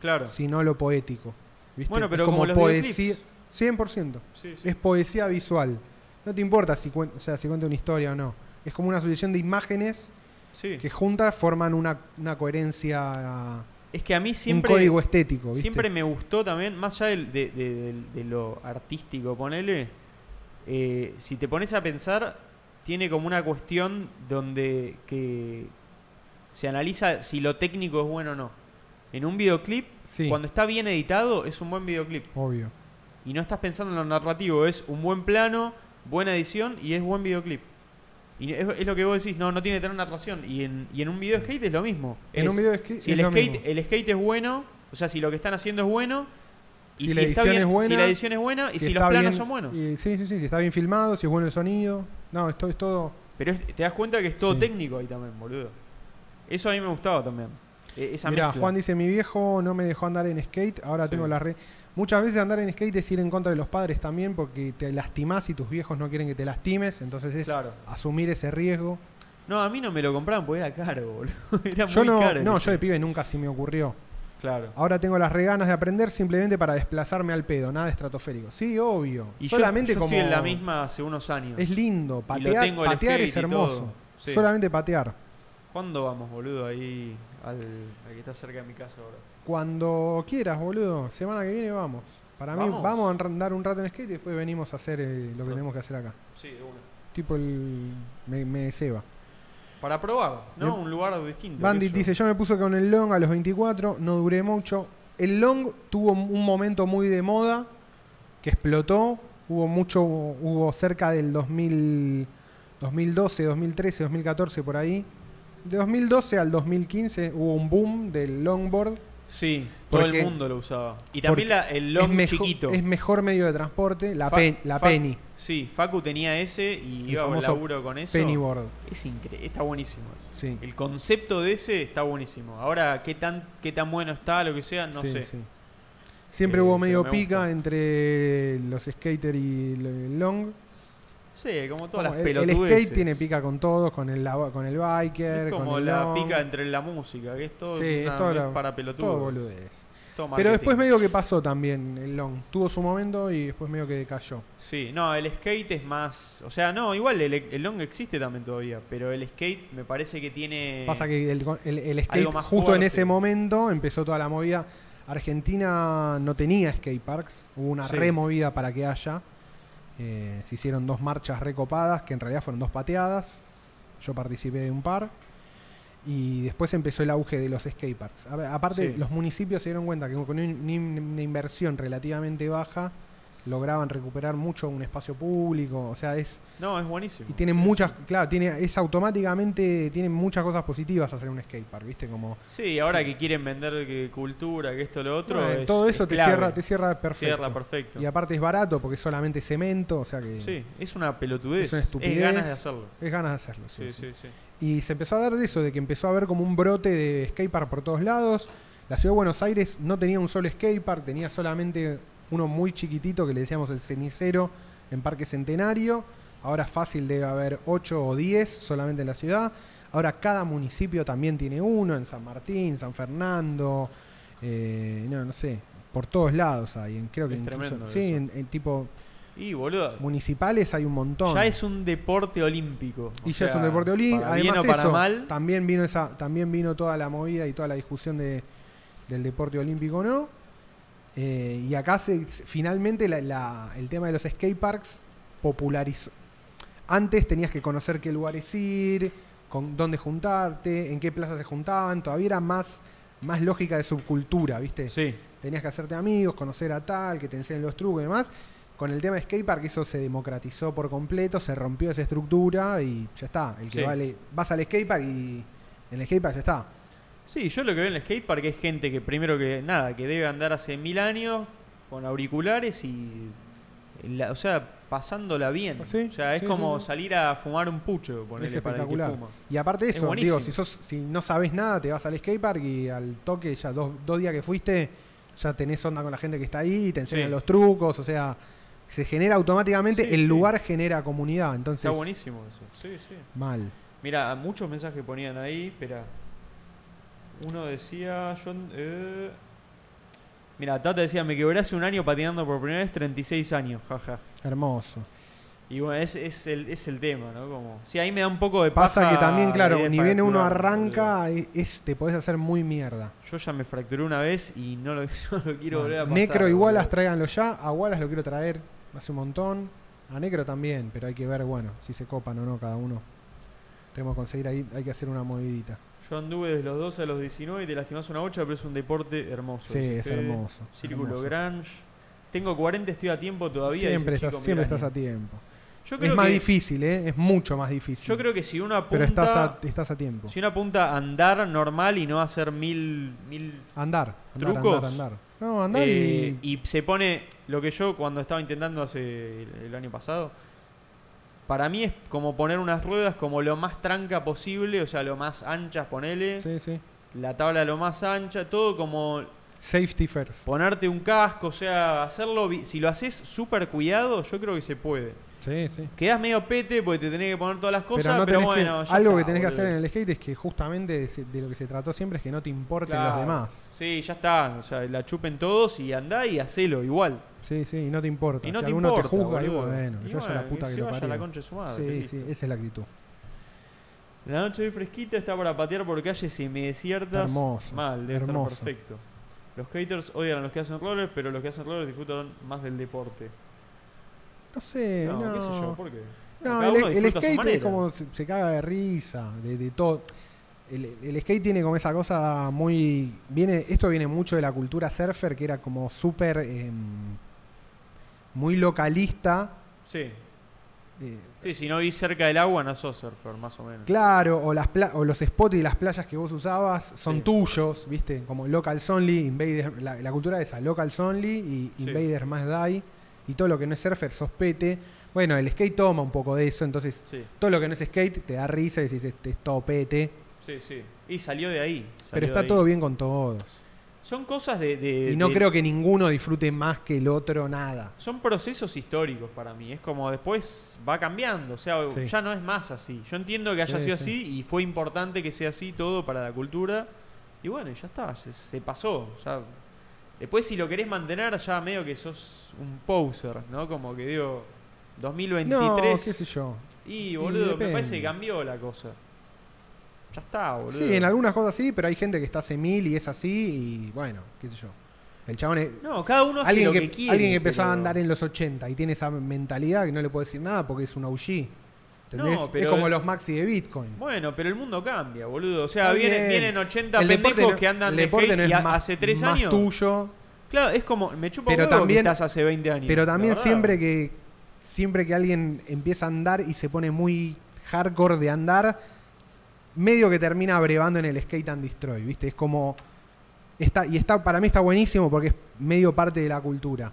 [SPEAKER 1] Claro.
[SPEAKER 2] sino lo poético. ¿viste?
[SPEAKER 1] Bueno,
[SPEAKER 2] Es
[SPEAKER 1] pero como los
[SPEAKER 2] poesía.
[SPEAKER 1] videoclips.
[SPEAKER 2] 100%.
[SPEAKER 1] Sí, sí.
[SPEAKER 2] Es poesía visual. No te importa si, cuen- o sea, si cuenta una historia o no. Es como una sucesión de imágenes
[SPEAKER 1] Sí.
[SPEAKER 2] que juntas forman una, una coherencia,
[SPEAKER 1] Es que a mí siempre...
[SPEAKER 2] un código estético. ¿viste?
[SPEAKER 1] Siempre me gustó también, más allá del- de, de- del- de lo artístico, ponele, eh, si te pones a pensar, tiene como una cuestión donde que se analiza si lo técnico es bueno o no. En un videoclip,
[SPEAKER 2] Sí.
[SPEAKER 1] cuando está bien editado, es un buen videoclip.
[SPEAKER 2] Obvio.
[SPEAKER 1] Y no estás pensando en lo narrativo, es un buen plano, buena edición y es buen videoclip. Y es, es lo que vos decís, no, no tiene que tener narración. Y en, y en un video skate es lo mismo.
[SPEAKER 2] En
[SPEAKER 1] Es-
[SPEAKER 2] un video de skate
[SPEAKER 1] si
[SPEAKER 2] es
[SPEAKER 1] el
[SPEAKER 2] lo
[SPEAKER 1] skate,
[SPEAKER 2] mismo.
[SPEAKER 1] el skate es bueno, o sea, si lo que están haciendo es bueno, y
[SPEAKER 2] Si
[SPEAKER 1] si,
[SPEAKER 2] la
[SPEAKER 1] está
[SPEAKER 2] edición
[SPEAKER 1] bien-
[SPEAKER 2] es buena,
[SPEAKER 1] si la edición es buena y si, los
[SPEAKER 2] está
[SPEAKER 1] planos
[SPEAKER 2] bien-
[SPEAKER 1] son buenos.
[SPEAKER 2] y- sí, sí, sí, si está bien filmado, si es bueno el sonido. No, esto es todo.
[SPEAKER 1] Pero es- te das cuenta que es todo
[SPEAKER 2] Sí.
[SPEAKER 1] técnico ahí también, boludo. Eso a mí me gustaba también. e- Esa
[SPEAKER 2] Mira,
[SPEAKER 1] mezcla.
[SPEAKER 2] Juan dice, mi viejo no me dejó andar en skate, ahora
[SPEAKER 1] Sí.
[SPEAKER 2] tengo la red. Muchas veces andar en skate es ir en contra de los padres también porque te lastimás y tus viejos no quieren que te lastimes, entonces es
[SPEAKER 1] Claro.
[SPEAKER 2] asumir ese riesgo.
[SPEAKER 1] No, a mí no me lo compraban porque era caro, boludo. [LAUGHS] Era
[SPEAKER 2] Yo
[SPEAKER 1] muy
[SPEAKER 2] no,
[SPEAKER 1] caro.
[SPEAKER 2] no, yo de pibe nunca se me ocurrió.
[SPEAKER 1] Claro.
[SPEAKER 2] Ahora tengo las reganas de aprender simplemente para desplazarme al pedo, nada estratosférico. Sí, obvio.
[SPEAKER 1] Y yo-
[SPEAKER 2] Solamente
[SPEAKER 1] yo,
[SPEAKER 2] como
[SPEAKER 1] estoy en la misma hace unos años.
[SPEAKER 2] es lindo,
[SPEAKER 1] lo
[SPEAKER 2] patear,
[SPEAKER 1] tengo el
[SPEAKER 2] patear
[SPEAKER 1] skate
[SPEAKER 2] es
[SPEAKER 1] y
[SPEAKER 2] hermoso.
[SPEAKER 1] todo. Sí.
[SPEAKER 2] Solamente patear.
[SPEAKER 1] ¿Cuándo vamos, boludo, ahí al, al que está cerca de mi casa ahora?
[SPEAKER 2] Cuando quieras, boludo. Semana que viene vamos. Para mí,
[SPEAKER 1] Vamos.
[SPEAKER 2] vamos a andar un rato en skate y después venimos a hacer eh, lo que tenemos que hacer acá.
[SPEAKER 1] Sí, de una.
[SPEAKER 2] Tipo el. Me, me ceba.
[SPEAKER 1] Para probar, ¿no?
[SPEAKER 2] Me-
[SPEAKER 1] Un lugar distinto. qué
[SPEAKER 2] Bandit
[SPEAKER 1] sé yo.
[SPEAKER 2] dice: Yo me puse con el long a los 24, no duré mucho. El long tuvo un momento muy de moda que explotó. Hubo mucho. Hubo cerca del 2000, 2012, 2013, 2014, por ahí. De 2012 al 2015 hubo un boom del longboard.
[SPEAKER 1] Sí, todo
[SPEAKER 2] Porque-
[SPEAKER 1] el mundo lo usaba. Y también la- el long
[SPEAKER 2] es mejo-
[SPEAKER 1] chiquito.
[SPEAKER 2] Es mejor medio de transporte, la,
[SPEAKER 1] Fa-
[SPEAKER 2] pen- la
[SPEAKER 1] Fa-
[SPEAKER 2] penny.
[SPEAKER 1] Sí, Facu tenía ese y
[SPEAKER 2] El
[SPEAKER 1] iba a
[SPEAKER 2] famoso
[SPEAKER 1] laburo con eso.
[SPEAKER 2] Pennyboard.
[SPEAKER 1] Es increíble, está buenísimo. eso.
[SPEAKER 2] Sí.
[SPEAKER 1] El concepto de ese está buenísimo. Ahora, qué tan, qué tan bueno está, lo que sea, no
[SPEAKER 2] Sí,
[SPEAKER 1] sé.
[SPEAKER 2] sí. Siempre
[SPEAKER 1] Eh,
[SPEAKER 2] hubo
[SPEAKER 1] pero
[SPEAKER 2] medio
[SPEAKER 1] me
[SPEAKER 2] pica
[SPEAKER 1] gusta.
[SPEAKER 2] entre los skater y el long.
[SPEAKER 1] Sí, como todas
[SPEAKER 2] Como
[SPEAKER 1] las
[SPEAKER 2] el, el
[SPEAKER 1] pelotudeces.
[SPEAKER 2] skate tiene pica con todos, con el, lava- con el biker,
[SPEAKER 1] Es como
[SPEAKER 2] con el
[SPEAKER 1] la
[SPEAKER 2] long.
[SPEAKER 1] pica entre la música, que es todo,
[SPEAKER 2] Sí, es
[SPEAKER 1] una-
[SPEAKER 2] todo
[SPEAKER 1] es
[SPEAKER 2] la-
[SPEAKER 1] para pelotudos.
[SPEAKER 2] todo boludez.
[SPEAKER 1] Todo
[SPEAKER 2] Pero después
[SPEAKER 1] marketing.
[SPEAKER 2] medio que pasó también el long. Tuvo su momento y después medio que decayó.
[SPEAKER 1] Sí, no, el skate es más. O sea, no, igual el, el long existe también todavía, pero el skate me parece que tiene.
[SPEAKER 2] Pasa que el, el- el skate
[SPEAKER 1] Eh, algo más
[SPEAKER 2] justo en
[SPEAKER 1] fuerte.
[SPEAKER 2] ese momento empezó toda la movida. Argentina no tenía skate parks, hubo una
[SPEAKER 1] Sí.
[SPEAKER 2] removida para que haya. Eh, se hicieron dos marchas recopadas, que en realidad fueron dos pateadas. Yo participé de un par. Y después empezó el auge de los skate parks. A ver, aparte,
[SPEAKER 1] Sí.
[SPEAKER 2] los municipios se dieron cuenta que con un- un- una inversión relativamente baja lograban recuperar mucho un espacio público. O sea, es,
[SPEAKER 1] No, es buenísimo.
[SPEAKER 2] y tiene
[SPEAKER 1] Sí,
[SPEAKER 2] muchas, claro, tiene, es automáticamente, tiene muchas cosas positivas hacer un skatepark, ¿viste? Como
[SPEAKER 1] Sí, ahora que quieren vender que cultura, que esto, lo otro.
[SPEAKER 2] no, eh,
[SPEAKER 1] es-
[SPEAKER 2] todo
[SPEAKER 1] es
[SPEAKER 2] eso te
[SPEAKER 1] clave.
[SPEAKER 2] cierra, te cierra perfecto.
[SPEAKER 1] Cierra perfecto.
[SPEAKER 2] Y aparte es barato porque es solamente cemento, o sea que
[SPEAKER 1] Sí, es una pelotudez.
[SPEAKER 2] Es una
[SPEAKER 1] Es
[SPEAKER 2] estupidez.
[SPEAKER 1] ganas de hacerlo.
[SPEAKER 2] es ganas de hacerlo. sí,
[SPEAKER 1] Sí,
[SPEAKER 2] sí.
[SPEAKER 1] sí, sí.
[SPEAKER 2] Y se empezó a dar de eso, de que empezó a haber como un brote de skatepark por todos lados. La ciudad de Buenos Aires no tenía un solo skatepark, tenía solamente uno muy chiquitito que le decíamos el cenicero en Parque Centenario. Ahora fácil debe haber 8 o 10 solamente en la ciudad. Ahora cada municipio también tiene uno, en San Martín, San Fernando, eh, no, no sé, por todos lados hay. en- Creo que
[SPEAKER 1] Es
[SPEAKER 2] incluso-
[SPEAKER 1] tremendo
[SPEAKER 2] sí,
[SPEAKER 1] eso.
[SPEAKER 2] en, en tipo
[SPEAKER 1] Y boludo,
[SPEAKER 2] municipales hay un montón.
[SPEAKER 1] ya es un deporte olímpico. o
[SPEAKER 2] Y ya es
[SPEAKER 1] sea,
[SPEAKER 2] un deporte olímpico.
[SPEAKER 1] para bien
[SPEAKER 2] Además
[SPEAKER 1] o para
[SPEAKER 2] eso,
[SPEAKER 1] mal.
[SPEAKER 2] también vino esa, también vino toda la movida y toda la discusión de, del deporte olímpico o no. Eh, y acá se, se- finalmente la- la- el tema de los skateparks popularizó. Antes tenías que conocer qué lugares ir, con dónde juntarte, en qué plazas se juntaban. Todavía era más, más lógica de subcultura, ¿viste?
[SPEAKER 1] Sí,
[SPEAKER 2] Tenías que hacerte amigos, conocer a tal, que te enseñen los trucos y demás. Con el tema de skatepark eso se democratizó por completo, se rompió esa estructura y ya está. El que
[SPEAKER 1] Sí.
[SPEAKER 2] vale, vas al skatepark y en el skatepark ya está.
[SPEAKER 1] Sí, yo lo que veo en el skatepark es gente que primero que nada, que debe andar hace mil años con auriculares y, la- o sea, pasándola bien.
[SPEAKER 2] Ah, Sí,
[SPEAKER 1] o sea, es
[SPEAKER 2] sí,
[SPEAKER 1] como
[SPEAKER 2] sí, sí.
[SPEAKER 1] salir a fumar un pucho, ponele,
[SPEAKER 2] es
[SPEAKER 1] para el que
[SPEAKER 2] espectacular.
[SPEAKER 1] fuma.
[SPEAKER 2] Y aparte de
[SPEAKER 1] Es
[SPEAKER 2] eso,
[SPEAKER 1] buenísimo.
[SPEAKER 2] digo, si sos, si no sabes nada, te vas al skatepark y al toque ya dos, dos días que fuiste, ya tenés onda con la gente que está ahí, te enseñan
[SPEAKER 1] Sí.
[SPEAKER 2] los trucos, o sea, se genera automáticamente,
[SPEAKER 1] Sí,
[SPEAKER 2] el
[SPEAKER 1] sí.
[SPEAKER 2] lugar genera comunidad, entonces
[SPEAKER 1] Está buenísimo eso. Sí, sí.
[SPEAKER 2] mal.
[SPEAKER 1] Mira, a muchos mensajes ponían ahí, espera. Uno decía, yo... Mira, Tata decía, me quebré hace un año patinando por primera vez, 36 años, jaja.
[SPEAKER 2] Hermoso.
[SPEAKER 1] Y bueno, es, es, el, es el tema, ¿no? Como, sí, ahí me da un poco de
[SPEAKER 2] Pasa
[SPEAKER 1] paja
[SPEAKER 2] que también, claro,
[SPEAKER 1] de
[SPEAKER 2] ni bien uno
[SPEAKER 1] fracturar,
[SPEAKER 2] arranca, e- es, te podés hacer muy mierda.
[SPEAKER 1] boludo. Yo ya me fracturé una vez y no lo, [LAUGHS] no lo quiero volver a pasar.
[SPEAKER 2] Necro y
[SPEAKER 1] boludo.
[SPEAKER 2] Wallace, tráiganlo ya. A Wallace lo quiero traer hace un montón. A Necro también, pero hay que ver, bueno, si se copan o no cada uno. Tenemos que conseguir ahí, hay que hacer una movidita.
[SPEAKER 1] Yo anduve desde los 12 a los 19 y te lastimás una bocha, pero es un deporte hermoso.
[SPEAKER 2] Sí,
[SPEAKER 1] dice
[SPEAKER 2] es
[SPEAKER 1] Fede.
[SPEAKER 2] hermoso.
[SPEAKER 1] Círculo
[SPEAKER 2] hermoso.
[SPEAKER 1] Grange. Tengo 40, estoy a tiempo todavía. dice
[SPEAKER 2] Siempre,
[SPEAKER 1] Chico
[SPEAKER 2] estás, siempre
[SPEAKER 1] Milani.
[SPEAKER 2] estás a tiempo.
[SPEAKER 1] Yo creo
[SPEAKER 2] Es más
[SPEAKER 1] que-
[SPEAKER 2] difícil, ¿eh? Es mucho más difícil.
[SPEAKER 1] Yo creo que si uno apunta,
[SPEAKER 2] pero estás a, estás a tiempo.
[SPEAKER 1] si uno apunta a andar normal y no hacer mil, mil
[SPEAKER 2] Andar, andar,
[SPEAKER 1] ¿Trucos?
[SPEAKER 2] andar, andar. No, andar
[SPEAKER 1] eh,
[SPEAKER 2] y...
[SPEAKER 1] y... se pone lo que yo cuando estaba intentando hace el, el año pasado, para mí es como poner unas ruedas como lo más tranca posible, o sea, lo más anchas, ponele,
[SPEAKER 2] Sí, sí.
[SPEAKER 1] la tabla lo más ancha, todo como
[SPEAKER 2] Safety first.
[SPEAKER 1] ponerte un casco, o sea, hacerlo, bi- si lo haces súper cuidado, yo creo que se puede.
[SPEAKER 2] Sí, sí.
[SPEAKER 1] Quedás medio pete porque te tenés que poner todas las cosas, pero,
[SPEAKER 2] Pero, no tenés que-
[SPEAKER 1] bueno, ya
[SPEAKER 2] algo que
[SPEAKER 1] está,
[SPEAKER 2] tenés que
[SPEAKER 1] boludo.
[SPEAKER 2] hacer en el skate es que justamente de, se- de lo que se trató siempre es que no te importen
[SPEAKER 1] Claro.
[SPEAKER 2] los demás.
[SPEAKER 1] Sí, ya está. O sea, la chupen todos y andá y hacelo igual.
[SPEAKER 2] Sí, sí, y no te importa.
[SPEAKER 1] Y no
[SPEAKER 2] si
[SPEAKER 1] te
[SPEAKER 2] alguno
[SPEAKER 1] importa,
[SPEAKER 2] te juzga, y
[SPEAKER 1] boludo.
[SPEAKER 2] bueno, que
[SPEAKER 1] Y
[SPEAKER 2] se vaya la
[SPEAKER 1] bueno,
[SPEAKER 2] puta
[SPEAKER 1] que
[SPEAKER 2] que
[SPEAKER 1] se
[SPEAKER 2] lo
[SPEAKER 1] vaya
[SPEAKER 2] parió.
[SPEAKER 1] la concha de su madre,
[SPEAKER 2] sí,
[SPEAKER 1] listo.
[SPEAKER 2] sí, esa es la actitud.
[SPEAKER 1] La noche hoy fresquita está para patear por calles semidesiertas.
[SPEAKER 2] Hermoso,
[SPEAKER 1] Mal, debe estar
[SPEAKER 2] hermoso.
[SPEAKER 1] perfecto. Los haters odian a los que hacen rollers, pero los que hacen rollers disfrutan más del deporte.
[SPEAKER 2] No sé, Eh, no.
[SPEAKER 1] no, qué sé yo, ¿por qué?
[SPEAKER 2] No,
[SPEAKER 1] Cada
[SPEAKER 2] el, e-
[SPEAKER 1] uno
[SPEAKER 2] el
[SPEAKER 1] disfruta a su
[SPEAKER 2] skate es
[SPEAKER 1] manera.
[SPEAKER 2] como se, se caga de risa, de, de todo. El, el skate tiene como esa cosa muy. viene Esto viene mucho de la cultura surfer, que era como súper. em, muy localista.
[SPEAKER 1] Sí.
[SPEAKER 2] eh,
[SPEAKER 1] Sí, si no vi cerca del agua, no sos surfer, más o menos.
[SPEAKER 2] Claro, o, las pla- o los spots y las playas que vos usabas son
[SPEAKER 1] Sí.
[SPEAKER 2] tuyos, ¿viste? Como Locals Only, Invaders, la, la cultura esa, Locals Only y
[SPEAKER 1] Sí.
[SPEAKER 2] Invaders más Die, y todo lo que no es surfer sos pete. Bueno, el skate toma un poco de eso, entonces
[SPEAKER 1] Sí,
[SPEAKER 2] todo lo que no es skate te da risa y decís, este es todo pete,
[SPEAKER 1] sí, sí. Y salió de ahí.
[SPEAKER 2] pero
[SPEAKER 1] salió de
[SPEAKER 2] está
[SPEAKER 1] ahí.
[SPEAKER 2] todo bien con todos.
[SPEAKER 1] Son cosas de. de-
[SPEAKER 2] Y no
[SPEAKER 1] de-
[SPEAKER 2] creo que ninguno disfrute más que el otro nada.
[SPEAKER 1] Son procesos históricos para mí. Es como después va cambiando. O sea,
[SPEAKER 2] Sí.
[SPEAKER 1] ya no es más así. Yo entiendo que haya
[SPEAKER 2] Sí,
[SPEAKER 1] sido
[SPEAKER 2] sí.
[SPEAKER 1] así y fue importante que sea así todo para la cultura. Y bueno, ya está. Se, se pasó. ya. Después, si lo querés mantener, ya medio que sos un poser, ¿no? Como que digo, 2023.
[SPEAKER 2] No, qué sé yo.
[SPEAKER 1] y boludo, me
[SPEAKER 2] depende.
[SPEAKER 1] parece que cambió la cosa. Ya está, boludo.
[SPEAKER 2] Sí, en algunas cosas sí, pero hay gente que está hace mil y es así y bueno, qué sé yo. El chabón es,
[SPEAKER 1] No, cada uno hace
[SPEAKER 2] alguien
[SPEAKER 1] lo
[SPEAKER 2] que,
[SPEAKER 1] que, quiere.
[SPEAKER 2] alguien que empezó
[SPEAKER 1] pero-
[SPEAKER 2] a andar en los 80 y tiene esa mentalidad que no le puede decir nada porque es un OG. ¿Entendés?
[SPEAKER 1] No, pero-
[SPEAKER 2] es como los maxi de Bitcoin.
[SPEAKER 1] Bueno, pero el mundo cambia, boludo. O sea,
[SPEAKER 2] Está
[SPEAKER 1] viene-
[SPEAKER 2] bien.
[SPEAKER 1] vienen 80
[SPEAKER 2] El deporte
[SPEAKER 1] pendejos
[SPEAKER 2] no-
[SPEAKER 1] que andan
[SPEAKER 2] el
[SPEAKER 1] de
[SPEAKER 2] deporte
[SPEAKER 1] skate
[SPEAKER 2] no
[SPEAKER 1] y
[SPEAKER 2] es
[SPEAKER 1] a-
[SPEAKER 2] más-
[SPEAKER 1] hace 3
[SPEAKER 2] más
[SPEAKER 1] años.
[SPEAKER 2] tuyo,
[SPEAKER 1] Claro, es como, me chupa
[SPEAKER 2] Pero
[SPEAKER 1] un huevo
[SPEAKER 2] también-
[SPEAKER 1] que estás hace 20 años.
[SPEAKER 2] pero también
[SPEAKER 1] la verdad.
[SPEAKER 2] siempre que siempre que alguien empieza a andar y se pone muy hardcore de andar, medio que termina abrevando en el skate and destroy, ¿viste? Es como está y está para mí está buenísimo porque es medio parte de la cultura.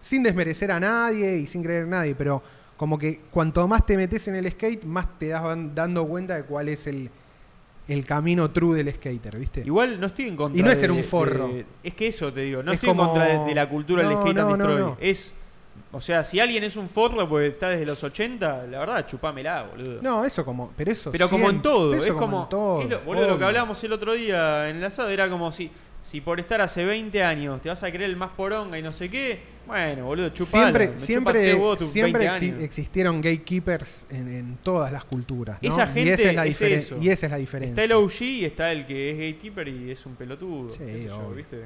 [SPEAKER 2] Sin desmerecer a nadie y sin creer en nadie, pero como que cuanto más te metes en el skate, más te das van- dando cuenta de cuál es el, el camino true del skater, ¿viste?
[SPEAKER 1] Igual no estoy en contra.
[SPEAKER 2] Y no es ser
[SPEAKER 1] de-
[SPEAKER 2] un forro.
[SPEAKER 1] de- es que eso te digo, no
[SPEAKER 2] Es
[SPEAKER 1] estoy en
[SPEAKER 2] como-
[SPEAKER 1] contra de, de la cultura del
[SPEAKER 2] No,
[SPEAKER 1] skate and
[SPEAKER 2] no, no,
[SPEAKER 1] destroy.
[SPEAKER 2] no.
[SPEAKER 1] Es. O sea, si alguien es un forro porque está desde los 80, la verdad, chupámela, boludo.
[SPEAKER 2] No, eso como, pero eso
[SPEAKER 1] Pero como en
[SPEAKER 2] siempre,
[SPEAKER 1] todo,
[SPEAKER 2] eso
[SPEAKER 1] es como.
[SPEAKER 2] en todo,
[SPEAKER 1] es lo, boludo, lo que
[SPEAKER 2] obvio.
[SPEAKER 1] hablábamos el otro día en el asado era como si, si por estar hace 20 años te vas a creer el más poronga y no sé qué. Bueno, boludo, chupalo.
[SPEAKER 2] siempre
[SPEAKER 1] me chupaste
[SPEAKER 2] siempre,
[SPEAKER 1] vos tus
[SPEAKER 2] siempre
[SPEAKER 1] 20
[SPEAKER 2] exi-
[SPEAKER 1] años.
[SPEAKER 2] existieron gatekeepers en, en todas las culturas. ¿no?
[SPEAKER 1] Esa
[SPEAKER 2] y
[SPEAKER 1] gente
[SPEAKER 2] esa es la,
[SPEAKER 1] es
[SPEAKER 2] diferen-
[SPEAKER 1] eso.
[SPEAKER 2] Y esa es la diferencia.
[SPEAKER 1] Está el OG y está el que es gatekeeper y es un pelotudo.
[SPEAKER 2] Sí,
[SPEAKER 1] qué sé yo,
[SPEAKER 2] obvio.
[SPEAKER 1] ¿viste?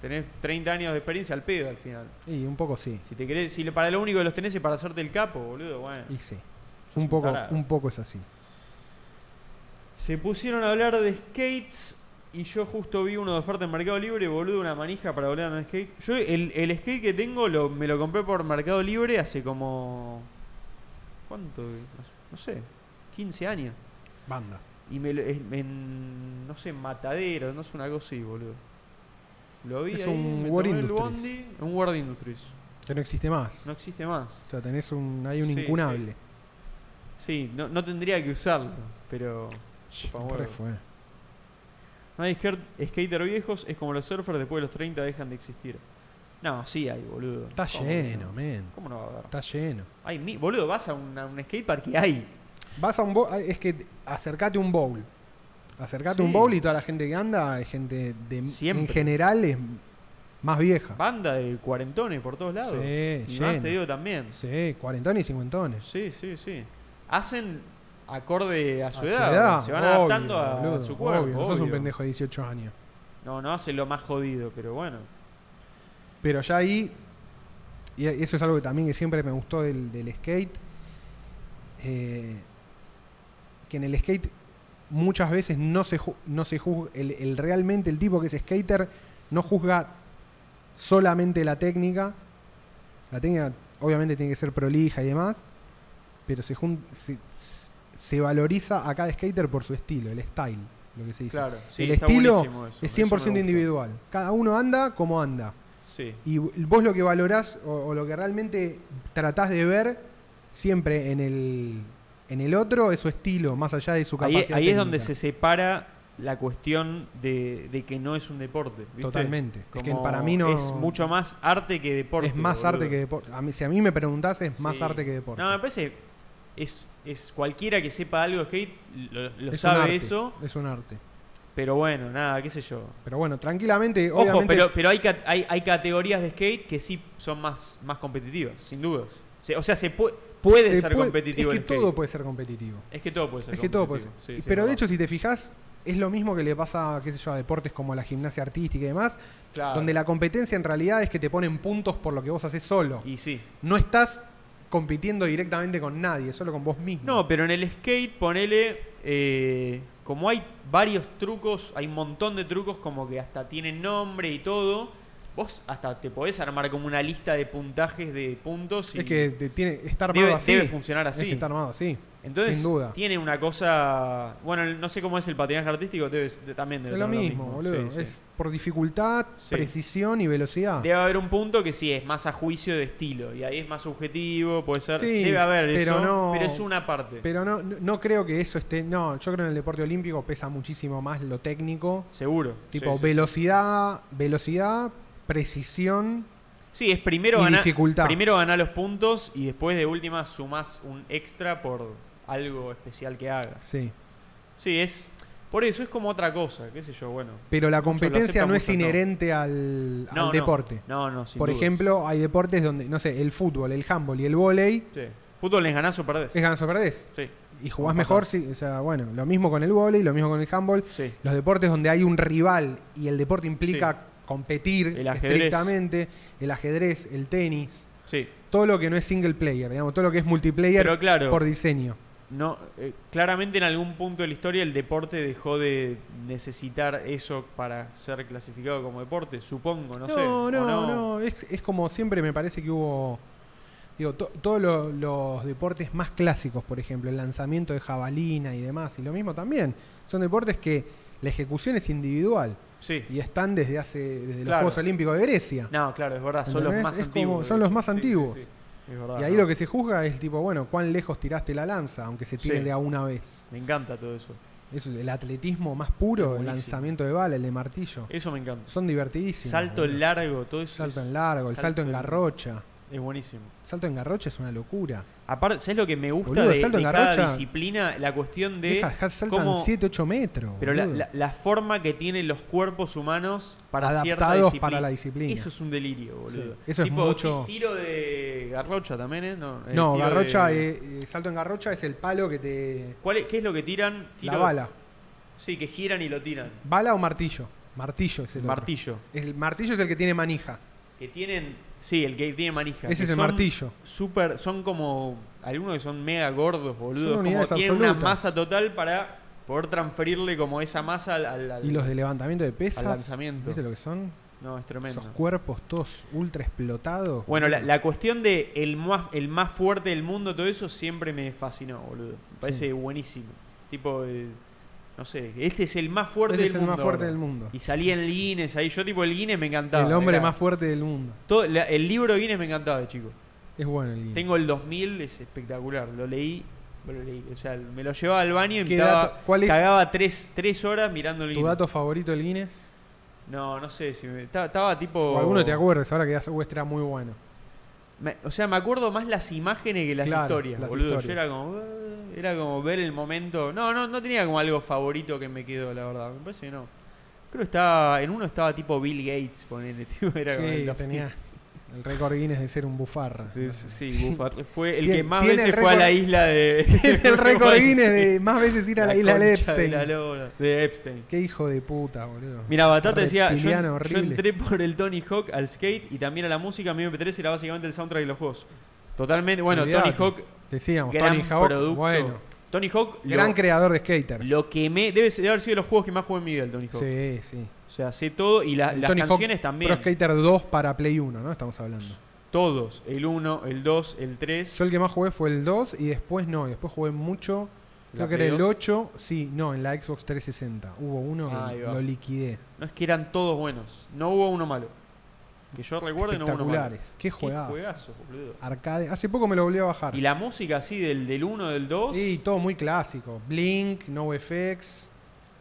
[SPEAKER 1] Tenés 30 años de experiencia al pedo al final.
[SPEAKER 2] y un poco sí.
[SPEAKER 1] Si te querés, si para lo único que los tenés es para hacerte el capo, boludo, bueno.
[SPEAKER 2] Y sí.
[SPEAKER 1] sos
[SPEAKER 2] Un poco,
[SPEAKER 1] tarado.
[SPEAKER 2] un poco es así.
[SPEAKER 1] Se pusieron a hablar de skates y yo justo vi uno de oferta en Mercado Libre, boludo, una manija para volar en skate. Yo el, el skate que tengo lo, me lo compré por Mercado Libre hace como... ¿Cuánto? No sé, 15 años.
[SPEAKER 2] Banda.
[SPEAKER 1] Y me lo- en, en- no sé, Matadero, no sé, una cosa así, boludo. Lo vi
[SPEAKER 2] Es
[SPEAKER 1] ahí,
[SPEAKER 2] un
[SPEAKER 1] me
[SPEAKER 2] Word
[SPEAKER 1] tomé el
[SPEAKER 2] Industries.
[SPEAKER 1] bondi, un Word Industries.
[SPEAKER 2] Que no existe más.
[SPEAKER 1] No existe más.
[SPEAKER 2] O sea, tenés un, hay un
[SPEAKER 1] Sí,
[SPEAKER 2] incunable.
[SPEAKER 1] Sí, no, no tendría que usarlo, pero...
[SPEAKER 2] Sh,
[SPEAKER 1] Por favor.
[SPEAKER 2] re fue.
[SPEAKER 1] No hay sker- skater viejos, es como los surfers después de los 30 dejan de existir. No, sí hay, boludo.
[SPEAKER 2] Está
[SPEAKER 1] ¿Cómo que
[SPEAKER 2] lleno,
[SPEAKER 1] no?
[SPEAKER 2] men.
[SPEAKER 1] ¿Cómo no va a haber?
[SPEAKER 2] Está lleno.
[SPEAKER 1] Hay mi- boludo, vas a un, a un skatepark y hay.
[SPEAKER 2] Vas a un bowl, es que te- acercate un bowl. Acercate
[SPEAKER 1] Sí.
[SPEAKER 2] un bowl y toda la gente que anda, hay gente de
[SPEAKER 1] Siempre.
[SPEAKER 2] en general es más vieja.
[SPEAKER 1] Banda de cuarentones por todos lados.
[SPEAKER 2] Sí,
[SPEAKER 1] y más
[SPEAKER 2] lleno.
[SPEAKER 1] te digo también.
[SPEAKER 2] Sí, cuarentones y cincuentones.
[SPEAKER 1] Sí, sí, sí. Hacen acorde a su,
[SPEAKER 2] A su
[SPEAKER 1] edad,
[SPEAKER 2] edad,
[SPEAKER 1] Se van
[SPEAKER 2] obvio,
[SPEAKER 1] adaptando a
[SPEAKER 2] boludo,
[SPEAKER 1] su cuerpo.
[SPEAKER 2] obvio, no sos un
[SPEAKER 1] obvio.
[SPEAKER 2] pendejo de 18 años.
[SPEAKER 1] No, no hacen lo más jodido, pero bueno.
[SPEAKER 2] Pero ya ahí, y eso es algo que también que siempre me gustó del, del skate, eh, que en el skate muchas veces no se, ju- no se juzga, el, el- realmente el tipo que es skater no juzga solamente la técnica, la técnica obviamente tiene que ser prolija y demás, pero se, jun- se, se valoriza a cada skater por su estilo, el style, lo que se dice.
[SPEAKER 1] Claro, sí,
[SPEAKER 2] el
[SPEAKER 1] está
[SPEAKER 2] estilo
[SPEAKER 1] buenísimo eso,
[SPEAKER 2] es
[SPEAKER 1] eso me
[SPEAKER 2] 100%
[SPEAKER 1] gusta.
[SPEAKER 2] individual, cada uno anda como anda.
[SPEAKER 1] Sí.
[SPEAKER 2] Y vos lo que valorás o, o lo que realmente tratás de ver siempre en el, en el otro es su estilo, más allá de su
[SPEAKER 1] Ahí,
[SPEAKER 2] capacidad.
[SPEAKER 1] ahí es
[SPEAKER 2] técnica.
[SPEAKER 1] donde se separa la cuestión de, de que no es un deporte. ¿viste?
[SPEAKER 2] Totalmente. Es que
[SPEAKER 1] Como
[SPEAKER 2] para mí no-
[SPEAKER 1] Es mucho más arte que deporte.
[SPEAKER 2] Es más
[SPEAKER 1] boludo.
[SPEAKER 2] arte que deporte. A mí- si a mí me preguntás, es más
[SPEAKER 1] Sí.
[SPEAKER 2] arte que deporte.
[SPEAKER 1] No, me parece. Es, es cualquiera que sepa algo de skate lo, lo
[SPEAKER 2] Es un
[SPEAKER 1] sabe
[SPEAKER 2] arte,
[SPEAKER 1] eso.
[SPEAKER 2] Es un arte.
[SPEAKER 1] Pero bueno, nada, qué sé yo.
[SPEAKER 2] Pero bueno, tranquilamente,
[SPEAKER 1] Ojo,
[SPEAKER 2] obviamente.
[SPEAKER 1] pero, pero hay, cat- hay, hay categorías de skate que sí son más, más competitivas, sin dudas. Se- o sea, se puede, puede
[SPEAKER 2] se
[SPEAKER 1] ser
[SPEAKER 2] puede-
[SPEAKER 1] competitivo
[SPEAKER 2] Es
[SPEAKER 1] el
[SPEAKER 2] que
[SPEAKER 1] skate.
[SPEAKER 2] todo puede ser competitivo.
[SPEAKER 1] es que todo puede ser
[SPEAKER 2] Es que todo puede ser.
[SPEAKER 1] competitivo. Sí, sí,
[SPEAKER 2] pero de
[SPEAKER 1] verdad.
[SPEAKER 2] hecho, si te fijas, es lo mismo que le pasa, qué sé yo, a deportes como la gimnasia artística y demás,
[SPEAKER 1] Claro.
[SPEAKER 2] donde la competencia en realidad es que te ponen puntos por lo que vos haces solo.
[SPEAKER 1] Y sí.
[SPEAKER 2] no estás compitiendo directamente con nadie, solo con vos mismo.
[SPEAKER 1] No, pero en el skate, ponele. eh, como hay varios trucos, hay un montón de trucos como que hasta tienen nombre y todo. Vos hasta te podés armar como una lista de puntajes de puntos y.
[SPEAKER 2] es que te tiene, está armado
[SPEAKER 1] Debe-
[SPEAKER 2] así.
[SPEAKER 1] debe funcionar así.
[SPEAKER 2] Es que está armado así.
[SPEAKER 1] Entonces,
[SPEAKER 2] sin duda.
[SPEAKER 1] tiene una cosa. Bueno, el- no sé cómo es el patinaje artístico, debe s- de- también debe
[SPEAKER 2] es lo
[SPEAKER 1] tener
[SPEAKER 2] mismo, boludo.
[SPEAKER 1] Sí, sí.
[SPEAKER 2] es por dificultad,
[SPEAKER 1] Sí.
[SPEAKER 2] precisión y velocidad.
[SPEAKER 1] Debe haber un punto que sí es más a juicio de estilo y ahí es más subjetivo, puede ser.
[SPEAKER 2] Sí,
[SPEAKER 1] debe haber
[SPEAKER 2] pero
[SPEAKER 1] eso,
[SPEAKER 2] no-
[SPEAKER 1] pero es una parte.
[SPEAKER 2] Pero no, no- no creo que eso esté. No, yo creo que en el deporte olímpico pesa muchísimo más lo técnico.
[SPEAKER 1] Seguro.
[SPEAKER 2] Tipo,
[SPEAKER 1] sí, sí.
[SPEAKER 2] velocidad, velocidad, precisión.
[SPEAKER 1] Sí, es primero
[SPEAKER 2] y
[SPEAKER 1] ganar,
[SPEAKER 2] dificultad.
[SPEAKER 1] primero ganar los puntos y después de última sumás un extra por algo especial que hagas.
[SPEAKER 2] Sí.
[SPEAKER 1] Sí, es. Por eso es como otra cosa, qué sé yo, bueno.
[SPEAKER 2] Pero la
[SPEAKER 1] Muchos lo
[SPEAKER 2] competencia
[SPEAKER 1] aceptan,
[SPEAKER 2] no es
[SPEAKER 1] muchos no.
[SPEAKER 2] inherente al, al
[SPEAKER 1] No, no.
[SPEAKER 2] deporte.
[SPEAKER 1] No, no, sin
[SPEAKER 2] Por
[SPEAKER 1] dudas.
[SPEAKER 2] ejemplo, hay deportes donde, no sé, el fútbol, el handball y el vóley
[SPEAKER 1] Sí. Fútbol les ganás o perdés.
[SPEAKER 2] es ganas o perdés.
[SPEAKER 1] Sí,
[SPEAKER 2] Y jugás
[SPEAKER 1] Como
[SPEAKER 2] mejor,
[SPEAKER 1] pasás.
[SPEAKER 2] sí, o sea, bueno, lo mismo con el vóley, lo mismo con el handball.
[SPEAKER 1] sí.
[SPEAKER 2] Los deportes donde hay un rival y el deporte implica
[SPEAKER 1] Sí.
[SPEAKER 2] competir
[SPEAKER 1] El ajedrez.
[SPEAKER 2] estrictamente, el ajedrez, el tenis,
[SPEAKER 1] Sí.
[SPEAKER 2] todo lo que no es single player, digamos, todo lo que es multiplayer
[SPEAKER 1] Pero claro.
[SPEAKER 2] por diseño.
[SPEAKER 1] No, eh, claramente en algún punto de la historia el deporte dejó de necesitar eso para ser clasificado como deporte, supongo, no, sé.
[SPEAKER 2] no,
[SPEAKER 1] ¿o
[SPEAKER 2] no, no, Es, es como siempre me parece que hubo, digo, to- todos lo- los deportes más clásicos, por ejemplo, el lanzamiento de jabalina y demás, y lo mismo también, son deportes que la ejecución es individual
[SPEAKER 1] Sí.
[SPEAKER 2] y están desde hace desde los
[SPEAKER 1] Claro.
[SPEAKER 2] Juegos Olímpicos de Grecia.
[SPEAKER 1] No, claro, es verdad, son los
[SPEAKER 2] ¿Entendés?
[SPEAKER 1] más
[SPEAKER 2] Es como-
[SPEAKER 1] antiguos.
[SPEAKER 2] son los más
[SPEAKER 1] Sí, sí,
[SPEAKER 2] antiguos.
[SPEAKER 1] sí, es verdad,
[SPEAKER 2] Y ahí
[SPEAKER 1] ¿no?
[SPEAKER 2] lo que se juzga es tipo, bueno, cuán lejos tiraste la lanza, aunque se tire
[SPEAKER 1] Sí.
[SPEAKER 2] de a una vez.
[SPEAKER 1] Me encanta todo eso.
[SPEAKER 2] Es el atletismo más puro, el
[SPEAKER 1] Buenísimo.
[SPEAKER 2] lanzamiento de bala, el de martillo.
[SPEAKER 1] Eso me encanta.
[SPEAKER 2] Son divertidísimos.
[SPEAKER 1] Salto
[SPEAKER 2] boludo.
[SPEAKER 1] en largo, todo eso.
[SPEAKER 2] salto
[SPEAKER 1] es,
[SPEAKER 2] en largo, el salto
[SPEAKER 1] salto
[SPEAKER 2] en
[SPEAKER 1] en-
[SPEAKER 2] garrocha.
[SPEAKER 1] es buenísimo.
[SPEAKER 2] Salto en garrocha es una locura.
[SPEAKER 1] Aparte, ¿sabes lo que me gusta
[SPEAKER 2] Boludo,
[SPEAKER 1] de,
[SPEAKER 2] salto
[SPEAKER 1] de
[SPEAKER 2] en
[SPEAKER 1] cada
[SPEAKER 2] garrocha.
[SPEAKER 1] disciplina? La cuestión de
[SPEAKER 2] Deja, ja- saltan
[SPEAKER 1] cómo-
[SPEAKER 2] 7, 8 metros.
[SPEAKER 1] Pero la,
[SPEAKER 2] boludo.
[SPEAKER 1] la- la forma que tienen los cuerpos humanos para cierta
[SPEAKER 2] Adaptados
[SPEAKER 1] disciplina.
[SPEAKER 2] para la disciplina.
[SPEAKER 1] Eso es un delirio, boludo.
[SPEAKER 2] Sí, eso es
[SPEAKER 1] Tipo,
[SPEAKER 2] mucho-
[SPEAKER 1] ti- Tiro de garrocha también, ¿eh? No, el
[SPEAKER 2] no,
[SPEAKER 1] tiro
[SPEAKER 2] garrocha,
[SPEAKER 1] de-
[SPEAKER 2] eh, eh, salto en garrocha es el palo que te.
[SPEAKER 1] ¿Cuál es- ¿Qué es lo que tiran? Tiro-
[SPEAKER 2] La bala.
[SPEAKER 1] Sí, que giran y lo tiran.
[SPEAKER 2] ¿Bala o martillo? Martillo es el. otro.
[SPEAKER 1] martillo.
[SPEAKER 2] El martillo es el que tiene manija.
[SPEAKER 1] Que tienen. Sí, el que tiene manija.
[SPEAKER 2] Ese
[SPEAKER 1] que
[SPEAKER 2] es el
[SPEAKER 1] son
[SPEAKER 2] martillo.
[SPEAKER 1] Super, son como. Algunos que son mega gordos, boludo.
[SPEAKER 2] Son
[SPEAKER 1] como
[SPEAKER 2] unidades
[SPEAKER 1] tienen una
[SPEAKER 2] absolutas.
[SPEAKER 1] masa total para poder transferirle como esa masa al. al- al-
[SPEAKER 2] Y los de levantamiento de pesas.
[SPEAKER 1] al lanzamiento.
[SPEAKER 2] ¿Viste lo que son?
[SPEAKER 1] No, es tremendo.
[SPEAKER 2] Esos cuerpos todos ultra explotados.
[SPEAKER 1] Bueno, la, la cuestión de el más, el más fuerte del mundo, todo eso siempre me fascinó, boludo. Me parece
[SPEAKER 2] Sí.
[SPEAKER 1] buenísimo. Tipo, eh, no sé, este es el más fuerte
[SPEAKER 2] Este
[SPEAKER 1] del
[SPEAKER 2] es el
[SPEAKER 1] mundo.
[SPEAKER 2] más fuerte
[SPEAKER 1] ahora.
[SPEAKER 2] del mundo.
[SPEAKER 1] Y salía en Guinness ahí. Yo, tipo, el Guinness me encantaba.
[SPEAKER 2] El hombre
[SPEAKER 1] era-
[SPEAKER 2] más fuerte del mundo.
[SPEAKER 1] todo- la- el libro de Guinness me encantaba de chico.
[SPEAKER 2] Mm. Es bueno el Guinness.
[SPEAKER 1] Tengo el 2000, es espectacular. Lo leí Broly. O sea, me lo llevaba al baño y me
[SPEAKER 2] ¿Qué
[SPEAKER 1] estaba,
[SPEAKER 2] dato- cuál es-
[SPEAKER 1] cagaba tres, tres horas mirando el
[SPEAKER 2] ¿Tu
[SPEAKER 1] Guinness.
[SPEAKER 2] dato favorito del Guinness?
[SPEAKER 1] No, no sé si me- estaba, estaba tipo.
[SPEAKER 2] O alguno te acuerdes, ahora que ya seguro era muy bueno.
[SPEAKER 1] Me- o sea, me acuerdo más las imágenes que las
[SPEAKER 2] Claro,
[SPEAKER 1] historias,
[SPEAKER 2] las
[SPEAKER 1] boludo. Yo
[SPEAKER 2] historias.
[SPEAKER 1] era como. "Eh", Era como ver el momento. No, no, no tenía como algo favorito que me quedó, la verdad. Me parece que no. Creo que estaba. En uno estaba tipo Bill Gates, ponele, [LAUGHS] tipo, era como
[SPEAKER 2] Sí,
[SPEAKER 1] el-
[SPEAKER 2] tenía el récord Guinness de ser un bufarra.
[SPEAKER 1] Sí, sí, Buffar. Fue el
[SPEAKER 2] Tiene-
[SPEAKER 1] que más
[SPEAKER 2] tiene el
[SPEAKER 1] veces fue a la
[SPEAKER 2] récord-
[SPEAKER 1] isla de.
[SPEAKER 2] [LAUGHS] Tiene [LAUGHS]
[SPEAKER 1] [LAUGHS]
[SPEAKER 2] el récord Guinness de más veces ir a la, isla de
[SPEAKER 1] concha
[SPEAKER 2] Epstein.
[SPEAKER 1] la lora. de Epstein.
[SPEAKER 2] Qué hijo de puta, boludo.
[SPEAKER 1] Mira, Batata decía, yo,
[SPEAKER 2] Reptiliano
[SPEAKER 1] yo
[SPEAKER 2] horrible.
[SPEAKER 1] entré por el Tony Hawk al skate y también a la música, mi MP3 era básicamente el soundtrack de los juegos. Totalmente, bueno,
[SPEAKER 2] Olvidate.
[SPEAKER 1] Tony Hawk,
[SPEAKER 2] Decíamos,
[SPEAKER 1] gran
[SPEAKER 2] Tony Hawk,
[SPEAKER 1] producto.
[SPEAKER 2] bueno.
[SPEAKER 1] Tony Hawk,
[SPEAKER 2] Gran
[SPEAKER 1] lo,
[SPEAKER 2] creador de skaters.
[SPEAKER 1] lo quemé, debe ser- debe haber sido de los juegos que más jugué en mi vida el Tony Hawk.
[SPEAKER 2] sí, sí.
[SPEAKER 1] O sea, sé todo y la-
[SPEAKER 2] El
[SPEAKER 1] las
[SPEAKER 2] Tony Hawk
[SPEAKER 1] canciones también.
[SPEAKER 2] Pro Skater 2 para Play 1, ¿no? Estamos hablando.
[SPEAKER 1] Todos, el 1, el 2, el 3.
[SPEAKER 2] Yo el que más jugué fue el 2 y después no, y después jugué mucho.
[SPEAKER 1] ¿La
[SPEAKER 2] Creo que era
[SPEAKER 1] Play
[SPEAKER 2] el
[SPEAKER 1] 2?
[SPEAKER 2] 8, sí, no, en la Xbox 360. Hubo uno
[SPEAKER 1] Ahí
[SPEAKER 2] que
[SPEAKER 1] va.
[SPEAKER 2] lo liquidé.
[SPEAKER 1] No es que eran todos buenos, no hubo uno malo. Que yo recuerde, no hubo uno malo.
[SPEAKER 2] Espectaculares. Qué
[SPEAKER 1] Qué
[SPEAKER 2] juegazo.
[SPEAKER 1] juegazo, boludo.
[SPEAKER 2] Arcade. Hace poco me lo volví a bajar.
[SPEAKER 1] Y la música así del, del 1, del 2.
[SPEAKER 2] Sí, todo muy clásico. Blink, NoFX,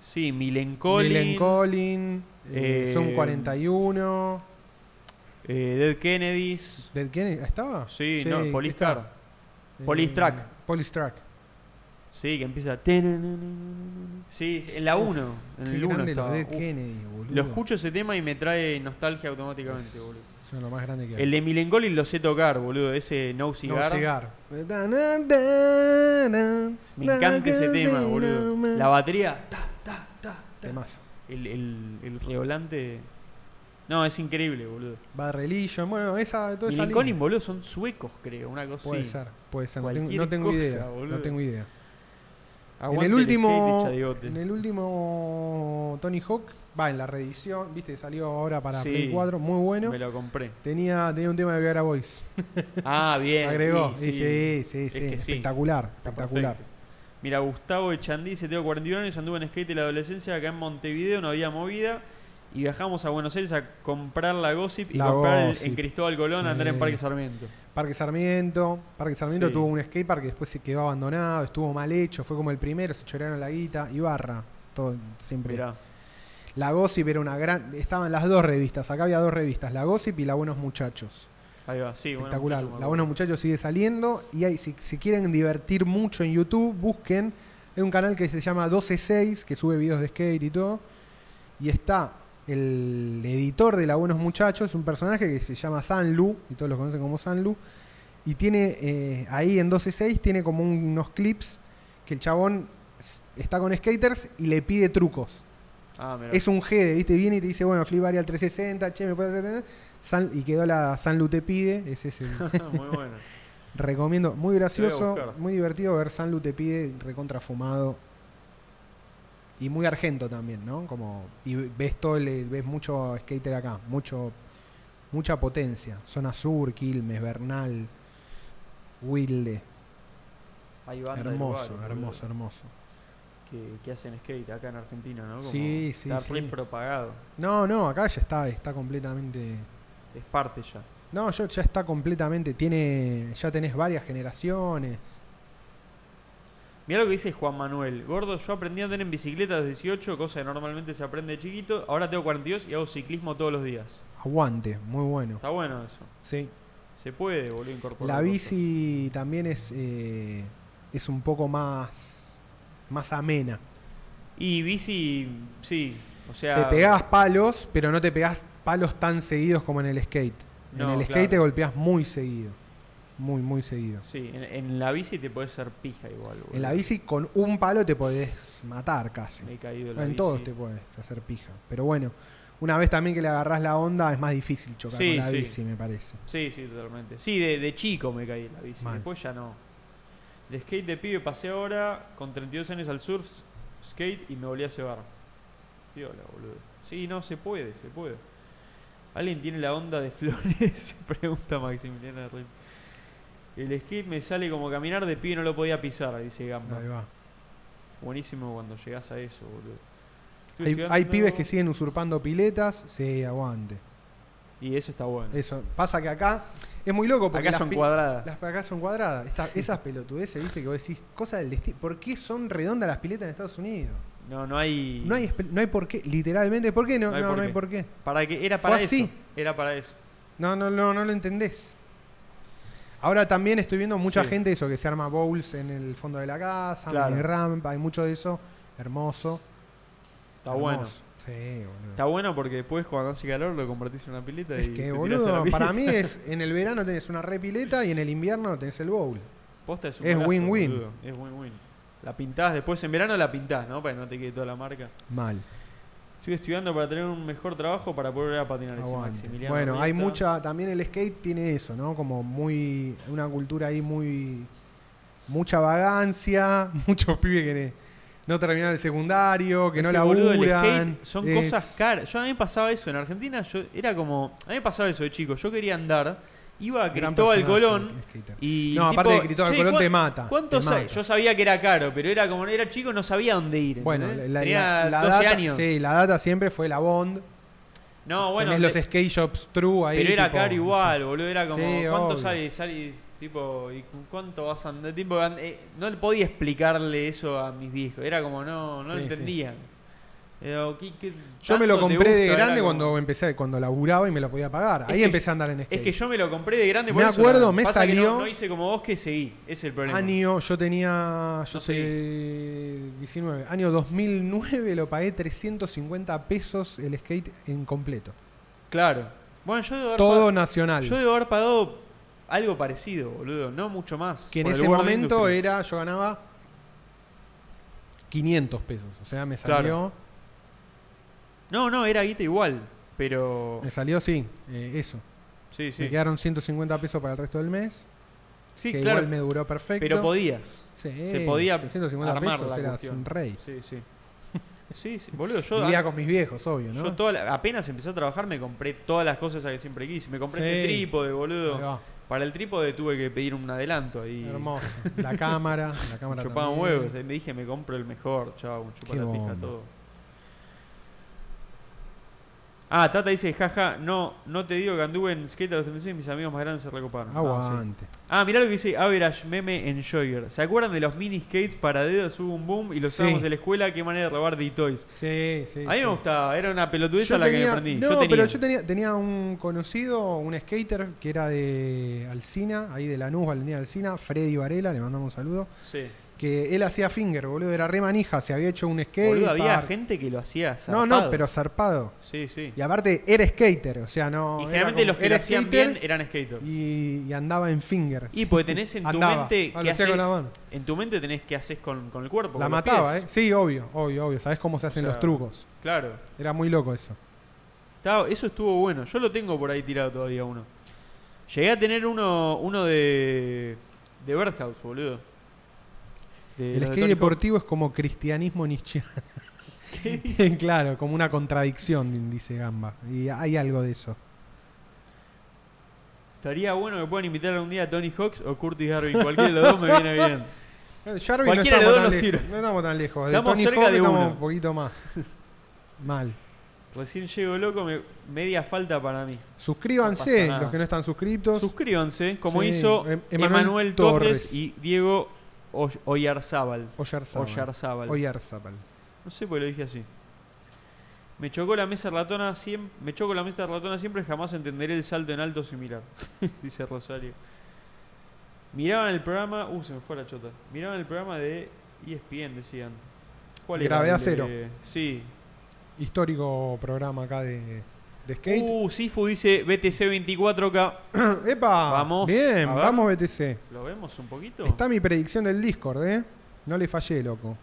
[SPEAKER 1] Sí, Milencolin.
[SPEAKER 2] Colin, Colin eh,
[SPEAKER 1] Eh,
[SPEAKER 2] Son 41.
[SPEAKER 1] eh, Dead Kennedys.
[SPEAKER 2] ¿Del quién estaba?
[SPEAKER 1] Sí, no,
[SPEAKER 2] estaba.
[SPEAKER 1] Polistar.
[SPEAKER 2] Eh,
[SPEAKER 1] Polistrack.
[SPEAKER 2] Polistrack.
[SPEAKER 1] Sí, que empieza. Sí, en la
[SPEAKER 2] Uf,
[SPEAKER 1] 1. En
[SPEAKER 2] Qué
[SPEAKER 1] el 1
[SPEAKER 2] grande los
[SPEAKER 1] estaba.
[SPEAKER 2] Dead
[SPEAKER 1] Uf.
[SPEAKER 2] Kennedy, boludo.
[SPEAKER 1] Lo escucho ese tema y me trae nostalgia automáticamente,
[SPEAKER 2] Es-
[SPEAKER 1] boludo.
[SPEAKER 2] Son lo más grande que hay.
[SPEAKER 1] El de Milencolin lo sé tocar, boludo. Ese No Cigar.
[SPEAKER 2] No, cigar. Me
[SPEAKER 1] Me encanta ese tema, boludo. La batería. ta,
[SPEAKER 2] Temazo.
[SPEAKER 1] El, el, el revolante. No, es increíble, boludo.
[SPEAKER 2] Barrelillo, bueno, esa, toda esa
[SPEAKER 1] Milencolin,
[SPEAKER 2] línea.
[SPEAKER 1] boludo, son suecos, creo. Una cosa
[SPEAKER 2] Puede
[SPEAKER 1] así.
[SPEAKER 2] ser, puede ser. No tengo,
[SPEAKER 1] Cualquier
[SPEAKER 2] no tengo
[SPEAKER 1] cosa,
[SPEAKER 2] idea,
[SPEAKER 1] boludo.
[SPEAKER 2] no tengo idea.
[SPEAKER 1] Aguante
[SPEAKER 2] en el último,
[SPEAKER 1] skate de Chadigote.
[SPEAKER 2] en el último Tony Hawk, va en la reedición, viste, salió ahora para
[SPEAKER 1] Sí.
[SPEAKER 2] Play 4, muy bueno.
[SPEAKER 1] Me lo compré.
[SPEAKER 2] Tenía, tenía un tema de Viagra Boys.
[SPEAKER 1] Ah, bien.
[SPEAKER 2] Agregó. "Eh".
[SPEAKER 1] y
[SPEAKER 2] Sí, sí, sí,
[SPEAKER 1] Es
[SPEAKER 2] sí.
[SPEAKER 1] que sí.
[SPEAKER 2] Espectacular, espectacular.
[SPEAKER 1] Perfecto. Mira, Gustavo Echandí dice, tengo 41 años, anduve en skate en la adolescencia, acá en Montevideo no había movida. Y viajamos a Buenos Aires a comprar la Gossip y
[SPEAKER 2] La
[SPEAKER 1] comprar el-
[SPEAKER 2] Gossip.
[SPEAKER 1] en Cristóbal Colón a andar en
[SPEAKER 2] Sí.
[SPEAKER 1] Parque Sarmiento.
[SPEAKER 2] Parque Sarmiento. Parque Sarmiento
[SPEAKER 1] Sí.
[SPEAKER 2] tuvo un skatepark que después se quedó abandonado, estuvo mal hecho, fue como el primero, se chorearon la guita, Ibarra, todo siempre.
[SPEAKER 1] Mirá.
[SPEAKER 2] La Gossip era una gran, estaban las dos revistas, acá había dos revistas, La Gossip y La Buenos Muchachos.
[SPEAKER 1] Ahí va, sí, bueno,
[SPEAKER 2] Espectacular.
[SPEAKER 1] muchacho, me
[SPEAKER 2] la
[SPEAKER 1] acuerdo.
[SPEAKER 2] Buenos Muchachos sigue saliendo y hay, si, si quieren divertir mucho en YouTube, busquen. Hay un canal que se llama 126 que sube videos de skate y todo. Y está el editor de La Buenos Muchachos, un personaje que se llama Sanlu, y todos lo conocen como Sanlu. Y tiene eh, ahí en 126 tiene como un- unos clips que el chabón s- está con skaters y le pide trucos.
[SPEAKER 1] Ah, mirá.
[SPEAKER 2] Es un GD, ¿viste? Viene y te dice, bueno, flip al 360, che, me puedes hacer... San- y quedó la Sanlu te pide, ese es el,
[SPEAKER 1] [LAUGHS] Muy bueno.
[SPEAKER 2] Recomiendo, muy
[SPEAKER 1] Te voy
[SPEAKER 2] gracioso,
[SPEAKER 1] a buscar.
[SPEAKER 2] muy divertido ver Sanlu te pide recontrafumado y muy argento también, ¿no? Como y ves todo el- ves mucho skater acá, mucho mucha potencia, zona sur, Quilmes, Bernal, Wilde,
[SPEAKER 1] Hay bandas de
[SPEAKER 2] hermoso,
[SPEAKER 1] lugares,
[SPEAKER 2] hermoso, hermoso.
[SPEAKER 1] boludo, Que, que hacen skate acá en Argentina, ¿no? Como
[SPEAKER 2] Sí, sí,
[SPEAKER 1] Está
[SPEAKER 2] sí.
[SPEAKER 1] re propagado.
[SPEAKER 2] No, no, acá ya está, está completamente
[SPEAKER 1] Es parte ya.
[SPEAKER 2] No, yo ya está completamente, tiene ya tenés varias generaciones.
[SPEAKER 1] Mirá lo que dice Juan Manuel. Gordo, yo aprendí a andar en bicicleta a los 18, cosa que normalmente se aprende de chiquito. Ahora tengo 42 y hago ciclismo todos los días.
[SPEAKER 2] Aguante, muy bueno.
[SPEAKER 1] Está bueno eso.
[SPEAKER 2] Sí.
[SPEAKER 1] Se puede, boludo, incorporar.
[SPEAKER 2] La
[SPEAKER 1] cosas.
[SPEAKER 2] bici también es, eh, es un poco más, más amena.
[SPEAKER 1] Y bici, sí. O sea.
[SPEAKER 2] Te pegás palos, pero no te pegás palos tan seguidos como en el skate.
[SPEAKER 1] No,
[SPEAKER 2] en el skate te
[SPEAKER 1] claro.
[SPEAKER 2] golpeás muy seguido. Muy, muy seguido.
[SPEAKER 1] Sí, en, en la bici te puedes ser pija igual, boludo.
[SPEAKER 2] En la bici con un palo te podés matar casi.
[SPEAKER 1] Me he caído en la
[SPEAKER 2] En
[SPEAKER 1] bici.
[SPEAKER 2] todos te podés hacer pija. Pero bueno, una vez también que le agarrás la onda es más difícil chocar
[SPEAKER 1] Sí,
[SPEAKER 2] con la
[SPEAKER 1] sí.
[SPEAKER 2] bici, me parece.
[SPEAKER 1] Sí, sí, totalmente. Sí, de, de chico me caí en la bici.
[SPEAKER 2] Mal.
[SPEAKER 1] Después ya no. De skate de pibe pasé ahora con 32 años al surf, skate y me volví a cebar. Piola, boludo. Sí, no, se puede, se puede. ¿Alguien tiene la onda de [LAUGHS] flores? Pregunta Maximiliana Rim. El skate me sale como caminar de pibe no lo podía pisar, dice Gamba.
[SPEAKER 2] Ahí va.
[SPEAKER 1] Buenísimo cuando llegás a eso, boludo. Estoy
[SPEAKER 2] Hay, hay
[SPEAKER 1] estudiando-
[SPEAKER 2] pibes que siguen usurpando piletas, sí, aguante.
[SPEAKER 1] Y eso está bueno.
[SPEAKER 2] Eso. Pasa que acá es muy loco porque
[SPEAKER 1] Acá
[SPEAKER 2] las
[SPEAKER 1] son
[SPEAKER 2] pi-
[SPEAKER 1] cuadradas.
[SPEAKER 2] Las acá son cuadradas. Esta- esas pelotudeces, viste, que vos decís, cosa del destino. ¿Por qué son redondas las piletas en Estados Unidos?
[SPEAKER 1] No, no hay.
[SPEAKER 2] No hay, espe- no hay por qué, literalmente. ¿Por qué no? No, no, hay por qué.
[SPEAKER 1] Para que era
[SPEAKER 2] Fue
[SPEAKER 1] para eso.
[SPEAKER 2] así.
[SPEAKER 1] Era para eso.
[SPEAKER 2] No, no, no, no lo entendés. Ahora también estoy viendo mucha
[SPEAKER 1] Sí.
[SPEAKER 2] gente eso, que se arma bowls en el fondo de la casa,
[SPEAKER 1] Claro.
[SPEAKER 2] mini rampa, hay mucho de eso. Hermoso.
[SPEAKER 1] Está
[SPEAKER 2] hermoso.
[SPEAKER 1] bueno.
[SPEAKER 2] Sí, boludo.
[SPEAKER 1] Está bueno porque después cuando hace calor lo convertís en una pileta
[SPEAKER 2] es
[SPEAKER 1] y te
[SPEAKER 2] que,
[SPEAKER 1] tirás a la
[SPEAKER 2] boludo,
[SPEAKER 1] pileta. [LAUGHS]
[SPEAKER 2] para mí es en el verano tenés una repileta y en el invierno tenés el bowl.
[SPEAKER 1] Posta es un
[SPEAKER 2] es
[SPEAKER 1] golazo,
[SPEAKER 2] win-win.
[SPEAKER 1] boludo. Es win-win. La pintás después en verano la pintás, ¿no? Para que no te quede toda la marca.
[SPEAKER 2] Mal.
[SPEAKER 1] Estoy estudiando para tener un mejor trabajo para poder ir a patinar ese
[SPEAKER 2] Aguante.
[SPEAKER 1] Maximiliano
[SPEAKER 2] Bueno,
[SPEAKER 1] Riesta.
[SPEAKER 2] hay mucha. También el skate tiene eso, ¿no? Como muy. Una cultura ahí muy. Mucha vagancia, [LAUGHS] muchos pibes que ne- no terminaron el secundario, que
[SPEAKER 1] Es
[SPEAKER 2] no
[SPEAKER 1] que, boludo, el
[SPEAKER 2] laburan.
[SPEAKER 1] skate son
[SPEAKER 2] es-
[SPEAKER 1] cosas caras. Yo a mí me pasaba eso en Argentina, yo era como, a mí me pasaba eso de chico, yo quería andar, iba a
[SPEAKER 2] Gran
[SPEAKER 1] Cristóbal
[SPEAKER 2] personaje,
[SPEAKER 1] Colón
[SPEAKER 2] skater.
[SPEAKER 1] y
[SPEAKER 2] No, aparte
[SPEAKER 1] tipo,
[SPEAKER 2] de Cristóbal
[SPEAKER 1] "Che,
[SPEAKER 2] Colón
[SPEAKER 1] ¿cuán-
[SPEAKER 2] te mata.
[SPEAKER 1] ¿Cuánto
[SPEAKER 2] te
[SPEAKER 1] sa-?"
[SPEAKER 2] mata.
[SPEAKER 1] Yo sabía que era caro, pero era como era chico, no sabía dónde ir.
[SPEAKER 2] Bueno,
[SPEAKER 1] ¿entendés?
[SPEAKER 2] la, la-
[SPEAKER 1] tenía
[SPEAKER 2] la
[SPEAKER 1] 12
[SPEAKER 2] data,
[SPEAKER 1] años.
[SPEAKER 2] Sí, la data siempre fue la Bond.
[SPEAKER 1] No, bueno,
[SPEAKER 2] Tenés los
[SPEAKER 1] te-
[SPEAKER 2] skate shops true ahí.
[SPEAKER 1] pero era
[SPEAKER 2] tipo,
[SPEAKER 1] caro
[SPEAKER 2] no sé.
[SPEAKER 1] igual, boludo, era como
[SPEAKER 2] Sí,
[SPEAKER 1] cuánto
[SPEAKER 2] obvio.
[SPEAKER 1] sale, sale tipo y cu- cuánto vas a andar, tipo an- eh, no le podía explicarle eso a mis viejos, era como no no lo
[SPEAKER 2] Sí, sí.
[SPEAKER 1] entendían. Pero, ¿qué- qué
[SPEAKER 2] Yo me lo
[SPEAKER 1] tanto te
[SPEAKER 2] compré de
[SPEAKER 1] gusta? Era
[SPEAKER 2] grande
[SPEAKER 1] como-
[SPEAKER 2] cuando empecé, cuando laburaba y me lo podía pagar.
[SPEAKER 1] Es
[SPEAKER 2] Ahí
[SPEAKER 1] que-
[SPEAKER 2] empecé a andar en skate.
[SPEAKER 1] Es que yo me lo compré de grande.
[SPEAKER 2] Me
[SPEAKER 1] por eso
[SPEAKER 2] acuerdo,
[SPEAKER 1] no-
[SPEAKER 2] me
[SPEAKER 1] pasa que no-
[SPEAKER 2] salió-
[SPEAKER 1] No, hice como vos que seguí. Ese es el problema. Ah,
[SPEAKER 2] Año, yo tenía, yo
[SPEAKER 1] No
[SPEAKER 2] sé, 19, año 2009 lo pagué 350 pesos el skate en completo.
[SPEAKER 1] Claro. Bueno, yo debo haber,
[SPEAKER 2] Todo
[SPEAKER 1] pagado,
[SPEAKER 2] nacional.
[SPEAKER 1] yo debo haber pagado algo parecido, boludo. No mucho más.
[SPEAKER 2] que en
[SPEAKER 1] por el
[SPEAKER 2] ese
[SPEAKER 1] World
[SPEAKER 2] momento
[SPEAKER 1] Industries.
[SPEAKER 2] era, yo ganaba 500 pesos. O sea, me salió,
[SPEAKER 1] Claro. No, no, era guita igual. Pero.
[SPEAKER 2] me salió, sí, eh, eso.
[SPEAKER 1] Sí,
[SPEAKER 2] Me
[SPEAKER 1] sí.
[SPEAKER 2] quedaron 150 pesos para el resto del mes.
[SPEAKER 1] Sí,
[SPEAKER 2] que
[SPEAKER 1] claro.
[SPEAKER 2] igual me duró perfecto.
[SPEAKER 1] Pero podías.
[SPEAKER 2] Sí,
[SPEAKER 1] se podía
[SPEAKER 2] 150
[SPEAKER 1] armar
[SPEAKER 2] pesos
[SPEAKER 1] la
[SPEAKER 2] eras
[SPEAKER 1] cuestión.
[SPEAKER 2] un rey.
[SPEAKER 1] Sí, sí. [LAUGHS] Sí, sí. Boludo, yo.
[SPEAKER 2] Vivía con mis viejos, obvio, ¿no?
[SPEAKER 1] Yo toda la- apenas empecé a trabajar me compré todas las cosas esas que siempre quise. Me compré este
[SPEAKER 2] Sí.
[SPEAKER 1] trípode, boludo.
[SPEAKER 2] Ahí va.
[SPEAKER 1] Para el trípode tuve que pedir un adelanto ahí.
[SPEAKER 2] Hermoso. La cámara, la
[SPEAKER 1] [LAUGHS]
[SPEAKER 2] cámara
[SPEAKER 1] Chupaban
[SPEAKER 2] también.
[SPEAKER 1] huevos. Ahí me dije, me compro el mejor, chavo. Chupa
[SPEAKER 2] Qué
[SPEAKER 1] la pija
[SPEAKER 2] bomba.
[SPEAKER 1] todo. Ah, Tata dice, jaja, no, no te digo que anduve en skate a los 36 mis amigos más grandes se recoparon. Ah, sí.
[SPEAKER 2] Aguante.
[SPEAKER 1] Ah, mirá lo que dice Average Meme Enjoyer. ¿Se acuerdan de los mini skates para dedos, hubo un boom y los
[SPEAKER 2] Sí.
[SPEAKER 1] usábamos en la escuela? Qué manera de robar D-Toys.
[SPEAKER 2] Sí, sí.
[SPEAKER 1] a mí
[SPEAKER 2] sí.
[SPEAKER 1] me gustaba, era una
[SPEAKER 2] Yo
[SPEAKER 1] pelotudeza la que
[SPEAKER 2] tenía-
[SPEAKER 1] me aprendí.
[SPEAKER 2] No,
[SPEAKER 1] yo tenía.
[SPEAKER 2] pero yo tenía, tenía un conocido, un skater que era de Alcina, ahí de Lanús, Valentina Alcina, Freddy Varela, le mandamos un saludo.
[SPEAKER 1] Sí.
[SPEAKER 2] Que él hacía finger, boludo, era re manija, se había hecho un skate.
[SPEAKER 1] Boludo, había
[SPEAKER 2] park.
[SPEAKER 1] gente que lo hacía
[SPEAKER 2] No,
[SPEAKER 1] zarpado.
[SPEAKER 2] no, pero zarpado.
[SPEAKER 1] Sí, sí.
[SPEAKER 2] Y aparte era skater, o sea, no.
[SPEAKER 1] Y
[SPEAKER 2] era
[SPEAKER 1] generalmente
[SPEAKER 2] como-
[SPEAKER 1] los que lo
[SPEAKER 2] era
[SPEAKER 1] hacían
[SPEAKER 2] skater
[SPEAKER 1] bien eran skaters.
[SPEAKER 2] Y, y andaba en finger.
[SPEAKER 1] Y porque tenés en tu mente
[SPEAKER 2] Ah,
[SPEAKER 1] que
[SPEAKER 2] lo hacía
[SPEAKER 1] hace-
[SPEAKER 2] con la mano.
[SPEAKER 1] En tu mente tenés qué haces con, con el cuerpo.
[SPEAKER 2] La
[SPEAKER 1] con los
[SPEAKER 2] mataba,
[SPEAKER 1] pies.
[SPEAKER 2] ¿eh? Sí, obvio, obvio, obvio. Sabés cómo se hacen
[SPEAKER 1] sea,
[SPEAKER 2] los trucos.
[SPEAKER 1] Claro.
[SPEAKER 2] Era muy loco eso.
[SPEAKER 1] Estaba- eso estuvo bueno. Yo lo tengo por ahí tirado todavía uno. Llegué a tener uno, uno de. de Birdhouse, boludo. Eh, De
[SPEAKER 2] El
[SPEAKER 1] los de
[SPEAKER 2] skate
[SPEAKER 1] Tony Hawk.
[SPEAKER 2] deportivo es como cristianismo nietzscheano. [LAUGHS] claro, como una contradicción, dice Gamba. Y hay algo de eso.
[SPEAKER 1] Estaría bueno que puedan invitar algún día a Tony Hawks o Curtis Darwin. Cualquiera de los dos me viene bien. Eh,
[SPEAKER 2] Bueno, Jarvis
[SPEAKER 1] Cualquiera de
[SPEAKER 2] no estamos,
[SPEAKER 1] los
[SPEAKER 2] tan
[SPEAKER 1] dos
[SPEAKER 2] lejos,
[SPEAKER 1] sirve.
[SPEAKER 2] no estamos tan lejos. De
[SPEAKER 1] Estamos
[SPEAKER 2] Tony
[SPEAKER 1] cerca
[SPEAKER 2] Hawk
[SPEAKER 1] de
[SPEAKER 2] estamos
[SPEAKER 1] uno.
[SPEAKER 2] un
[SPEAKER 1] [LAUGHS]
[SPEAKER 2] poquito más. Mal.
[SPEAKER 1] Recién llego loco, me- media falta para mí.
[SPEAKER 2] Suscríbanse
[SPEAKER 1] No pasa nada.
[SPEAKER 2] los que no están suscritos.
[SPEAKER 1] Suscríbanse, como
[SPEAKER 2] Sí,
[SPEAKER 1] hizo
[SPEAKER 2] Em- Emanuel
[SPEAKER 1] Emanuel Torres.
[SPEAKER 2] Torres.
[SPEAKER 1] y Diego Oy- Oyarzábal.
[SPEAKER 2] Oyarzábal.
[SPEAKER 1] Oyarzábal.
[SPEAKER 2] Oyarzábal.
[SPEAKER 1] No sé por qué lo dije así. Me chocó la mesa ratona siem- me choco la mesa ratona siempre, jamás entenderé el salto en alto similar, [LAUGHS] dice Rosario. Miraban el programa, uh, se me fue la chota. Miraban el programa de E ESPN, decían. ¿Cuál era?
[SPEAKER 2] Gravedad
[SPEAKER 1] El de-
[SPEAKER 2] cero.
[SPEAKER 1] Sí.
[SPEAKER 2] Histórico programa acá de, de skate.
[SPEAKER 1] Uh, Sifu dice BTC24K.
[SPEAKER 2] [COUGHS] ¡Epa!
[SPEAKER 1] Uh. vamos,
[SPEAKER 2] Bien,
[SPEAKER 1] a ver.
[SPEAKER 2] vamos BTC.
[SPEAKER 1] ¿Lo vemos un poquito?
[SPEAKER 2] Está mi predicción del Discord, ¿eh? No le fallé, loco.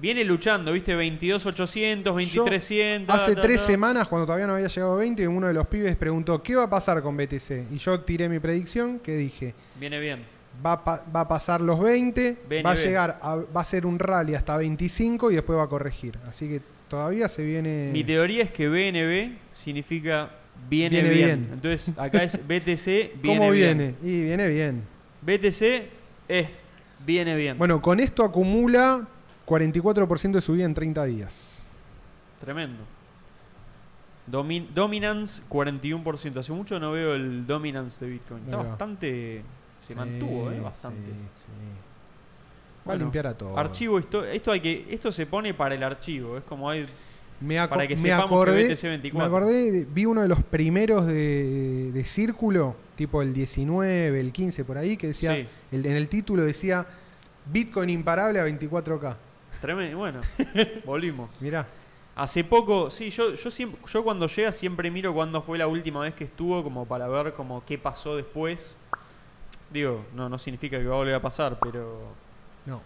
[SPEAKER 1] Viene luchando, ¿viste? 22.800, 2300.
[SPEAKER 2] Hace
[SPEAKER 1] ta,
[SPEAKER 2] tres
[SPEAKER 1] ta.
[SPEAKER 2] semanas, cuando todavía no había llegado a 20, uno de los pibes preguntó, ¿qué va a pasar con BTC? Y yo tiré mi predicción, que dije,
[SPEAKER 1] Viene bien.
[SPEAKER 2] va a, pa- va a pasar los 20,
[SPEAKER 1] BNB.
[SPEAKER 2] va a llegar, a- va a ser un rally hasta 25 y después va a corregir. Así que todavía se viene...
[SPEAKER 1] Mi teoría es que BNB significa viene,
[SPEAKER 2] Viene
[SPEAKER 1] bien.
[SPEAKER 2] bien.
[SPEAKER 1] Entonces acá
[SPEAKER 2] [LAUGHS]
[SPEAKER 1] es BTC, viene
[SPEAKER 2] ¿Cómo
[SPEAKER 1] bien.
[SPEAKER 2] viene? Y viene bien.
[SPEAKER 1] BTC es viene bien.
[SPEAKER 2] Bueno, con esto acumula 44% de subida en 30 días.
[SPEAKER 1] Tremendo. Domin- dominance 41%. Hace mucho no veo el dominance de Bitcoin. Está
[SPEAKER 2] Ahí va.
[SPEAKER 1] bastante. Se
[SPEAKER 2] Sí,
[SPEAKER 1] mantuvo, ¿eh?
[SPEAKER 2] sí,
[SPEAKER 1] Bastante.
[SPEAKER 2] sí. Va a
[SPEAKER 1] Bueno,
[SPEAKER 2] limpiar a todo.
[SPEAKER 1] Archivo histo- esto hay que esto se pone para el archivo, es como hay
[SPEAKER 2] Me, aco-
[SPEAKER 1] para que
[SPEAKER 2] me
[SPEAKER 1] sepamos
[SPEAKER 2] acordé,
[SPEAKER 1] que BTC24.
[SPEAKER 2] Me acordé, de- vi uno de los primeros de, de Círculo, tipo el 19, el 15 por ahí, que decía,
[SPEAKER 1] Sí.
[SPEAKER 2] el- en el título decía Bitcoin imparable a 24K.
[SPEAKER 1] Tremendo,
[SPEAKER 2] [LAUGHS]
[SPEAKER 1] bueno, volvimos.
[SPEAKER 2] Mirá,
[SPEAKER 1] Hace poco, sí, yo yo siempre yo cuando llega siempre miro cuándo fue la última vez que estuvo como para ver como qué pasó después. Digo, no no significa que va a volver a pasar, pero
[SPEAKER 2] no,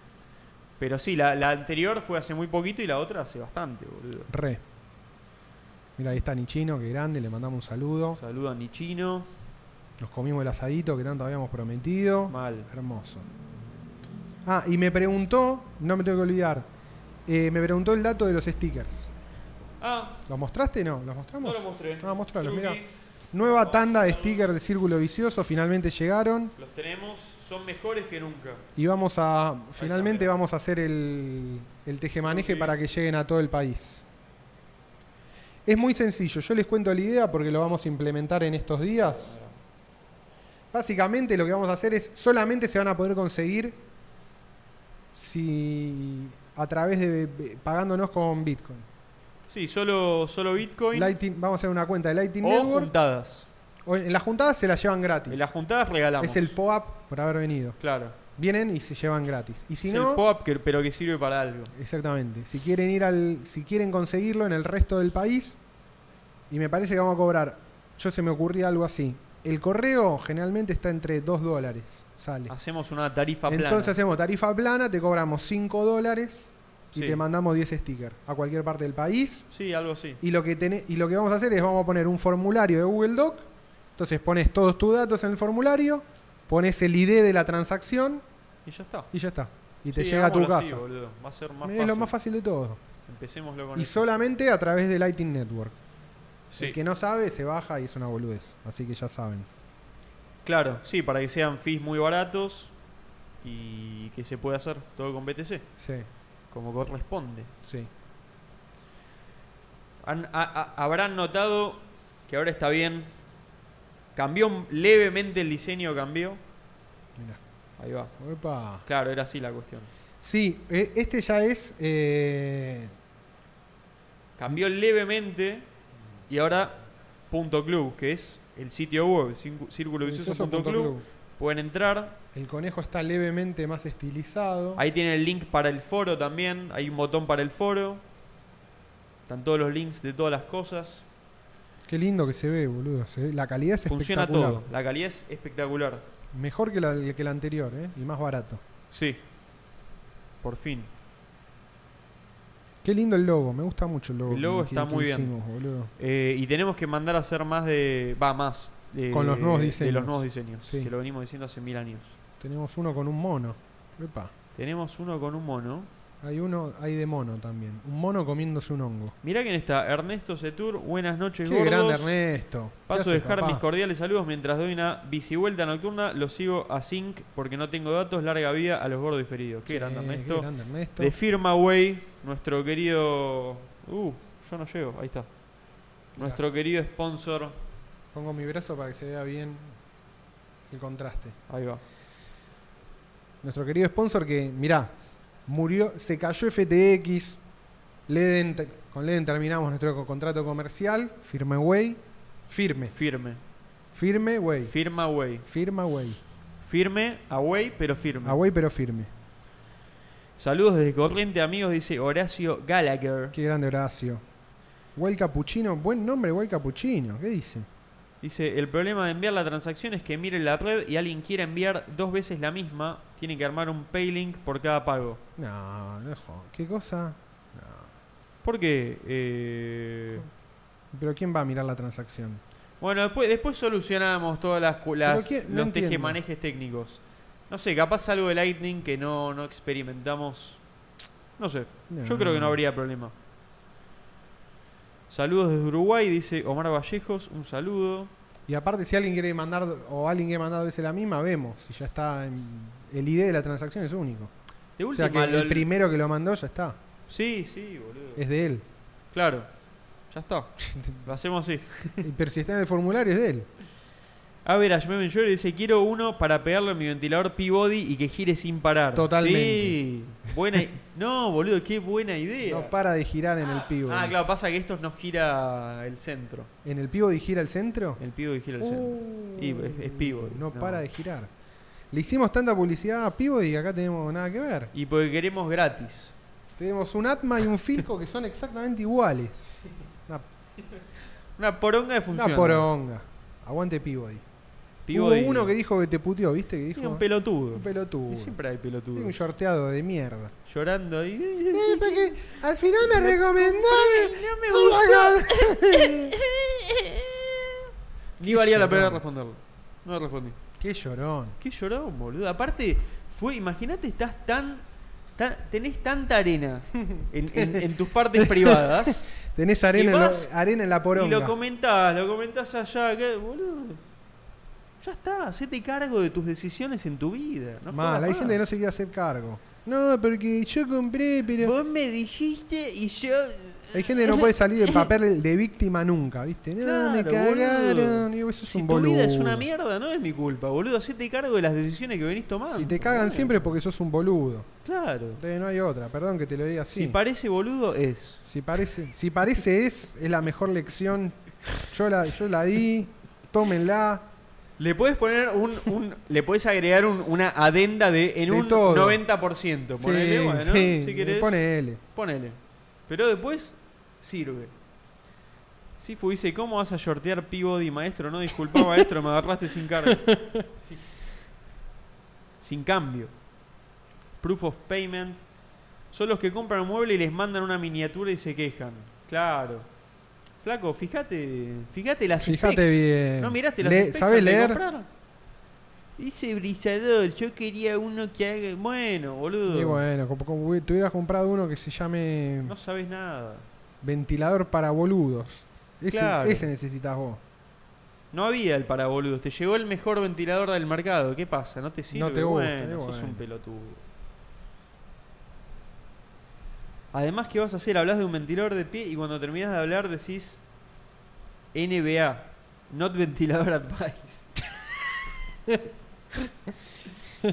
[SPEAKER 1] pero sí, la, la anterior fue hace muy poquito y la otra hace bastante, boludo.
[SPEAKER 2] re. Mirá, ahí está Nichino, que grande, le mandamos un saludo.
[SPEAKER 1] Saluda a Nichino,
[SPEAKER 2] Nos comimos el asadito que tanto habíamos prometido.
[SPEAKER 1] mal.
[SPEAKER 2] Hermoso. Ah, y me preguntó, no me tengo que olvidar, eh, me preguntó el dato de los stickers.
[SPEAKER 1] Ah,
[SPEAKER 2] ¿Los mostraste? No, ¿los mostramos?
[SPEAKER 1] no lo mostré.
[SPEAKER 2] Ah, mostralos,
[SPEAKER 1] Truqui.
[SPEAKER 2] mirá. Nueva tanda de stickers de Círculo Vicioso, finalmente llegaron.
[SPEAKER 1] Los tenemos, son mejores que nunca.
[SPEAKER 2] Y vamos a, finalmente
[SPEAKER 1] mirá.
[SPEAKER 2] vamos a hacer el, el tejemaneje
[SPEAKER 1] Ok.
[SPEAKER 2] para que lleguen a todo el país. Es muy sencillo, yo les cuento la idea porque lo vamos a implementar en estos días. Básicamente lo que vamos a hacer es, solamente se van a poder conseguir si a través de pagándonos con Bitcoin.
[SPEAKER 1] Sí, solo, solo Bitcoin
[SPEAKER 2] Lighting- vamos a hacer una cuenta de Lightning
[SPEAKER 1] o
[SPEAKER 2] Network.
[SPEAKER 1] juntadas.
[SPEAKER 2] O en las juntadas se las llevan gratis.
[SPEAKER 1] En las juntadas regalamos.
[SPEAKER 2] Es el POAP por haber venido.
[SPEAKER 1] Claro.
[SPEAKER 2] Vienen y se llevan gratis. Y si
[SPEAKER 1] es el
[SPEAKER 2] no,
[SPEAKER 1] pop, que- pero que sirve para algo.
[SPEAKER 2] exactamente. Si quieren ir al, si quieren conseguirlo en el resto del país, y me parece que vamos a cobrar. Yo se me ocurría algo así. El correo generalmente está entre 2 dólares. Sale.
[SPEAKER 1] Hacemos una tarifa plana.
[SPEAKER 2] Entonces hacemos tarifa plana, te cobramos 5 dólares y
[SPEAKER 1] Sí.
[SPEAKER 2] te mandamos 10 stickers a cualquier parte del país.
[SPEAKER 1] Sí, algo así.
[SPEAKER 2] Y lo, que tené- y lo que vamos a hacer es vamos a poner un formulario de Google Doc. Entonces pones todos tus datos en el formulario, pones el ID de la transacción
[SPEAKER 1] Y ya está.
[SPEAKER 2] y ya está. Y te
[SPEAKER 1] Sí,
[SPEAKER 2] llega a tu
[SPEAKER 1] hagámoslo así,
[SPEAKER 2] casa.
[SPEAKER 1] boludo. Va a ser más
[SPEAKER 2] es
[SPEAKER 1] fácil.
[SPEAKER 2] lo más fácil de todo.
[SPEAKER 1] Empecémoslo con
[SPEAKER 2] Y
[SPEAKER 1] eso.
[SPEAKER 2] solamente a través de Lighting Network.
[SPEAKER 1] Sí,
[SPEAKER 2] El que no sabe se baja y es una boludez. Así que ya saben.
[SPEAKER 1] Claro, sí, para que sean fees muy baratos y que se pueda hacer todo con BTC,
[SPEAKER 2] Sí,
[SPEAKER 1] como corresponde.
[SPEAKER 2] sí.
[SPEAKER 1] Han- a- a- habrán notado que ahora está bien. Cambió un- levemente el diseño, cambió.
[SPEAKER 2] Mirá.
[SPEAKER 1] Ahí va.
[SPEAKER 2] Opa.
[SPEAKER 1] Claro, era así la cuestión.
[SPEAKER 2] Sí, eh, este ya es. eh,
[SPEAKER 1] Cambió levemente y ahora punto .club, que es el sitio web, cincu- círculovicioso.club.
[SPEAKER 2] vicioso.club.
[SPEAKER 1] Pueden entrar.
[SPEAKER 2] El conejo está levemente más estilizado.
[SPEAKER 1] Ahí tienen el link para el foro también. Hay un botón para el foro. Están todos los links de todas las cosas.
[SPEAKER 2] Qué lindo que se ve, boludo. Se ve- La calidad es
[SPEAKER 1] Funciona
[SPEAKER 2] espectacular.
[SPEAKER 1] todo. La calidad es espectacular.
[SPEAKER 2] Mejor que la, que la anterior, ¿eh? Y más barato.
[SPEAKER 1] Sí. Por fin.
[SPEAKER 2] Qué lindo el logo. Me gusta mucho el logo.
[SPEAKER 1] El logo está muy bien.
[SPEAKER 2] hicimos, boludo.
[SPEAKER 1] Eh, y tenemos que mandar a hacer más de. Va, más. de-
[SPEAKER 2] Con los nuevos
[SPEAKER 1] De
[SPEAKER 2] diseños.
[SPEAKER 1] los nuevos diseños.
[SPEAKER 2] Sí.
[SPEAKER 1] Que lo venimos diciendo hace mil años.
[SPEAKER 2] Tenemos uno con un mono. Epa.
[SPEAKER 1] Tenemos uno con un mono.
[SPEAKER 2] Hay uno, hay de mono también. Un mono comiéndose un hongo.
[SPEAKER 1] Mirá quién está. Ernesto Setur. Buenas noches,
[SPEAKER 2] Qué
[SPEAKER 1] gordos.
[SPEAKER 2] grande Ernesto. ¿Qué
[SPEAKER 1] Paso a
[SPEAKER 2] haces,
[SPEAKER 1] dejar
[SPEAKER 2] papá?
[SPEAKER 1] mis cordiales saludos mientras doy una bicivuelta nocturna. Los sigo a Zinc porque no tengo datos. Larga vida a los gordos y feridos. Qué
[SPEAKER 2] Sí,
[SPEAKER 1] grande, Ernesto.
[SPEAKER 2] Qué grande Ernesto.
[SPEAKER 1] De Firmaway, nuestro querido. Uh, yo no llego, ahí está. Nuestro querido sponsor.
[SPEAKER 2] Pongo mi brazo para que se vea bien el contraste.
[SPEAKER 1] Ahí va.
[SPEAKER 2] Nuestro querido sponsor que, mirá, murió, se cayó FTX. Leden, te- con Leden terminamos nuestro co- contrato comercial. Firme Way. Firme.
[SPEAKER 1] Firme.
[SPEAKER 2] Firme Way.
[SPEAKER 1] Firmaway.
[SPEAKER 2] Firma Way.
[SPEAKER 1] Firme, away, pero firme.
[SPEAKER 2] Away pero firme.
[SPEAKER 1] Saludos desde Corriente, amigos, dice Horacio Gallagher.
[SPEAKER 2] Qué grande Horacio. Way Capuchino. Buen nombre, Way Capuchino. ¿Qué dice?
[SPEAKER 1] Dice, el problema de enviar la transacción es que miren la red y alguien quiera enviar dos veces la misma, tiene que armar un paylink por cada pago.
[SPEAKER 2] No, no es jo- ¿Qué cosa?
[SPEAKER 1] ¿Por qué? Eh,
[SPEAKER 2] Pero ¿quién va a mirar la transacción?
[SPEAKER 1] Bueno, después, después solucionamos todas las, cu- las-
[SPEAKER 2] quién- no
[SPEAKER 1] los
[SPEAKER 2] entiendo.
[SPEAKER 1] tejemanejes técnicos. No sé, capaz algo de Lightning que no, no experimentamos. No sé, yo
[SPEAKER 2] No.
[SPEAKER 1] creo que no habría problema. Saludos desde Uruguay, dice Omar Vallejos, un saludo.
[SPEAKER 2] Y aparte, si alguien quiere mandar o alguien quiere mandar a veces la misma, vemos. Si ya está en- el ID de la transacción es único.
[SPEAKER 1] De
[SPEAKER 2] O sea
[SPEAKER 1] última,
[SPEAKER 2] que Eh.
[SPEAKER 1] lo-
[SPEAKER 2] el primero que lo mandó ya está.
[SPEAKER 1] Sí, sí, boludo.
[SPEAKER 2] Es de él.
[SPEAKER 1] Claro. Ya
[SPEAKER 2] [LAUGHS]
[SPEAKER 1] está. Lo hacemos así.
[SPEAKER 2] Y, Pero si está en el formulario es de él.
[SPEAKER 1] Average Meme Enjoyer dice: Quiero uno para pegarlo en mi ventilador Peabody y que gire sin parar.
[SPEAKER 2] Totalmente.
[SPEAKER 1] Sí. Buena i- [LAUGHS] no, boludo, qué buena idea.
[SPEAKER 2] No para de girar en el pivo.
[SPEAKER 1] Ah, claro, pasa que estos no gira el centro.
[SPEAKER 2] ¿En el pivo de gira al centro?
[SPEAKER 1] El Peabody gira el centro.
[SPEAKER 2] Uh,
[SPEAKER 1] Y es, es Peabody.
[SPEAKER 2] No, para de girar. Le hicimos tanta publicidad a Pivo y acá tenemos nada que ver.
[SPEAKER 1] Y porque queremos gratis.
[SPEAKER 2] Tenemos un Atma y un Filco que son exactamente iguales. Una,
[SPEAKER 1] Una poronga de
[SPEAKER 2] una
[SPEAKER 1] función.
[SPEAKER 2] poronga. Aguante Peabody. Hubo uno que dijo que te puteó, ¿viste? Que dijo, ¿eh?
[SPEAKER 1] un pelotudo.
[SPEAKER 2] un pelotudo.
[SPEAKER 1] Y siempre hay pelotudo.
[SPEAKER 2] Sí, un shorteado de mierda.
[SPEAKER 1] Llorando ahí.
[SPEAKER 2] Sí, porque al final me recomendó.
[SPEAKER 1] No me gusta.
[SPEAKER 2] [LAUGHS]
[SPEAKER 1] Ni
[SPEAKER 2] Qué
[SPEAKER 1] valía la
[SPEAKER 2] llorón.
[SPEAKER 1] pena responderlo. No respondí.
[SPEAKER 2] Qué llorón.
[SPEAKER 1] Qué llorón, boludo. Aparte, fue, imagínate, estás tan, tan- tenés tanta arena
[SPEAKER 2] [LAUGHS]
[SPEAKER 1] en, en- en tus partes privadas.
[SPEAKER 2] Tenés arena, en, lo-
[SPEAKER 1] vas
[SPEAKER 2] arena en la poronga.
[SPEAKER 1] Y lo comentás, lo comentás allá, acá, boludo. Ya está, hacete cargo de tus decisiones en tu vida. No
[SPEAKER 2] Mal,
[SPEAKER 1] jodas
[SPEAKER 2] hay
[SPEAKER 1] más.
[SPEAKER 2] gente que no se quiere hacer cargo. No, porque yo compré, pero.
[SPEAKER 1] Vos me dijiste y yo. eh,
[SPEAKER 2] Hay gente que no puede salir
[SPEAKER 1] [LAUGHS]
[SPEAKER 2] del papel de víctima nunca, ¿viste? No, me
[SPEAKER 1] Claro, boludo.
[SPEAKER 2] cagaron. Digo, eso es
[SPEAKER 1] Si
[SPEAKER 2] un
[SPEAKER 1] tu
[SPEAKER 2] boludo.
[SPEAKER 1] vida es una mierda, no es mi culpa, boludo. Hacete cargo de las decisiones que venís tomando.
[SPEAKER 2] Si te cagan
[SPEAKER 1] boludo.
[SPEAKER 2] siempre es porque sos un boludo.
[SPEAKER 1] Claro.
[SPEAKER 2] Entonces no hay otra, perdón que te lo diga así.
[SPEAKER 1] Si parece boludo, es.
[SPEAKER 2] Si parece, si parece es, es la mejor lección. Yo la, yo la di, tómenla.
[SPEAKER 1] Le puedes poner un, un- le puedes agregar un- una adenda de en
[SPEAKER 2] De
[SPEAKER 1] un
[SPEAKER 2] todo.
[SPEAKER 1] 90%, ponele,
[SPEAKER 2] Sí,
[SPEAKER 1] bueno,
[SPEAKER 2] sí,
[SPEAKER 1] si querés,
[SPEAKER 2] ponele.
[SPEAKER 1] ponele. Pero después sirve. Si fuese, ¿cómo vas a shortear Peabody, maestro? No, disculpa,
[SPEAKER 2] [LAUGHS]
[SPEAKER 1] maestro, me agarraste sin cargo. Sí. Sin cambio. Proof of payment. Son los que compran un mueble y les mandan una miniatura y se quejan. Claro. Flaco, fíjate, fíjate las
[SPEAKER 2] Fíjate
[SPEAKER 1] specs.
[SPEAKER 2] bien.
[SPEAKER 1] ¿No miraste las
[SPEAKER 2] Eh, Le-
[SPEAKER 1] specs
[SPEAKER 2] ¿Sabes
[SPEAKER 1] antes de
[SPEAKER 2] leer?
[SPEAKER 1] comprar? Dice brillador, yo quería uno que haga... Bueno, boludo.
[SPEAKER 2] Y bueno, como, como hubi- te hubieras comprado uno que se llame
[SPEAKER 1] No sabes nada.
[SPEAKER 2] ventilador para boludos. Ese,
[SPEAKER 1] Claro.
[SPEAKER 2] ese necesitas vos.
[SPEAKER 1] No había el para boludos. Te llegó el mejor ventilador del mercado. ¿Qué pasa? ¿No te sirve?
[SPEAKER 2] te gusta,
[SPEAKER 1] bueno,
[SPEAKER 2] y
[SPEAKER 1] sos
[SPEAKER 2] bueno.
[SPEAKER 1] un pelotudo. Además, ¿qué vas a hacer? Hablas de un ventilador de pie y cuando terminas de hablar decís NBA, not ventilador advice. [LAUGHS]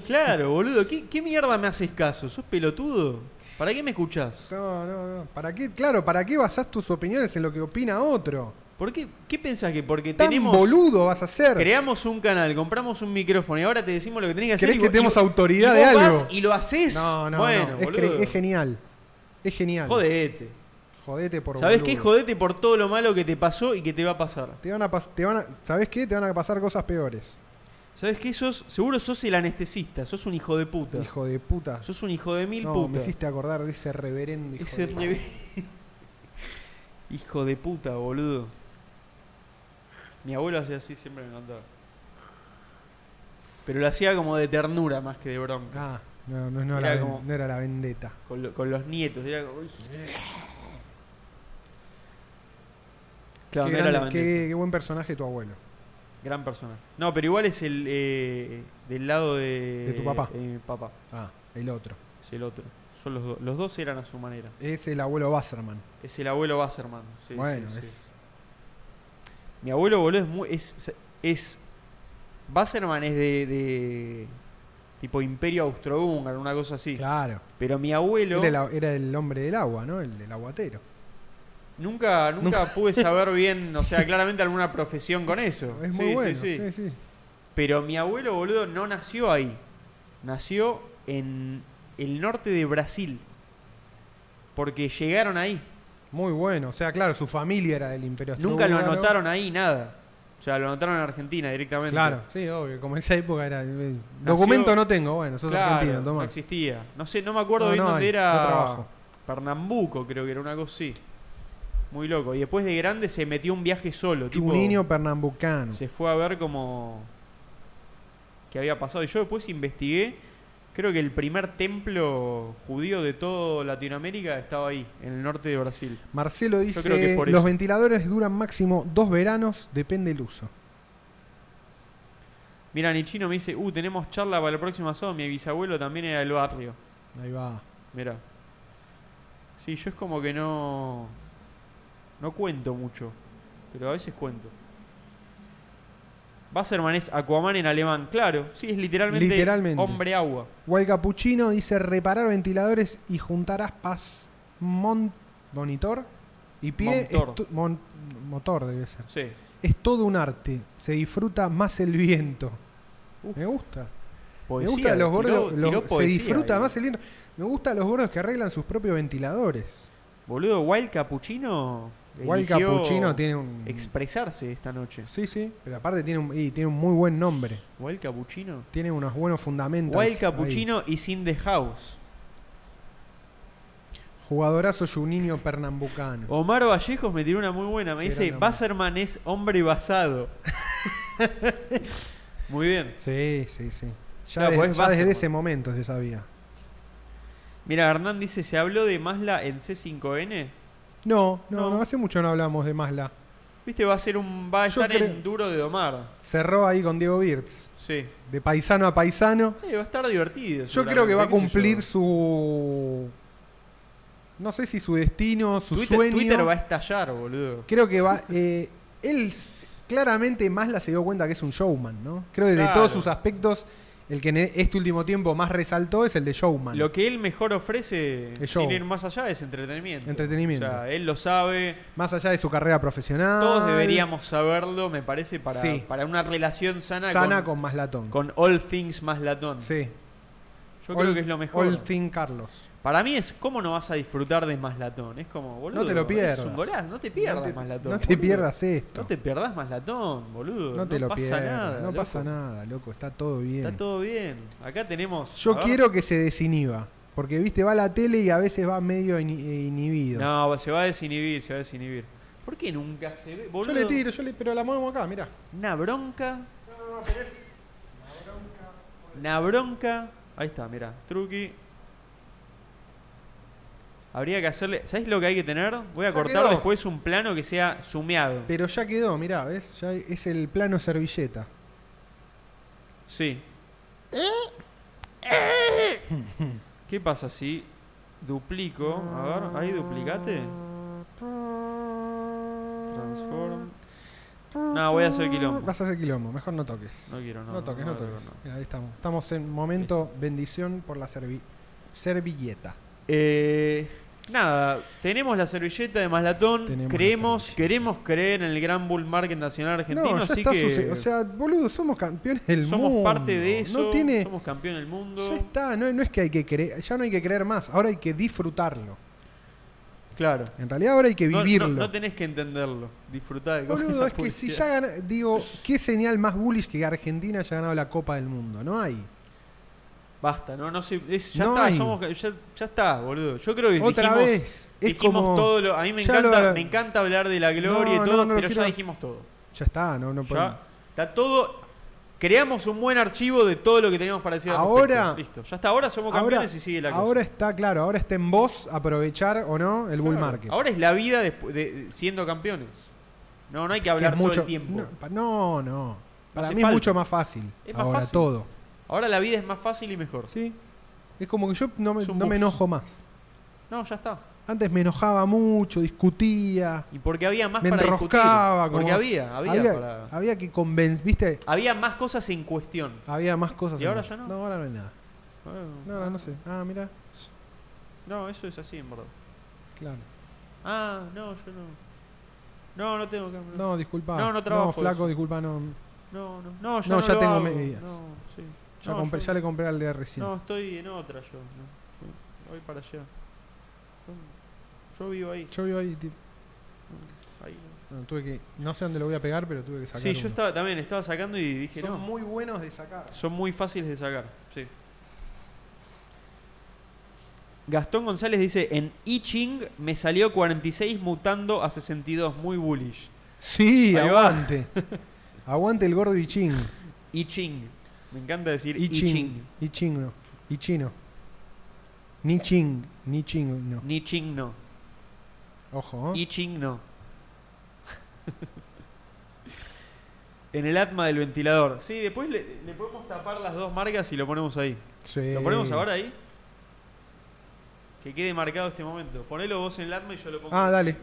[SPEAKER 1] claro, boludo. ¿Qué, qué mierda me haces caso? ¿Sos pelotudo? ¿Para qué me escuchás?
[SPEAKER 2] No, no, no. ¿Para qué? Claro, ¿para qué basás tus opiniones en lo que opina otro?
[SPEAKER 1] ¿Por qué, qué pensás que porque
[SPEAKER 2] Tan
[SPEAKER 1] tenemos...
[SPEAKER 2] boludo vas a ser.
[SPEAKER 1] Creamos un canal, compramos un micrófono y ahora te decimos lo que tenés que hacer.
[SPEAKER 2] ¿Crees
[SPEAKER 1] y
[SPEAKER 2] que
[SPEAKER 1] vos-
[SPEAKER 2] tenemos
[SPEAKER 1] y-
[SPEAKER 2] autoridad
[SPEAKER 1] y
[SPEAKER 2] de
[SPEAKER 1] vos
[SPEAKER 2] algo?
[SPEAKER 1] vas y lo haces.
[SPEAKER 2] No, no,
[SPEAKER 1] bueno,
[SPEAKER 2] no. Es,
[SPEAKER 1] boludo.
[SPEAKER 2] cre- es genial. Es genial.
[SPEAKER 1] Jodete.
[SPEAKER 2] Jodete por
[SPEAKER 1] ¿Sabés
[SPEAKER 2] boludo.
[SPEAKER 1] qué? Jodete por todo lo malo que te pasó y que te va a pasar.
[SPEAKER 2] Te van a pas- te van a- ¿Sabés qué? Te van a pasar cosas peores.
[SPEAKER 1] ¿Sabés qué? Sos, seguro sos el anestesista, sos un hijo de puta.
[SPEAKER 2] Hijo de puta.
[SPEAKER 1] Sos un hijo de mil
[SPEAKER 2] no, me
[SPEAKER 1] putas.
[SPEAKER 2] hiciste acordar de ese reverendo hijo
[SPEAKER 1] Ese
[SPEAKER 2] de
[SPEAKER 1] rebe- [LAUGHS] hijo de puta, boludo. Mi abuelo hacía así, siempre me contaba. Pero lo hacía como de ternura más que de bronca.
[SPEAKER 2] Ah, no, no, no
[SPEAKER 1] Era
[SPEAKER 2] la ven-
[SPEAKER 1] como-
[SPEAKER 2] no era la vendetta.
[SPEAKER 1] con, lo- con los nietos. Era como, "Uy". Claro,
[SPEAKER 2] qué,
[SPEAKER 1] no era la
[SPEAKER 2] grande-
[SPEAKER 1] Vanessa.
[SPEAKER 2] qué- qué buen personaje tu abuelo.
[SPEAKER 1] Gran persona. No, pero igual es el eh, del lado de,
[SPEAKER 2] De tu papá.
[SPEAKER 1] eh, mi papá,
[SPEAKER 2] Ah, el otro.
[SPEAKER 1] es el otro. Son los, dos. los dos eran a su manera.
[SPEAKER 2] Es el abuelo Wasserman.
[SPEAKER 1] Es el abuelo Wasserman. Sí,
[SPEAKER 2] bueno,
[SPEAKER 1] sí,
[SPEAKER 2] es
[SPEAKER 1] sí. Mi abuelo, boludo, es muy. Es, es, Wasserman es de, de tipo Imperio Austrohúngaro, una cosa así.
[SPEAKER 2] claro.
[SPEAKER 1] Pero mi abuelo.
[SPEAKER 2] Era el, a- era el hombre del agua, ¿no? El del aguatero.
[SPEAKER 1] Nunca, nunca pude
[SPEAKER 2] [LAUGHS]
[SPEAKER 1] saber bien, o sea, claramente alguna profesión con eso.
[SPEAKER 2] Es
[SPEAKER 1] Sí,
[SPEAKER 2] muy
[SPEAKER 1] sí,
[SPEAKER 2] bueno.
[SPEAKER 1] sí.
[SPEAKER 2] sí, sí.
[SPEAKER 1] Pero mi abuelo, boludo, no nació ahí. Nació en el norte de Brasil. Porque llegaron ahí.
[SPEAKER 2] Muy bueno. O sea, claro, su familia era del Imperio
[SPEAKER 1] Nunca lo
[SPEAKER 2] Austrohúngaro.
[SPEAKER 1] anotaron ahí, nada. O sea, lo anotaron en Argentina directamente.
[SPEAKER 2] Claro, sí, obvio. Como en esa época era. eh, Documento no tengo, bueno, sos
[SPEAKER 1] Claro,
[SPEAKER 2] argentino,
[SPEAKER 1] no
[SPEAKER 2] tomá.
[SPEAKER 1] existía. No sé, no me acuerdo
[SPEAKER 2] No,
[SPEAKER 1] bien
[SPEAKER 2] no
[SPEAKER 1] dónde
[SPEAKER 2] hay,
[SPEAKER 1] era.
[SPEAKER 2] no trabajo.
[SPEAKER 1] Pernambuco, creo que era una cosa así. Muy loco. Y después de grande se metió un viaje solo. tipo-
[SPEAKER 2] Juninho Pernambucano.
[SPEAKER 1] se fue a ver como qué había pasado. Y yo después investigué, creo que el primer templo judío de toda Latinoamérica estaba ahí, en el norte de Brasil.
[SPEAKER 2] Marcelo dice:
[SPEAKER 1] creo que es por
[SPEAKER 2] Los
[SPEAKER 1] eso".
[SPEAKER 2] ventiladores duran máximo dos veranos, depende el uso.
[SPEAKER 1] Mira, Nichino me dice, uh, tenemos charla para el próximo asado, mi bisabuelo también era del barrio.
[SPEAKER 2] Ahí va.
[SPEAKER 1] Mira. Sí, yo es como que no... No cuento mucho, pero a veces cuento. Wasserman es Aquaman en alemán, claro. Sí, es literalmente,
[SPEAKER 2] Literalmente.
[SPEAKER 1] hombre agua.
[SPEAKER 2] Guay Capuchino dice reparar ventiladores y juntar aspas mon- monitor y pie es
[SPEAKER 1] Montor.
[SPEAKER 2] to- mon- motor debe ser.
[SPEAKER 1] Sí.
[SPEAKER 2] Es todo un arte, se disfruta más el viento.
[SPEAKER 1] Uf.
[SPEAKER 2] Me gusta.
[SPEAKER 1] Poesía,
[SPEAKER 2] Me gusta los
[SPEAKER 1] tiró-
[SPEAKER 2] bordos, los-
[SPEAKER 1] tiró
[SPEAKER 2] se
[SPEAKER 1] poesía
[SPEAKER 2] disfruta
[SPEAKER 1] ahí.
[SPEAKER 2] más el viento. Me gusta los bordos que arreglan sus propios ventiladores.
[SPEAKER 1] Boludo, Wild Capuchino.
[SPEAKER 2] Guay
[SPEAKER 1] eligió
[SPEAKER 2] Capuchino tiene un
[SPEAKER 1] Expresarse esta noche.
[SPEAKER 2] Sí, sí, pero aparte tiene un, y tiene un muy buen nombre.
[SPEAKER 1] Wild Capuchino.
[SPEAKER 2] Tiene unos buenos fundamentos.
[SPEAKER 1] Wild
[SPEAKER 2] ahí.
[SPEAKER 1] Capuchino y Sin the House.
[SPEAKER 2] Jugadorazo Juninho Pernambucano.
[SPEAKER 1] Omar Vallejos me tiró una muy buena. Me
[SPEAKER 2] Qué
[SPEAKER 1] dice,
[SPEAKER 2] gran hombre.
[SPEAKER 1] Basserman es hombre
[SPEAKER 2] [LAUGHS]
[SPEAKER 1] basado. muy bien.
[SPEAKER 2] Sí, sí, sí. Ya,
[SPEAKER 1] Claro,
[SPEAKER 2] de-
[SPEAKER 1] pues es
[SPEAKER 2] ya desde
[SPEAKER 1] Wasserman.
[SPEAKER 2] ese momento se sabía.
[SPEAKER 1] Mira, Hernán dice, ¿se habló de Masla en C5N?
[SPEAKER 2] No, no,
[SPEAKER 1] No.
[SPEAKER 2] no, hace mucho no hablamos de Masla.
[SPEAKER 1] Viste, va a ser un... Va a
[SPEAKER 2] Yo
[SPEAKER 1] estar
[SPEAKER 2] creo-
[SPEAKER 1] en duro de domar.
[SPEAKER 2] Cerró ahí con Diego Birz,
[SPEAKER 1] Sí.
[SPEAKER 2] de paisano a paisano.
[SPEAKER 1] Eh, va a estar divertido.
[SPEAKER 2] Yo creo que va a
[SPEAKER 1] seguramente, qué sé
[SPEAKER 2] cumplir
[SPEAKER 1] yo.
[SPEAKER 2] su... No sé si su destino, su
[SPEAKER 1] Twitter,
[SPEAKER 2] sueño.
[SPEAKER 1] Twitter va a estallar, boludo.
[SPEAKER 2] Creo que va... eh, él s- claramente Masla se dio cuenta que es un showman, ¿no? Creo que de
[SPEAKER 1] Claro.
[SPEAKER 2] todos sus aspectos, el que en este último tiempo más resaltó es el de showman.
[SPEAKER 1] Lo que él mejor ofrece,
[SPEAKER 2] Es show.
[SPEAKER 1] sin ir más allá, es entretenimiento.
[SPEAKER 2] Entretenimiento.
[SPEAKER 1] O sea, él lo sabe.
[SPEAKER 2] Más allá de su carrera profesional.
[SPEAKER 1] Todos deberíamos saberlo, me parece, para,
[SPEAKER 2] Sí.
[SPEAKER 1] para una relación sana,
[SPEAKER 2] Sana
[SPEAKER 1] con,
[SPEAKER 2] con, Maslatón.
[SPEAKER 1] con All Things más latón.
[SPEAKER 2] Sí.
[SPEAKER 1] Yo
[SPEAKER 2] All-
[SPEAKER 1] creo que es lo mejor.
[SPEAKER 2] All Thing Carlos.
[SPEAKER 1] Para mí es, ¿cómo no vas a disfrutar de más latón? Es como, boludo.
[SPEAKER 2] No te lo
[SPEAKER 1] Es
[SPEAKER 2] pierdas.
[SPEAKER 1] un golazo, no te pierdas
[SPEAKER 2] no te,
[SPEAKER 1] más latón.
[SPEAKER 2] no te
[SPEAKER 1] boludo.
[SPEAKER 2] pierdas esto.
[SPEAKER 1] No te pierdas más latón, boludo.
[SPEAKER 2] No te lo
[SPEAKER 1] pasa
[SPEAKER 2] pierdas.
[SPEAKER 1] Nada,
[SPEAKER 2] no
[SPEAKER 1] loco.
[SPEAKER 2] pasa nada, loco. Está todo bien.
[SPEAKER 1] Está todo bien. Acá tenemos. a
[SPEAKER 2] Yo
[SPEAKER 1] ver.
[SPEAKER 2] quiero que se desinhiba. Porque, viste, va a la tele y a veces va medio ini- eh, inhibido.
[SPEAKER 1] No, se va a desinhibir, se va a desinhibir. ¿Por qué nunca se ve?
[SPEAKER 2] yo
[SPEAKER 1] Boludo,
[SPEAKER 2] le tiro, yo le, pero la muevo acá, mirá.
[SPEAKER 1] Una bronca. Una bronca. Ahí está, mira. Truqui. Habría que hacerle. ¿Sabes lo que hay que tener? Voy a
[SPEAKER 2] Ya
[SPEAKER 1] cortar
[SPEAKER 2] quedó.
[SPEAKER 1] después un plano que sea sumeado.
[SPEAKER 2] Pero ya quedó, mirá, ¿ves? Ya es el plano servilleta.
[SPEAKER 1] Sí.
[SPEAKER 2] Eh.
[SPEAKER 1] ¿Qué pasa si duplico? A ver, ahí duplicate. Transform. No, voy a hacer quilombo.
[SPEAKER 2] Vas a hacer quilombo, mejor no toques.
[SPEAKER 1] No quiero, no.
[SPEAKER 2] No toques, no, toques.
[SPEAKER 1] no.
[SPEAKER 2] Mira, ahí estamos. Estamos en momento bendición por la servi- servilleta.
[SPEAKER 1] Eh, nada, tenemos la servilleta de Maslatón.
[SPEAKER 2] Tenemos la
[SPEAKER 1] Creemos,
[SPEAKER 2] servilleta.
[SPEAKER 1] queremos creer en el gran bull market nacional argentino,
[SPEAKER 2] no, ya
[SPEAKER 1] así
[SPEAKER 2] está
[SPEAKER 1] que
[SPEAKER 2] suce- O sea, boludo, somos campeones del
[SPEAKER 1] somos
[SPEAKER 2] mundo.
[SPEAKER 1] parte de eso.
[SPEAKER 2] No tiene.
[SPEAKER 1] Somos campeón del mundo.
[SPEAKER 2] Ya está, no, no es que hay que creer, ya no hay que creer más, ahora hay que disfrutarlo.
[SPEAKER 1] Claro.
[SPEAKER 2] En realidad ahora hay que
[SPEAKER 1] No- no-
[SPEAKER 2] vivirlo.
[SPEAKER 1] No, tenés que entenderlo. Disfrutar
[SPEAKER 2] Boludo, es que si ya gana, digo, ¿qué señal más bullish que Argentina haya ganado la Copa del Mundo? No hay.
[SPEAKER 1] Basta, no, no sé. es- ya,
[SPEAKER 2] No
[SPEAKER 1] está,
[SPEAKER 2] hay.
[SPEAKER 1] somos- ya, ya está, boludo. Yo creo que
[SPEAKER 2] Otra
[SPEAKER 1] dijimos,
[SPEAKER 2] vez, es
[SPEAKER 1] dijimos
[SPEAKER 2] como-
[SPEAKER 1] todo lo. A mí me
[SPEAKER 2] ya
[SPEAKER 1] encanta,
[SPEAKER 2] lo-
[SPEAKER 1] me encanta hablar de la gloria
[SPEAKER 2] No,
[SPEAKER 1] y todo,
[SPEAKER 2] no, no
[SPEAKER 1] pero
[SPEAKER 2] quiero-
[SPEAKER 1] ya dijimos todo.
[SPEAKER 2] Ya está, no, no podemos.
[SPEAKER 1] Ya está todo. Creamos un buen archivo de todo lo que teníamos para decir. al
[SPEAKER 2] Ahora-
[SPEAKER 1] respecto. Listo. Ya hasta ahora somos
[SPEAKER 2] Ahora,
[SPEAKER 1] campeones y sigue la cosa.
[SPEAKER 2] ahora está claro, ahora está en vos aprovechar o no el bull
[SPEAKER 1] Claro.
[SPEAKER 2] market.
[SPEAKER 1] Ahora es la vida despu- de, de- siendo campeones. No, no hay que
[SPEAKER 2] Que es
[SPEAKER 1] hablar todo
[SPEAKER 2] mucho-
[SPEAKER 1] el tiempo.
[SPEAKER 2] No, pa- no, no. Para
[SPEAKER 1] hace
[SPEAKER 2] mí es
[SPEAKER 1] falta.
[SPEAKER 2] mucho más fácil.
[SPEAKER 1] Es más
[SPEAKER 2] ahora
[SPEAKER 1] fácil.
[SPEAKER 2] todo.
[SPEAKER 1] Ahora la vida es más fácil y mejor.
[SPEAKER 2] Sí. Es como que yo no me,
[SPEAKER 1] Es un
[SPEAKER 2] no
[SPEAKER 1] bus.
[SPEAKER 2] me enojo más.
[SPEAKER 1] No, ya está.
[SPEAKER 2] Antes me enojaba mucho, discutía,
[SPEAKER 1] Y porque había más
[SPEAKER 2] me
[SPEAKER 1] para discutir.
[SPEAKER 2] enroscaba. como-
[SPEAKER 1] Porque había, había,
[SPEAKER 2] había,
[SPEAKER 1] para-
[SPEAKER 2] había que convencer, ¿viste?
[SPEAKER 1] había más cosas en cuestión.
[SPEAKER 2] Había más cosas.
[SPEAKER 1] ¿Y
[SPEAKER 2] en-
[SPEAKER 1] ahora ya no?
[SPEAKER 2] No, ahora no hay nada. No, ahora no sé. Ah, mira.
[SPEAKER 1] No, eso es así, en verdad.
[SPEAKER 2] Claro.
[SPEAKER 1] Ah, no, yo no. No, no tengo cámara.
[SPEAKER 2] No, disculpa.
[SPEAKER 1] No, no trabajo
[SPEAKER 2] flaco,
[SPEAKER 1] eso.
[SPEAKER 2] disculpa, no.
[SPEAKER 1] no, no. No, yo
[SPEAKER 2] No,
[SPEAKER 1] no,
[SPEAKER 2] ya
[SPEAKER 1] lo
[SPEAKER 2] tengo
[SPEAKER 1] hago.
[SPEAKER 2] medidas.
[SPEAKER 1] No, sí.
[SPEAKER 2] Ya,
[SPEAKER 1] No,
[SPEAKER 2] compré-
[SPEAKER 1] yo-
[SPEAKER 2] ya le compré al de recién.
[SPEAKER 1] No, estoy en otra yo. no. Yo Voy para allá. Yo- Yo vivo ahí.
[SPEAKER 2] Yo vivo ahí, tipo,
[SPEAKER 1] ahí.
[SPEAKER 2] no, tuve que, no sé dónde lo voy a pegar, pero tuve que sacar.
[SPEAKER 1] Sí, yo
[SPEAKER 2] uno.
[SPEAKER 1] estaba, también estaba sacando y dije,
[SPEAKER 2] Son
[SPEAKER 1] no,
[SPEAKER 2] muy buenos de sacar.
[SPEAKER 1] son muy fáciles de sacar. Sí. Gastón González dice, en I Ching me salió 46 mutando a 62, muy bullish.
[SPEAKER 2] Sí,
[SPEAKER 1] Ahí va. [LAUGHS]
[SPEAKER 2] aguante. aguante el gordo y ching.
[SPEAKER 1] I Ching. Me encanta decir I
[SPEAKER 2] Y
[SPEAKER 1] Ching.
[SPEAKER 2] ching. Y chino. Y chino. Ni ching. Ni ching. No.
[SPEAKER 1] Ni Ching no.
[SPEAKER 2] Ojo. ¿eh?
[SPEAKER 1] I Ching no. en el atma del ventilador. Sí, después le, le podemos tapar las dos marcas y lo ponemos ahí.
[SPEAKER 2] Sí.
[SPEAKER 1] ¿Lo ponemos ahora ahí? Que quede marcado este momento. Ponelo vos en el atma y yo lo pongo.
[SPEAKER 2] Ah, dale.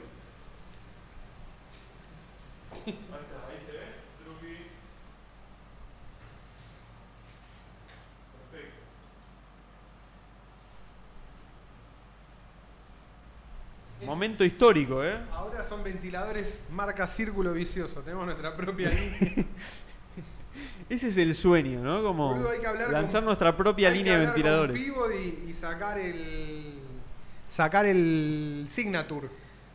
[SPEAKER 1] Momento histórico, ¿eh?
[SPEAKER 2] Ahora son ventiladores marca Círculo Vicioso. Tenemos nuestra
[SPEAKER 1] [LAUGHS]
[SPEAKER 2] propia línea.
[SPEAKER 1] Ese es el sueño, ¿no? Como
[SPEAKER 2] Boludo, hay que hablar
[SPEAKER 1] lanzar
[SPEAKER 2] con-
[SPEAKER 1] nuestra propia
[SPEAKER 2] Hay que
[SPEAKER 1] línea de
[SPEAKER 2] hablar con
[SPEAKER 1] ventiladores.
[SPEAKER 2] Pivot y, y sacar el. Sacar el Signature.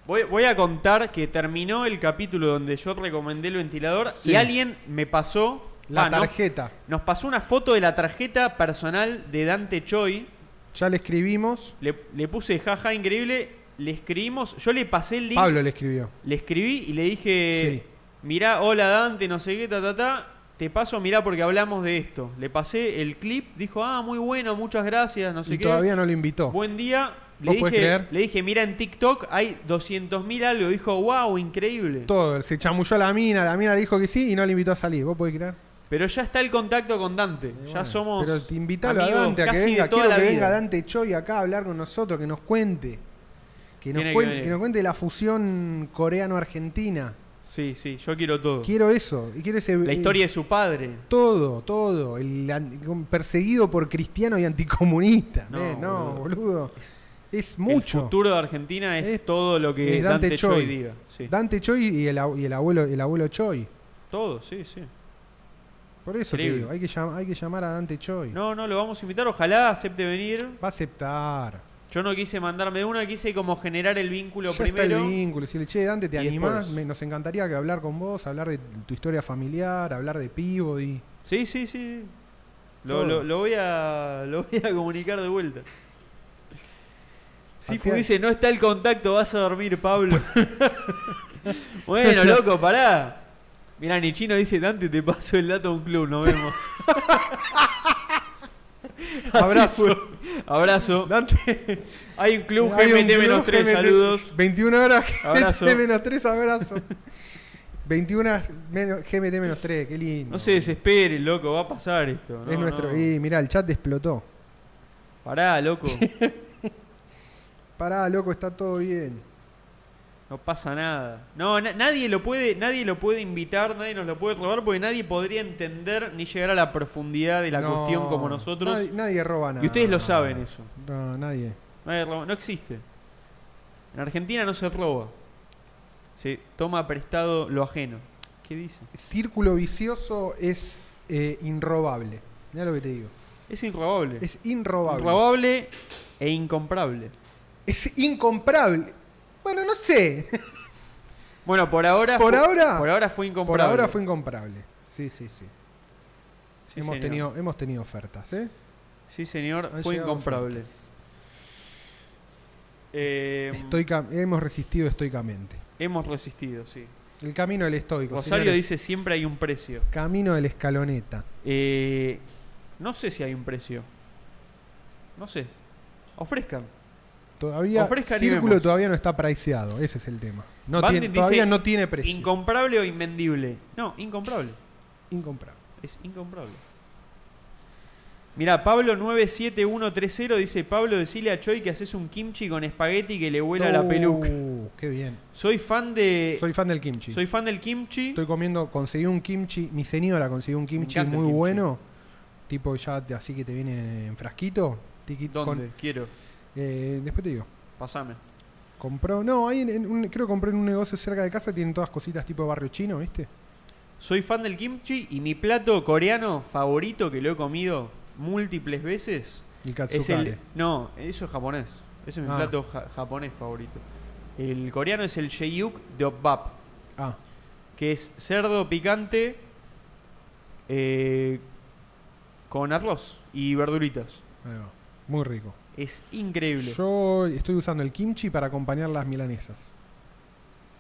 [SPEAKER 1] Voy, voy a contar que terminó el capítulo donde yo recomendé el ventilador
[SPEAKER 2] Sí.
[SPEAKER 1] y alguien me pasó
[SPEAKER 2] La
[SPEAKER 1] ah, no,
[SPEAKER 2] tarjeta.
[SPEAKER 1] nos pasó una foto de la tarjeta personal de Dante Choi.
[SPEAKER 2] Ya le escribimos.
[SPEAKER 1] Le, le puse jaja increíble, le escribimos, yo le pasé el link,
[SPEAKER 2] Pablo le escribió.
[SPEAKER 1] le escribí y le dije,
[SPEAKER 2] Sí.
[SPEAKER 1] mirá, hola Dante, no sé qué, ta, ta, ta, te paso, mirá porque hablamos de esto. Le pasé el clip, dijo, ah, muy bueno, muchas gracias, no sé
[SPEAKER 2] y
[SPEAKER 1] qué.
[SPEAKER 2] todavía no lo invitó.
[SPEAKER 1] Buen día. Le
[SPEAKER 2] ¿Vos podés
[SPEAKER 1] dije,
[SPEAKER 2] creer?
[SPEAKER 1] le dije, mira en TikTok hay 200.000 algo. Dijo, wow, increíble.
[SPEAKER 2] Todo. Se chamulló a la mina. La mina dijo que sí y no le invitó a salir. ¿Vos podés creer.
[SPEAKER 1] Pero ya está el contacto con Dante. ya
[SPEAKER 2] Bueno,
[SPEAKER 1] somos
[SPEAKER 2] Pero te invitalo a
[SPEAKER 1] amigos
[SPEAKER 2] Dante a que
[SPEAKER 1] casi de
[SPEAKER 2] venga.
[SPEAKER 1] toda
[SPEAKER 2] Quiero
[SPEAKER 1] la
[SPEAKER 2] que
[SPEAKER 1] vida.
[SPEAKER 2] venga Dante Choi acá a hablar con nosotros. Que nos cuente. Que nos,
[SPEAKER 1] Tiene que
[SPEAKER 2] cuen-
[SPEAKER 1] venir.
[SPEAKER 2] que nos cuente la fusión coreano-argentina.
[SPEAKER 1] Sí, sí, yo quiero todo.
[SPEAKER 2] Quiero eso. Y quiero ese.
[SPEAKER 1] La
[SPEAKER 2] eh,
[SPEAKER 1] historia de su padre.
[SPEAKER 2] Todo, todo. El an- perseguido por cristiano y anticomunista.
[SPEAKER 1] No,
[SPEAKER 2] men, No,
[SPEAKER 1] boludo.
[SPEAKER 2] boludo.
[SPEAKER 1] Es-
[SPEAKER 2] Es
[SPEAKER 1] El
[SPEAKER 2] mucho.
[SPEAKER 1] futuro de Argentina es,
[SPEAKER 2] Es-
[SPEAKER 1] todo lo que
[SPEAKER 2] es
[SPEAKER 1] Dante,
[SPEAKER 2] Dante
[SPEAKER 1] Choi,
[SPEAKER 2] Choi.
[SPEAKER 1] diga. Sí.
[SPEAKER 2] Dante Choi y el, ab- y el abuelo el abuelo Choi.
[SPEAKER 1] Todo, sí, sí.
[SPEAKER 2] Por eso te
[SPEAKER 1] Increíble.
[SPEAKER 2] digo, hay que, llam- hay que llamar a Dante Choi.
[SPEAKER 1] No, no, lo vamos a invitar. Ojalá acepte venir.
[SPEAKER 2] Va a aceptar.
[SPEAKER 1] Yo no quise mandarme una, quise como generar el vínculo
[SPEAKER 2] Ya
[SPEAKER 1] primero.
[SPEAKER 2] está el vínculo. Si le che, Dante, ¿te
[SPEAKER 1] y
[SPEAKER 2] animás?
[SPEAKER 1] después.
[SPEAKER 2] Me- nos encantaría que hablar con vos, hablar de tu historia familiar, hablar
[SPEAKER 1] [LAUGHS]
[SPEAKER 2] de Peabody.
[SPEAKER 1] Sí, sí, sí. Lo,
[SPEAKER 2] Todo.
[SPEAKER 1] lo- lo voy a, lo voy a comunicar de vuelta. Si
[SPEAKER 2] Patear.
[SPEAKER 1] dice, no está el contacto, vas a dormir,
[SPEAKER 2] [LAUGHS]
[SPEAKER 1] Pablo. bueno, loco, pará. Mirá, ni chino dice, Dante, te paso el dato a un club, nos
[SPEAKER 2] [LAUGHS]
[SPEAKER 1] vemos. Así
[SPEAKER 2] Abrazo.
[SPEAKER 1] fue. Abrazo.
[SPEAKER 2] Dante.
[SPEAKER 1] Hay un club
[SPEAKER 2] hay un
[SPEAKER 1] GMT-3,
[SPEAKER 2] GMT.
[SPEAKER 1] saludos.
[SPEAKER 2] 21 horas
[SPEAKER 1] Abrazo.
[SPEAKER 2] GMT-3, abrazo. [LAUGHS] 21 horas menos- GMT-3, qué lindo.
[SPEAKER 1] No se desespere, loco, va a pasar esto.
[SPEAKER 2] es
[SPEAKER 1] No,
[SPEAKER 2] nuestro.
[SPEAKER 1] no.
[SPEAKER 2] Y mirá, el chat explotó.
[SPEAKER 1] Pará, loco.
[SPEAKER 2] Pará, loco, está todo bien.
[SPEAKER 1] No pasa nada. No, na- nadie lo puede, nadie lo puede invitar, nadie nos lo puede robar, porque nadie podría entender ni llegar a la profundidad de la
[SPEAKER 2] No,
[SPEAKER 1] cuestión como nosotros.
[SPEAKER 2] Nadie, nadie roba nada.
[SPEAKER 1] y ustedes lo saben eso.
[SPEAKER 2] No, nadie.
[SPEAKER 1] Nadie roba- no existe. En Argentina no se roba. Se toma prestado lo ajeno. ¿Qué dice?
[SPEAKER 2] Círculo vicioso es eh, inrobable. Mira lo que te digo.
[SPEAKER 1] Es inrobable.
[SPEAKER 2] Es inrobable.
[SPEAKER 1] Inrobable e incomprable.
[SPEAKER 2] Es incomprable. Bueno, no sé.
[SPEAKER 1] Bueno, por ahora.
[SPEAKER 2] ¿Por
[SPEAKER 1] fu-
[SPEAKER 2] ahora?
[SPEAKER 1] Por ahora fue
[SPEAKER 2] Por
[SPEAKER 1] incomprable.
[SPEAKER 2] ahora fue incomprable. Sí, sí, sí.
[SPEAKER 1] Sí,
[SPEAKER 2] hemos,
[SPEAKER 1] señor.
[SPEAKER 2] tenido, hemos tenido ofertas, ¿eh?
[SPEAKER 1] Sí, señor,
[SPEAKER 2] Han
[SPEAKER 1] fue
[SPEAKER 2] llegado
[SPEAKER 1] incomprable.
[SPEAKER 2] ofertas.
[SPEAKER 1] Eh,
[SPEAKER 2] Estoica- hemos resistido estoicamente.
[SPEAKER 1] Hemos resistido, sí.
[SPEAKER 2] El camino del estoico.
[SPEAKER 1] Rosario
[SPEAKER 2] señores.
[SPEAKER 1] dice siempre hay un precio.
[SPEAKER 2] Camino del escaloneta.
[SPEAKER 1] Eh, no sé si hay un precio. No sé. Ofrezcan.
[SPEAKER 2] Todavía.
[SPEAKER 1] Ofrezcan y
[SPEAKER 2] Círculo
[SPEAKER 1] vemos.
[SPEAKER 2] todavía no está priceado. Ese es el tema. No
[SPEAKER 1] Bandit
[SPEAKER 2] tiene,
[SPEAKER 1] dice,
[SPEAKER 2] todavía no tiene precio.
[SPEAKER 1] ¿Incomprable o invendible? No, incomprable.
[SPEAKER 2] incomprable.
[SPEAKER 1] Es incomprable. Mirá, Pablo 97130 dice, Pablo, decile a Choi que haces un kimchi con espagueti que le huela la
[SPEAKER 2] Uh,
[SPEAKER 1] peluca. Eh,
[SPEAKER 2] Qué bien.
[SPEAKER 1] Soy fan de...
[SPEAKER 2] Soy fan del kimchi.
[SPEAKER 1] soy fan del kimchi.
[SPEAKER 2] Estoy comiendo, conseguí un kimchi, mi señora consiguió un kimchi
[SPEAKER 1] encanta el
[SPEAKER 2] muy
[SPEAKER 1] kimchi.
[SPEAKER 2] bueno, tipo ya te- así que te viene en frasquito. tiqui-
[SPEAKER 1] ¿Dónde?
[SPEAKER 2] con-
[SPEAKER 1] Quiero.
[SPEAKER 2] eh, después te digo.
[SPEAKER 1] Pasame.
[SPEAKER 2] Compró, no, ahí en, en un- creo que compré en un negocio cerca de casa, tienen todas cositas tipo barrio chino, ¿viste?
[SPEAKER 1] Soy fan del kimchi y mi plato coreano favorito que lo he comido múltiples veces
[SPEAKER 2] El
[SPEAKER 1] es
[SPEAKER 2] katsukare.
[SPEAKER 1] el. No, eso es japonés. Ese es mi
[SPEAKER 2] Ah.
[SPEAKER 1] plato ja- japonés favorito. El coreano es el sheyuk dobbap,
[SPEAKER 2] Ah,
[SPEAKER 1] que es cerdo picante eh, con arroz y verduritas.
[SPEAKER 2] ahí va. Muy rico.
[SPEAKER 1] Es increíble.
[SPEAKER 2] Yo estoy usando el kimchi para acompañar las milanesas.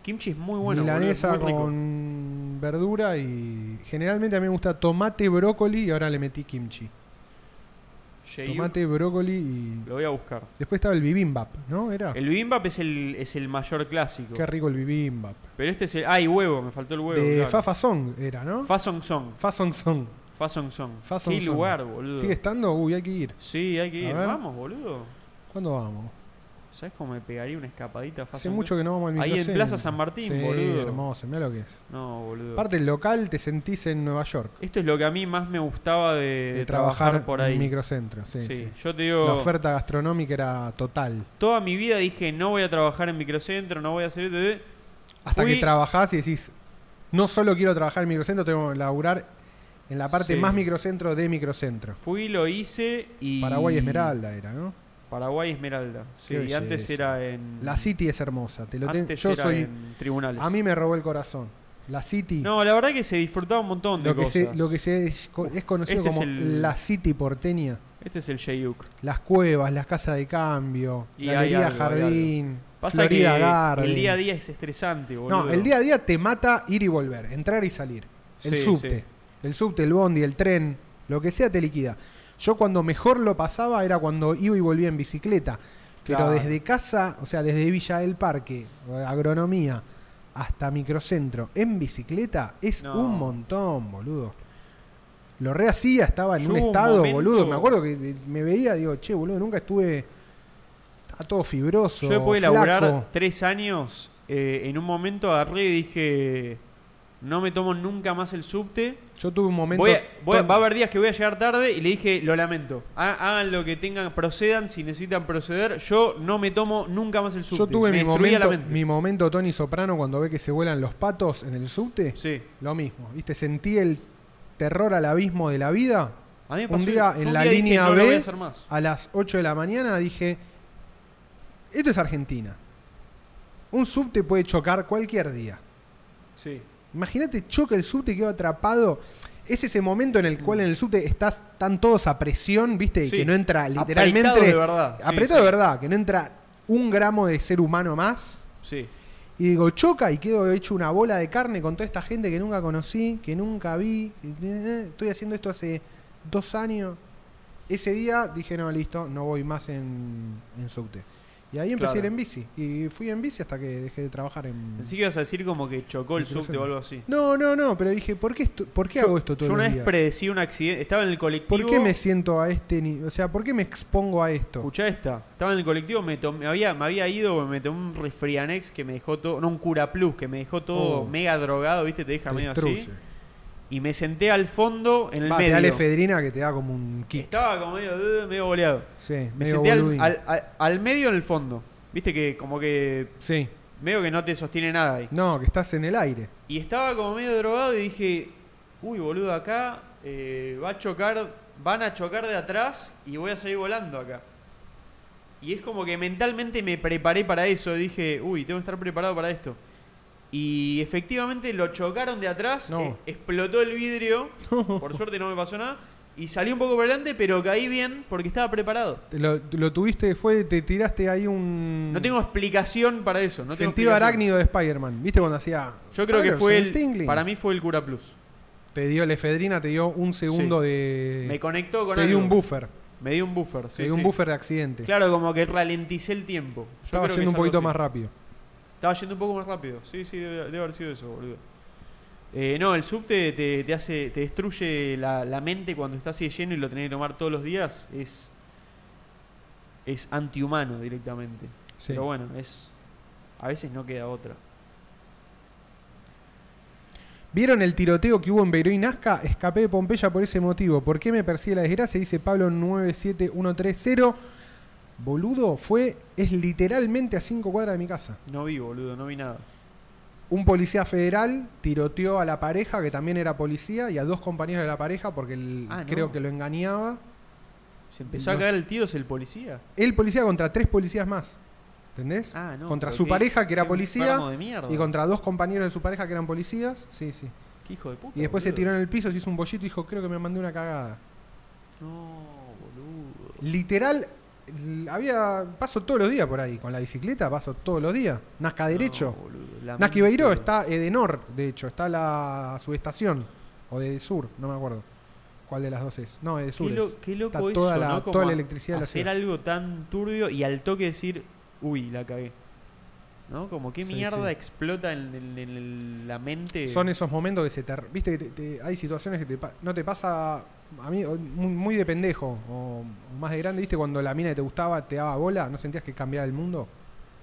[SPEAKER 1] Kimchi es muy bueno. boludo, es
[SPEAKER 2] Milanesa
[SPEAKER 1] muy rico.
[SPEAKER 2] con verdura y generalmente a mí me gusta tomate, brócoli y ahora le metí kimchi.
[SPEAKER 1] Sheyuk,
[SPEAKER 2] Tomate, brócoli y
[SPEAKER 1] Lo voy a buscar.
[SPEAKER 2] Después estaba el bibimbap, ¿no? Era.
[SPEAKER 1] El bibimbap es el, es el mayor clásico.
[SPEAKER 2] Ah. Qué rico el bibimbap.
[SPEAKER 1] Pero este es el. ¡Ay, huevo! Me faltó el huevo.
[SPEAKER 2] de
[SPEAKER 1] claro.
[SPEAKER 2] Fafa Song era, ¿no?
[SPEAKER 1] Fasong Song.
[SPEAKER 2] Fasong Song.
[SPEAKER 1] Fasong Song.
[SPEAKER 2] Fa Song
[SPEAKER 1] Qué
[SPEAKER 2] Song.
[SPEAKER 1] lugar, boludo.
[SPEAKER 2] ¿Sigue estando? Uy, hay que ir.
[SPEAKER 1] Sí, hay que
[SPEAKER 2] A
[SPEAKER 1] ir.
[SPEAKER 2] ver.
[SPEAKER 1] Vamos, boludo.
[SPEAKER 2] ¿Cuándo vamos?
[SPEAKER 1] ¿Sabes cómo me pegaría una escapadita fácil?
[SPEAKER 2] Hace mucho que no vamos al
[SPEAKER 1] Ahí en
[SPEAKER 2] microcentro.
[SPEAKER 1] Plaza San Martín,
[SPEAKER 2] Sí,
[SPEAKER 1] boludo.
[SPEAKER 2] hermoso, mirá lo que es.
[SPEAKER 1] No, boludo.
[SPEAKER 2] Aparte, el local te sentís en Nueva York.
[SPEAKER 1] Esto es lo que a mí más me gustaba de,
[SPEAKER 2] De,
[SPEAKER 1] Eh, de
[SPEAKER 2] trabajar,
[SPEAKER 1] trabajar, por ahí.
[SPEAKER 2] en microcentro. Sí,
[SPEAKER 1] Sí,
[SPEAKER 2] sí.
[SPEAKER 1] yo te
[SPEAKER 2] La
[SPEAKER 1] digo,
[SPEAKER 2] oferta gastronómica era total.
[SPEAKER 1] toda mi vida dije, no voy a trabajar en microcentro, no voy a hacer... esto".
[SPEAKER 2] Hasta
[SPEAKER 1] Fui-
[SPEAKER 2] que trabajás y decís, no solo quiero trabajar en microcentro, tengo que laburar en la parte
[SPEAKER 1] Sí.
[SPEAKER 2] más microcentro de microcentro.
[SPEAKER 1] Fui, lo hice y...
[SPEAKER 2] Paraguay Esmeralda era, ¿no?
[SPEAKER 1] Paraguay Esmeralda. Sí,
[SPEAKER 2] Qué
[SPEAKER 1] y antes
[SPEAKER 2] belleza.
[SPEAKER 1] era en...
[SPEAKER 2] La City es hermosa. Te lo ten-
[SPEAKER 1] antes
[SPEAKER 2] Yo
[SPEAKER 1] era
[SPEAKER 2] soy.
[SPEAKER 1] en tribunales.
[SPEAKER 2] A mí me robó el corazón. La City.
[SPEAKER 1] No, la verdad que se disfrutaba un montón de
[SPEAKER 2] lo que,
[SPEAKER 1] cosas.
[SPEAKER 2] se, lo que se es, co- es conocido
[SPEAKER 1] Este es
[SPEAKER 2] como
[SPEAKER 1] el-
[SPEAKER 2] la City porteña.
[SPEAKER 1] Este es el Sheyuk.
[SPEAKER 2] Las cuevas, las casas de cambio,
[SPEAKER 1] Y
[SPEAKER 2] la
[SPEAKER 1] hay
[SPEAKER 2] galería
[SPEAKER 1] algo, hay
[SPEAKER 2] jardín,
[SPEAKER 1] Pasa
[SPEAKER 2] Florida
[SPEAKER 1] que
[SPEAKER 2] Garden.
[SPEAKER 1] el día a día es estresante, boludo.
[SPEAKER 2] No, el día a día te mata ir y volver, entrar y salir. El
[SPEAKER 1] Sí,
[SPEAKER 2] subte.
[SPEAKER 1] sí.
[SPEAKER 2] El subte, el bondi, el tren, lo que sea te liquida. Yo cuando mejor lo pasaba era cuando iba y volvía en bicicleta. Pero
[SPEAKER 1] Claro.
[SPEAKER 2] desde casa, o sea, desde Villa del Parque, eh, agronomía, hasta microcentro, en bicicleta, es
[SPEAKER 1] No.
[SPEAKER 2] un montón, boludo. Lo re hacía, estaba en
[SPEAKER 1] Yo
[SPEAKER 2] un
[SPEAKER 1] hubo un
[SPEAKER 2] estado,
[SPEAKER 1] momento-
[SPEAKER 2] boludo. Me acuerdo que eh, me veía, digo, che, boludo, nunca estuve. Está todo fibroso.
[SPEAKER 1] Yo después de
[SPEAKER 2] flaco".
[SPEAKER 1] laburar tres años, eh, en un momento agarré y dije, no me tomo nunca más el subte.
[SPEAKER 2] Yo tuve un momento.
[SPEAKER 1] Voy a- voy a-
[SPEAKER 2] to-
[SPEAKER 1] va a haber días que voy a llegar tarde y le dije, lo lamento. Ha- Hagan lo que tengan, procedan si necesitan proceder. Yo no me tomo nunca más el subte.
[SPEAKER 2] Yo tuve
[SPEAKER 1] me
[SPEAKER 2] mi
[SPEAKER 1] destruía
[SPEAKER 2] momento,
[SPEAKER 1] la mente.
[SPEAKER 2] mi momento Tony Soprano cuando ve que se vuelan los patos en el subte.
[SPEAKER 1] Sí.
[SPEAKER 2] Lo mismo, ¿viste? Sentí el terror al abismo de la vida.
[SPEAKER 1] A mí me
[SPEAKER 2] Un
[SPEAKER 1] pasó-
[SPEAKER 2] día
[SPEAKER 1] yo
[SPEAKER 2] en
[SPEAKER 1] un
[SPEAKER 2] la
[SPEAKER 1] día dije,
[SPEAKER 2] línea
[SPEAKER 1] "No lo
[SPEAKER 2] B,
[SPEAKER 1] voy a hacer más".
[SPEAKER 2] a las 8 de la mañana dije, esto es Argentina. Un subte puede chocar cualquier día.
[SPEAKER 1] Sí.
[SPEAKER 2] Imagínate, choca el subte y quedó atrapado. Es ese momento en el cual en el subte estás, están todos a presión, ¿viste? Y
[SPEAKER 1] Sí.
[SPEAKER 2] que no entra
[SPEAKER 1] Apretado
[SPEAKER 2] literalmente.
[SPEAKER 1] de verdad. Sí,
[SPEAKER 2] Apretado
[SPEAKER 1] sí.
[SPEAKER 2] de verdad, que no entra un gramo de ser humano más.
[SPEAKER 1] Sí.
[SPEAKER 2] Y digo, choca y quedo hecho una bola de carne con toda esta gente que nunca conocí, que nunca vi. Eh, Estoy haciendo esto hace dos años. Ese día dije, no, listo, no voy más en, en subte. Y ahí empecé a ir
[SPEAKER 1] Claro.
[SPEAKER 2] en bici. Y fui en bici hasta que dejé de trabajar en...
[SPEAKER 1] Pensé que ibas a decir como que chocó el subte o algo así.
[SPEAKER 2] No, no, no, pero dije, ¿por qué, esto- por qué hago esto todo
[SPEAKER 1] Yo
[SPEAKER 2] los
[SPEAKER 1] una vez
[SPEAKER 2] días?
[SPEAKER 1] predecí un accidente. Estaba en el colectivo.
[SPEAKER 2] ¿Por qué me siento a este ni- O sea, ¿por qué me expongo a esto?
[SPEAKER 1] Escuchá esta. Estaba en el colectivo, me, tomé- me había, me había ido, me tomé un resfrianex que me dejó todo. No, un cura plus que me dejó todo
[SPEAKER 2] Oh.
[SPEAKER 1] mega drogado, ¿viste? Te deja
[SPEAKER 2] Te
[SPEAKER 1] medio
[SPEAKER 2] destruye.
[SPEAKER 1] así. Y me senté al fondo, en el
[SPEAKER 2] Va, te
[SPEAKER 1] medio.
[SPEAKER 2] da la efedrina que te da como un
[SPEAKER 1] Que
[SPEAKER 2] kick.
[SPEAKER 1] estaba como medio, eh, medio boleado.
[SPEAKER 2] Sí,
[SPEAKER 1] Me
[SPEAKER 2] medio
[SPEAKER 1] senté al,
[SPEAKER 2] boludín.
[SPEAKER 1] al- al- al medio en el fondo. Viste que como que
[SPEAKER 2] Sí.
[SPEAKER 1] medio que no te sostiene nada ahí.
[SPEAKER 2] No, que estás en el aire.
[SPEAKER 1] Y estaba como medio drogado y dije, uy boludo, acá eh, va a chocar, van a chocar de atrás y voy a salir volando acá. Y es como que mentalmente me preparé para eso, dije, uy, tengo que estar preparado para esto. Y efectivamente lo chocaron de atrás,
[SPEAKER 2] No.
[SPEAKER 1] eh, explotó el
[SPEAKER 2] [LAUGHS]
[SPEAKER 1] vidrio, por suerte no me pasó nada, y salí un poco por delante, pero caí bien porque estaba preparado.
[SPEAKER 2] Te Lo, lo tuviste, fue, te tiraste ahí un.
[SPEAKER 1] No tengo explicación para eso. No tengo
[SPEAKER 2] Mm. sentido
[SPEAKER 1] explicación.
[SPEAKER 2] arácnido de Spider-Man. ¿Viste cuando hacía.
[SPEAKER 1] Yo creo que
[SPEAKER 2] Spider
[SPEAKER 1] fue
[SPEAKER 2] Sense
[SPEAKER 1] el,
[SPEAKER 2] Tingling?
[SPEAKER 1] para mí fue el cura plus.
[SPEAKER 2] Te dio la efedrina, te dio un segundo de.
[SPEAKER 1] Me conectó con
[SPEAKER 2] Te dio
[SPEAKER 1] algo.
[SPEAKER 2] un buffer.
[SPEAKER 1] Me dio un buffer, sí.
[SPEAKER 2] te dio un
[SPEAKER 1] sí.
[SPEAKER 2] buffer de accidente.
[SPEAKER 1] Claro, como que ralenticé el tiempo. Yo
[SPEAKER 2] Estaba
[SPEAKER 1] creo que
[SPEAKER 2] yendo un
[SPEAKER 1] es algo
[SPEAKER 2] poquito
[SPEAKER 1] así.
[SPEAKER 2] más rápido.
[SPEAKER 1] Estaba yendo un poco más rápido. Sí, sí, debe, debe haber sido eso, boludo. Eh, no, el subte te, te hace, te destruye la, la mente cuando estás así de lleno y lo tenés que tomar todos los días. Es, es antihumano directamente.
[SPEAKER 2] Sí.
[SPEAKER 1] Pero bueno, es a veces no queda otra.
[SPEAKER 2] ¿Vieron el tiroteo que hubo en Beiró y Nazca? Escapé de Pompeya por ese motivo. ¿Por qué me persigue la desgracia? Dice Pablo 97130. Boludo, fue. Es literalmente a 5 cuadras de mi casa.
[SPEAKER 1] No vi, boludo, no vi nada.
[SPEAKER 2] Un policía federal tiroteó a la pareja, que también era policía, y a dos compañeros de la pareja, porque el-
[SPEAKER 1] Ah, no.
[SPEAKER 2] creo que lo engañaba.
[SPEAKER 1] ¿Se empezó a
[SPEAKER 2] No.
[SPEAKER 1] caer el tiro? ¿Es el policía?
[SPEAKER 2] El policía contra tres policías más. ¿Entendés?
[SPEAKER 1] Ah, no.
[SPEAKER 2] contra
[SPEAKER 1] pero
[SPEAKER 2] su
[SPEAKER 1] qué-
[SPEAKER 2] pareja, que era
[SPEAKER 1] qué
[SPEAKER 2] policía,
[SPEAKER 1] enfermo de mierda.
[SPEAKER 2] y contra dos compañeros de su pareja, que eran policías. Sí, sí.
[SPEAKER 1] Qué hijo de puta.
[SPEAKER 2] Y después se
[SPEAKER 1] boludo.
[SPEAKER 2] tiró en el piso, se hizo un bollito y dijo, creo que me mandé una cagada.
[SPEAKER 1] No, boludo.
[SPEAKER 2] Literal, l- había paso todos los días por ahí. Con la bicicleta paso todos los días. Nazca derecho.
[SPEAKER 1] No, boludo, la
[SPEAKER 2] Nazca y
[SPEAKER 1] mente,
[SPEAKER 2] Beiró
[SPEAKER 1] boludo.
[SPEAKER 2] está Edenor, de hecho. Está la subestación. O de Sur, no me acuerdo. ¿Cuál de las dos es? No, de Sur.
[SPEAKER 1] Qué, lo-
[SPEAKER 2] es.
[SPEAKER 1] qué loco
[SPEAKER 2] Está toda
[SPEAKER 1] eso,
[SPEAKER 2] la-
[SPEAKER 1] ¿no? Como
[SPEAKER 2] toda la
[SPEAKER 1] a-
[SPEAKER 2] electricidad de la
[SPEAKER 1] Hacer
[SPEAKER 2] ciudad.
[SPEAKER 1] algo tan turbio y al toque decir, uy, la cagué. ¿No? Como qué
[SPEAKER 2] Sí,
[SPEAKER 1] mierda
[SPEAKER 2] sí.
[SPEAKER 1] explota en, en- en la mente.
[SPEAKER 2] Son esos momentos que se te... Viste que te- te- hay situaciones que te pa- no te pasa... A mí, o- muy, muy de pendejo, o o más de grande, ¿viste? Cuando la mina que te gustaba te daba bola, ¿no sentías que cambiaba el mundo?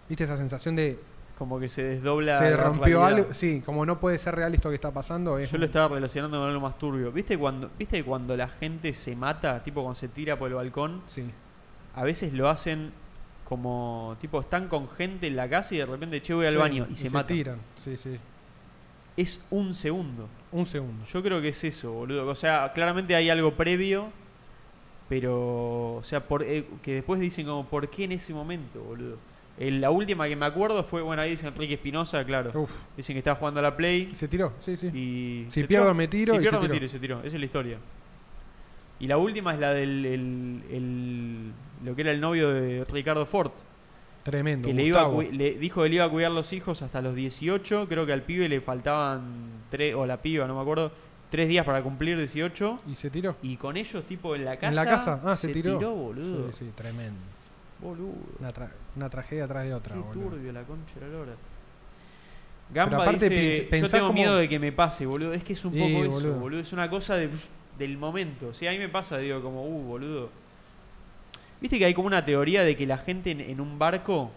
[SPEAKER 2] ¿Viste esa sensación de...
[SPEAKER 1] Como que se desdobla.
[SPEAKER 2] se
[SPEAKER 1] la
[SPEAKER 2] rompió
[SPEAKER 1] realidad.
[SPEAKER 2] algo? Sí, como no puede ser real esto que está pasando. es
[SPEAKER 1] Yo lo estaba relacionando con algo más turbio. ¿Viste cuando, ¿Viste cuando la gente se mata, tipo cuando se tira por el balcón?
[SPEAKER 2] Sí.
[SPEAKER 1] A veces lo hacen como, tipo, están con gente en la casa y de repente, che, voy al
[SPEAKER 2] Sí,
[SPEAKER 1] baño y, se, matan.
[SPEAKER 2] tiran, sí, sí.
[SPEAKER 1] Es un segundo.
[SPEAKER 2] Un segundo.
[SPEAKER 1] Yo creo que es eso, boludo. O sea, claramente hay algo previo, pero, o sea, por- eh, que después dicen como, ¿por qué en ese momento, boludo? El- la última que me acuerdo fue, bueno, ahí dice Enrique Espinosa, claro.
[SPEAKER 2] Uf,
[SPEAKER 1] Dicen que estaba jugando a la Play.
[SPEAKER 2] se tiró, sí, sí.
[SPEAKER 1] Y
[SPEAKER 2] Si
[SPEAKER 1] se
[SPEAKER 2] pierdo,
[SPEAKER 1] tiró.
[SPEAKER 2] me tiro
[SPEAKER 1] Si
[SPEAKER 2] y
[SPEAKER 1] pierdo me
[SPEAKER 2] se tiró.
[SPEAKER 1] tiro y se tiró. Esa es la historia. Y la última es la del el- el- lo que era el novio de Ricardo Ford.
[SPEAKER 2] Tremendo.
[SPEAKER 1] Que le, iba a
[SPEAKER 2] Gustavo.
[SPEAKER 1] cu- le dijo que le iba a cuidar los hijos hasta los 18. Creo que al pibe le faltaban tres, o la piba, no me acuerdo, tres días para cumplir 18.
[SPEAKER 2] Y se tiró.
[SPEAKER 1] Y con ellos, tipo, en la casa.
[SPEAKER 2] en la casa, ah, se, tiró.
[SPEAKER 1] boludo.
[SPEAKER 2] Sí, sí, tremendo.
[SPEAKER 1] Boludo.
[SPEAKER 2] Una, tra- una tragedia atrás de
[SPEAKER 1] Qué
[SPEAKER 2] otra, boludo.
[SPEAKER 1] turbio la concha de la lora. Gamba
[SPEAKER 2] aparte
[SPEAKER 1] dice,
[SPEAKER 2] pens- pensá
[SPEAKER 1] yo tengo
[SPEAKER 2] cómo-
[SPEAKER 1] miedo de que me pase, boludo. Es que es un poco
[SPEAKER 2] Sí,
[SPEAKER 1] eso, boludo.
[SPEAKER 2] boludo.
[SPEAKER 1] Es una cosa de- del momento. O sea, a mí me pasa, digo, como, uh, boludo. Viste que hay como una teoría de que la gente en, en un barco,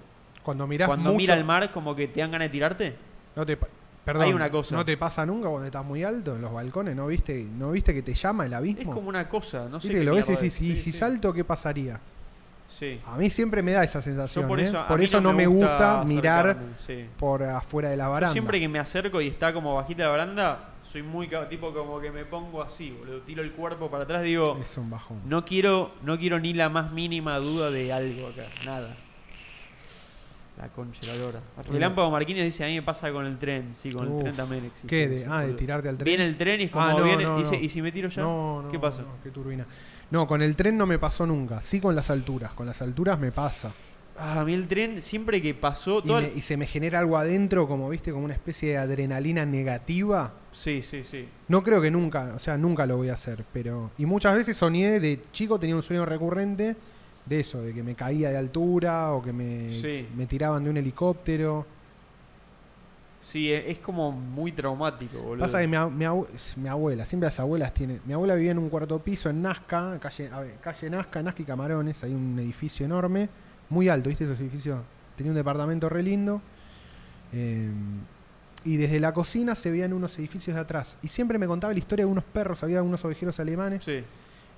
[SPEAKER 2] Cuando mirás
[SPEAKER 1] cuando
[SPEAKER 2] mucho,
[SPEAKER 1] mira al mar, como que te dan ganas de tirarte.
[SPEAKER 2] no te pa- perdón,
[SPEAKER 1] hay una cosa.
[SPEAKER 2] no te pasa nunca cuando estás muy alto en los balcones, ¿no viste no viste que te llama el abismo?
[SPEAKER 1] Es como una cosa, no sé.
[SPEAKER 2] Viste que
[SPEAKER 1] qué
[SPEAKER 2] lo ves y
[SPEAKER 1] mierda
[SPEAKER 2] decís,
[SPEAKER 1] es.
[SPEAKER 2] si,
[SPEAKER 1] Sí,
[SPEAKER 2] si
[SPEAKER 1] sí.
[SPEAKER 2] salto, ¿qué pasaría?
[SPEAKER 1] Sí.
[SPEAKER 2] A mí siempre me da esa sensación,
[SPEAKER 1] Yo por
[SPEAKER 2] ¿eh?
[SPEAKER 1] eso, a
[SPEAKER 2] Por
[SPEAKER 1] mí
[SPEAKER 2] eso no me gusta, mirar
[SPEAKER 1] acercarme, sí.
[SPEAKER 2] por afuera de la
[SPEAKER 1] Yo
[SPEAKER 2] baranda.
[SPEAKER 1] siempre que me acerco y está como bajita la baranda, soy muy ca- tipo como que me pongo así, boludo. Tiro el cuerpo para atrás, digo,
[SPEAKER 2] Es un bajón.
[SPEAKER 1] no quiero, no quiero ni la más mínima duda de algo acá, nada. La concha, de la lora. Relámpago Marquínez dice, a mí me pasa con el tren, sí, con el
[SPEAKER 2] Uf,
[SPEAKER 1] tren también existe.
[SPEAKER 2] ¿Qué? De-
[SPEAKER 1] eso,
[SPEAKER 2] ah, de
[SPEAKER 1] boludo.
[SPEAKER 2] tirarte al tren.
[SPEAKER 1] Viene el tren y es como,
[SPEAKER 2] Ah, no,
[SPEAKER 1] viene,
[SPEAKER 2] no,
[SPEAKER 1] dice,
[SPEAKER 2] no.
[SPEAKER 1] ¿y si me tiro ya?
[SPEAKER 2] No, no,
[SPEAKER 1] ¿Qué pasa?
[SPEAKER 2] no, qué turbina. No, con el tren no me pasó nunca. Sí con las alturas. Con las alturas me pasa.
[SPEAKER 1] Ah, a mí el tren, siempre que pasó,
[SPEAKER 2] Y,
[SPEAKER 1] todo
[SPEAKER 2] me- y se me genera algo adentro, como viste, como una especie de adrenalina negativa.
[SPEAKER 1] Sí, sí, sí.
[SPEAKER 2] No creo que nunca, o sea, nunca lo voy a hacer, pero... Y muchas veces soñé de chico, tenía un sueño recurrente de eso, de que me caía de altura o que me,
[SPEAKER 1] Sí.
[SPEAKER 2] me tiraban de un helicóptero.
[SPEAKER 1] Sí, e, es es como muy traumático, boludo.
[SPEAKER 2] Pasa que mi, ab- mi abue- es- mi abuela, siempre las abuelas tienen. Mi abuela vivía en un cuarto piso en Nazca, calle, a ver, calle Nazca, Nazca y Camarones, hay un edificio enorme, muy alto, ¿viste esos edificios? Tenía un departamento re lindo. eh, y desde la cocina se veían unos edificios de atrás. Y siempre me contaba la historia de unos perros, había unos ovejeros alemanes.
[SPEAKER 1] Sí.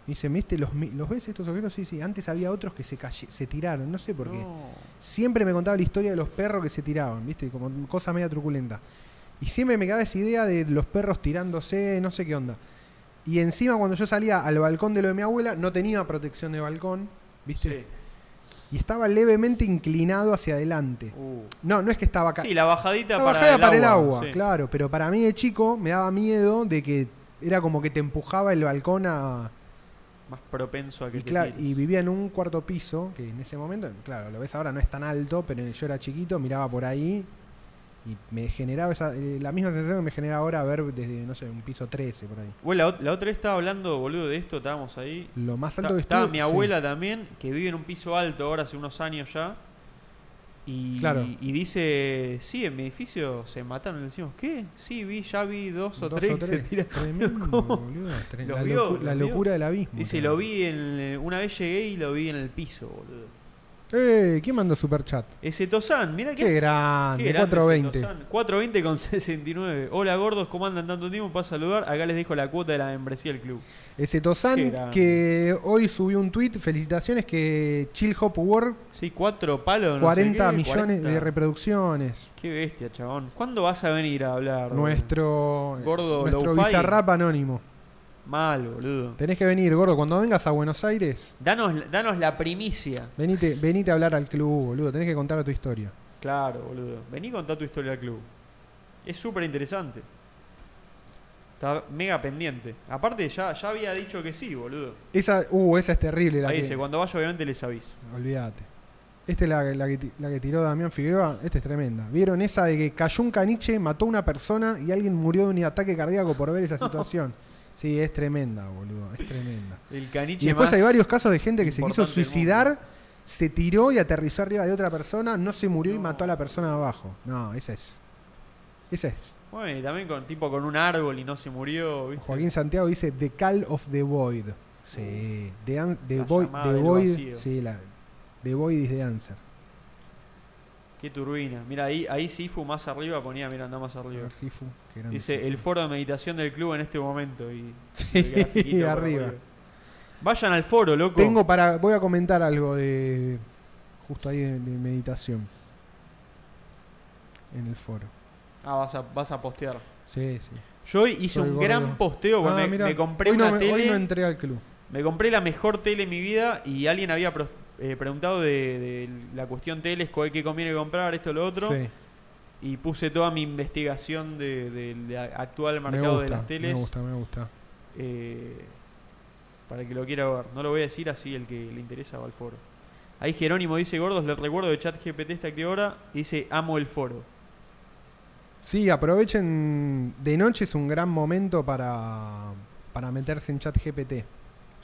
[SPEAKER 2] Y dice, ¿viste? ¿Los, mi- los ves estos ovejeros? Sí, sí. Antes había otros que se, calle- se tiraron, no sé por qué.
[SPEAKER 1] No.
[SPEAKER 2] Siempre me contaba la historia de los perros que se tiraban, ¿viste? Como cosa media truculenta. Y siempre me quedaba esa idea de los perros tirándose, no sé qué onda. Y encima cuando yo salía al balcón de lo de mi abuela, no tenía protección de balcón,
[SPEAKER 1] Sí.
[SPEAKER 2] ¿viste? Y estaba levemente inclinado hacia adelante.
[SPEAKER 1] Uh.
[SPEAKER 2] No, no es que estaba acá.
[SPEAKER 1] Sí, la bajadita
[SPEAKER 2] La
[SPEAKER 1] para,
[SPEAKER 2] bajada
[SPEAKER 1] el,
[SPEAKER 2] para el
[SPEAKER 1] agua,
[SPEAKER 2] agua,
[SPEAKER 1] sí.
[SPEAKER 2] claro. Pero para mí de chico me daba miedo de que era como que te empujaba el balcón a,
[SPEAKER 1] Más propenso a que
[SPEAKER 2] y,
[SPEAKER 1] te
[SPEAKER 2] claro,
[SPEAKER 1] tires.
[SPEAKER 2] y vivía en un cuarto piso, que en ese momento, claro, lo ves ahora, no es tan alto, pero yo era chiquito, miraba por ahí y me generaba esa, eh, la misma sensación que me genera ahora ver desde, no sé, un piso 13 por ahí.
[SPEAKER 1] Bueno, la, ot- la otra vez estaba hablando, boludo, de esto, estábamos ahí.
[SPEAKER 2] Lo más alto
[SPEAKER 1] Ta-
[SPEAKER 2] que
[SPEAKER 1] estaba
[SPEAKER 2] estuve-
[SPEAKER 1] mi
[SPEAKER 2] sí.
[SPEAKER 1] abuela también, que vive en un piso alto ahora hace unos años ya. Y,
[SPEAKER 2] Claro.
[SPEAKER 1] y dice, sí, en mi edificio se mataron. Le decimos, ¿qué? Sí, vi, ya vi dos o
[SPEAKER 2] Dos
[SPEAKER 1] tres
[SPEAKER 2] o
[SPEAKER 1] que se
[SPEAKER 2] tres.
[SPEAKER 1] tiran.
[SPEAKER 2] Tremendo,
[SPEAKER 1] [LAUGHS] ¿Cómo?
[SPEAKER 2] boludo, tre-
[SPEAKER 1] Los
[SPEAKER 2] la,
[SPEAKER 1] vio,
[SPEAKER 2] locu-
[SPEAKER 1] los
[SPEAKER 2] la
[SPEAKER 1] vio.
[SPEAKER 2] locura del abismo.
[SPEAKER 1] Dice,
[SPEAKER 2] claro.
[SPEAKER 1] lo vi, en, una vez llegué y lo vi en el piso, boludo.
[SPEAKER 2] Eh, ¿quién mandó superchat?
[SPEAKER 1] Ese Tozán, mira
[SPEAKER 2] Qué,
[SPEAKER 1] qué, hace.
[SPEAKER 2] grande,
[SPEAKER 1] Qué grande
[SPEAKER 2] 420.
[SPEAKER 1] Sentosan. 420 con [LAUGHS] 69. Hola gordos, ¿cómo andan tanto tiempo? Para saludar. Acá les dejo la cuota de la membresía del club.
[SPEAKER 2] Ese
[SPEAKER 1] Qué
[SPEAKER 2] Tosan
[SPEAKER 1] grande.
[SPEAKER 2] que hoy subió un tweet, felicitaciones que Chill Hop World,
[SPEAKER 1] Sí, cuatro palos. no sé
[SPEAKER 2] 40
[SPEAKER 1] qué,
[SPEAKER 2] millones
[SPEAKER 1] 40.
[SPEAKER 2] de reproducciones.
[SPEAKER 1] Qué bestia, chabón. ¿Cuándo vas a venir a hablar? boludo?
[SPEAKER 2] Nuestro,
[SPEAKER 1] Gordo
[SPEAKER 2] nuestro
[SPEAKER 1] Lo-Fi.
[SPEAKER 2] bizarrap anónimo.
[SPEAKER 1] Mal, boludo.
[SPEAKER 2] Tenés que venir, gordo. Cuando vengas a Buenos Aires,
[SPEAKER 1] Danos, danos la primicia.
[SPEAKER 2] venite, venite a hablar al club, boludo. Tenés que contar tu historia.
[SPEAKER 1] Claro, boludo. Vení y contá tu historia al club. Es súper interesante. Está mega pendiente. Aparte, ya, ya había dicho que sí, boludo.
[SPEAKER 2] Esa, uh, esa es terrible. La
[SPEAKER 1] Ahí
[SPEAKER 2] que,
[SPEAKER 1] dice, cuando vaya, obviamente les aviso.
[SPEAKER 2] Olvídate. Esta es la, la que, ti- la que tiró Damián Figueroa. Esta es tremenda. ¿Vieron esa de que cayó un caniche, mató a una persona y alguien murió de un ataque cardíaco
[SPEAKER 1] [LAUGHS]
[SPEAKER 2] por ver esa situación? Sí, es tremenda, boludo. Es tremenda.
[SPEAKER 1] El caniche
[SPEAKER 2] Y después
[SPEAKER 1] más
[SPEAKER 2] hay varios casos de gente que se quiso
[SPEAKER 1] importante del mundo.
[SPEAKER 2] suicidar se tiró y aterrizó arriba de otra persona, no se murió y mató a la persona de abajo. No, ese es. Ese es.
[SPEAKER 1] Bueno, y también con tipo con un árbol y no se murió, ¿viste?
[SPEAKER 2] Joaquín Santiago dice The Call of the Void. Sí. The, an-
[SPEAKER 1] Uh.
[SPEAKER 2] the
[SPEAKER 1] La
[SPEAKER 2] Void.
[SPEAKER 1] llamada
[SPEAKER 2] The
[SPEAKER 1] del
[SPEAKER 2] Void.
[SPEAKER 1] vacío.
[SPEAKER 2] Sí, la. The Void is the answer.
[SPEAKER 1] Qué turbina. Mira, ahí, ahí Sifu más arriba ponía, mira, anda más
[SPEAKER 2] A
[SPEAKER 1] arriba.
[SPEAKER 2] ver, Sifu, qué grande
[SPEAKER 1] Dice
[SPEAKER 2] Sifu.
[SPEAKER 1] el foro de meditación del club en este momento. Y
[SPEAKER 2] Sí,
[SPEAKER 1] el grafiquito para
[SPEAKER 2] arriba.
[SPEAKER 1] Vayan al foro, loco.
[SPEAKER 2] Tengo para. Voy a comentar algo de. Justo ahí de, de meditación. En el foro.
[SPEAKER 1] Ah, vas a, vas a postear.
[SPEAKER 2] Sí, sí.
[SPEAKER 1] Yo hoy hice
[SPEAKER 2] Soy
[SPEAKER 1] un
[SPEAKER 2] gordo.
[SPEAKER 1] gran posteo. porque
[SPEAKER 2] Ah,
[SPEAKER 1] pues, me,
[SPEAKER 2] mirá,
[SPEAKER 1] me compré
[SPEAKER 2] hoy no
[SPEAKER 1] una
[SPEAKER 2] me-
[SPEAKER 1] tele.
[SPEAKER 2] Hoy no entré al club.
[SPEAKER 1] Me compré la mejor tele en mi vida y alguien había pros- eh, preguntado de, de la cuestión teles, cuál que conviene comprar, esto, lo otro.
[SPEAKER 2] Sí,
[SPEAKER 1] Y puse toda mi investigación de- del de actual
[SPEAKER 2] me
[SPEAKER 1] mercado de
[SPEAKER 2] gusta,
[SPEAKER 1] las teles
[SPEAKER 2] me gusta, me gusta.
[SPEAKER 1] eh, para el que lo quiera ver. No lo voy a decir así, el que le interesa va al foro. Ahí Jerónimo dice, gordos, les recuerdo de ChatGPT está activa ahora. Dice, amo el foro.
[SPEAKER 2] Sí, aprovechen. De noche es un gran momento para, para meterse en chat GPT.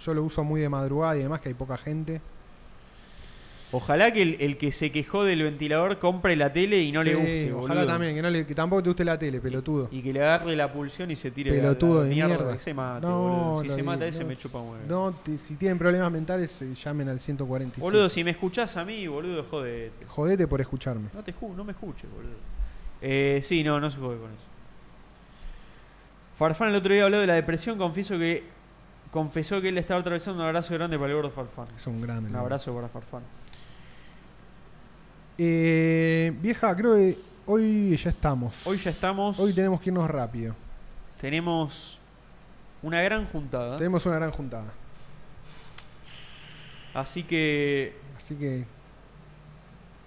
[SPEAKER 2] Yo lo uso muy de madrugada y además que hay poca gente.
[SPEAKER 1] Ojalá que el, el que se quejó del ventilador compre la tele y no le
[SPEAKER 2] Sí,
[SPEAKER 1] guste,
[SPEAKER 2] Ojalá
[SPEAKER 1] boludo.
[SPEAKER 2] también, que, no le- que tampoco te guste la tele, pelotudo.
[SPEAKER 1] Y que le agarre la pulsión y se tire la-
[SPEAKER 2] Pelotudo
[SPEAKER 1] la,
[SPEAKER 2] de
[SPEAKER 1] mierda,
[SPEAKER 2] mierda.
[SPEAKER 1] que se mate,
[SPEAKER 2] No,
[SPEAKER 1] boludo. Si
[SPEAKER 2] lo
[SPEAKER 1] se
[SPEAKER 2] vi,
[SPEAKER 1] mata ese
[SPEAKER 2] no.
[SPEAKER 1] me chupa un huevo.
[SPEAKER 2] No, te- si tienen problemas mentales, eh, llamen al 145.
[SPEAKER 1] boludo, si me escuchás a mí, boludo, jodete.
[SPEAKER 2] Jodete por escucharme.
[SPEAKER 1] No te escu- no me escuches, boludo. Eh, sí, no, no se jode con eso. Farfán el otro día habló de la depresión, confieso que confesó que él estaba atravesando un abrazo grande para el gordo Farfán.
[SPEAKER 2] Es un gran.
[SPEAKER 1] Un abrazo para Farfán.
[SPEAKER 2] Eh, vieja, creo que hoy ya estamos.
[SPEAKER 1] Hoy ya estamos.
[SPEAKER 2] Hoy tenemos que irnos rápido.
[SPEAKER 1] tenemos una gran juntada.
[SPEAKER 2] Tenemos una gran juntada.
[SPEAKER 1] Así que
[SPEAKER 2] Así que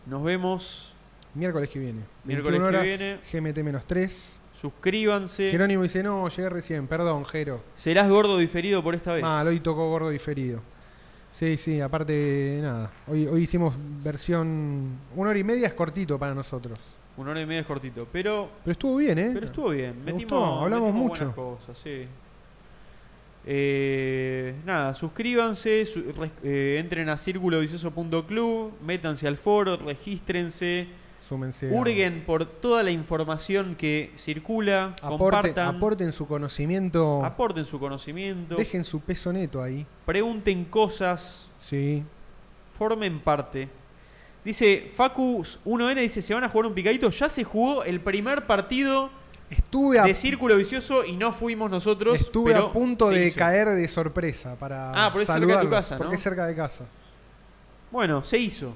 [SPEAKER 1] nos vemos.
[SPEAKER 2] miércoles que viene.
[SPEAKER 1] Miércoles
[SPEAKER 2] 21 horas,
[SPEAKER 1] que viene.
[SPEAKER 2] GMT-3.
[SPEAKER 1] Suscríbanse.
[SPEAKER 2] Jerónimo dice, no, llegué recién, perdón, Jero.
[SPEAKER 1] Serás gordo diferido por esta vez.
[SPEAKER 2] Mal, hoy tocó gordo diferido. Sí, sí, aparte nada. Hoy, hoy hicimos versión... Una hora y media es cortito para nosotros.
[SPEAKER 1] Un hora y media es cortito. Pero,
[SPEAKER 2] Pero estuvo bien, ¿eh?
[SPEAKER 1] pero estuvo bien.
[SPEAKER 2] Me
[SPEAKER 1] Metimos,
[SPEAKER 2] gustó, hablamos
[SPEAKER 1] metimos
[SPEAKER 2] mucho.
[SPEAKER 1] buenas cosas, sí. Eh, nada, suscríbanse, su- res- eh, entren a circulovicioso.club, métanse al foro, regístrense,
[SPEAKER 2] Súmense a-
[SPEAKER 1] hurguen por toda la información que circula,
[SPEAKER 2] Aporten,
[SPEAKER 1] compartan,
[SPEAKER 2] aporten su conocimiento.
[SPEAKER 1] aporten su conocimiento,
[SPEAKER 2] Dejen su peso neto ahí.
[SPEAKER 1] pregunten cosas,
[SPEAKER 2] Sí.
[SPEAKER 1] formen parte. Dice Facus1N, dice, ¿se van a jugar un picadito? Ya se jugó el primer partido
[SPEAKER 2] Estuve a,
[SPEAKER 1] de círculo vicioso y no fuimos nosotros.
[SPEAKER 2] estuve
[SPEAKER 1] pero
[SPEAKER 2] a punto
[SPEAKER 1] se
[SPEAKER 2] de
[SPEAKER 1] hizo.
[SPEAKER 2] caer de sorpresa para
[SPEAKER 1] Ah, porque es cerca de tu
[SPEAKER 2] saludarlos,
[SPEAKER 1] casa, ¿no?
[SPEAKER 2] Porque es cerca de casa.
[SPEAKER 1] Bueno, se hizo.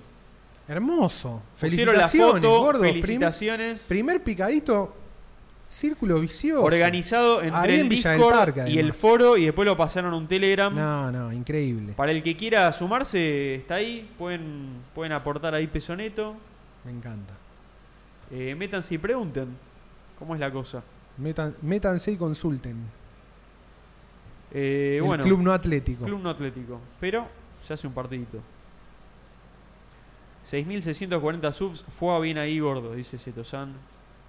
[SPEAKER 2] Hermoso.
[SPEAKER 1] Pusieron la
[SPEAKER 2] Felicitaciones,
[SPEAKER 1] foto,
[SPEAKER 2] gordo. Prim-
[SPEAKER 1] felicitaciones.
[SPEAKER 2] primer picadito, círculo vicioso.
[SPEAKER 1] organizado
[SPEAKER 2] Ahí
[SPEAKER 1] entre
[SPEAKER 2] en
[SPEAKER 1] el
[SPEAKER 2] Villa del
[SPEAKER 1] Discord
[SPEAKER 2] Parque,
[SPEAKER 1] y el
[SPEAKER 2] además.
[SPEAKER 1] foro y después lo pasaron a un Telegram.
[SPEAKER 2] No, no, increíble.
[SPEAKER 1] Para el que quiera sumarse, está ahí. Pueden, pueden aportar ahí pesoneto.
[SPEAKER 2] Me encanta.
[SPEAKER 1] Eh, métanse y pregunten cómo es la cosa.
[SPEAKER 2] Metan- métanse y consulten.
[SPEAKER 1] Eh,
[SPEAKER 2] el
[SPEAKER 1] bueno,
[SPEAKER 2] Club No Atlético.
[SPEAKER 1] Club no atlético. Pero se hace un partidito. 6.640 subs. Fue bien ahí, gordo, dice Setosan.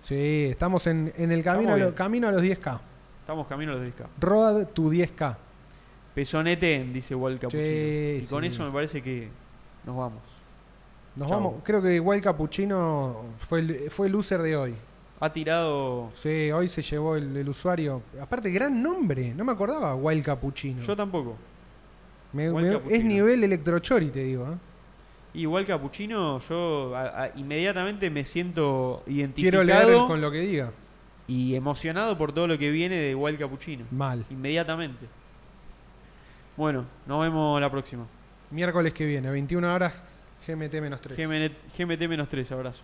[SPEAKER 2] Sí, estamos en, en el
[SPEAKER 1] Estamos
[SPEAKER 2] camino, a lo-
[SPEAKER 1] bien.
[SPEAKER 2] camino a los 10K.
[SPEAKER 1] Estamos camino a los 10K.
[SPEAKER 2] Road to 10K.
[SPEAKER 1] Pesoneten, dice Wal Capuchino.
[SPEAKER 2] Sí,
[SPEAKER 1] y con
[SPEAKER 2] sí.
[SPEAKER 1] eso me parece que nos vamos.
[SPEAKER 2] Nos
[SPEAKER 1] Chau.
[SPEAKER 2] vamos. Creo que Wild Capuchino fue el, fue el loser de hoy.
[SPEAKER 1] Ha tirado.
[SPEAKER 2] Sí, hoy se llevó el, el usuario. Aparte, gran nombre. No me acordaba Wild Capuchino.
[SPEAKER 1] Yo tampoco.
[SPEAKER 2] Me-
[SPEAKER 1] Wild
[SPEAKER 2] me- es
[SPEAKER 1] Capuchino.
[SPEAKER 2] nivel electrochori, te digo. ¿eh?
[SPEAKER 1] Igual Capuchino, yo a- a- inmediatamente me siento
[SPEAKER 2] Quiero leer el-
[SPEAKER 1] identificado
[SPEAKER 2] con lo que diga.
[SPEAKER 1] y emocionado por todo lo que viene de Igual Capuchino.
[SPEAKER 2] Mal.
[SPEAKER 1] Inmediatamente. Bueno, nos vemos la próxima.
[SPEAKER 2] Miércoles que viene, 21 horas, GMT-3.
[SPEAKER 1] GMT-3, abrazo.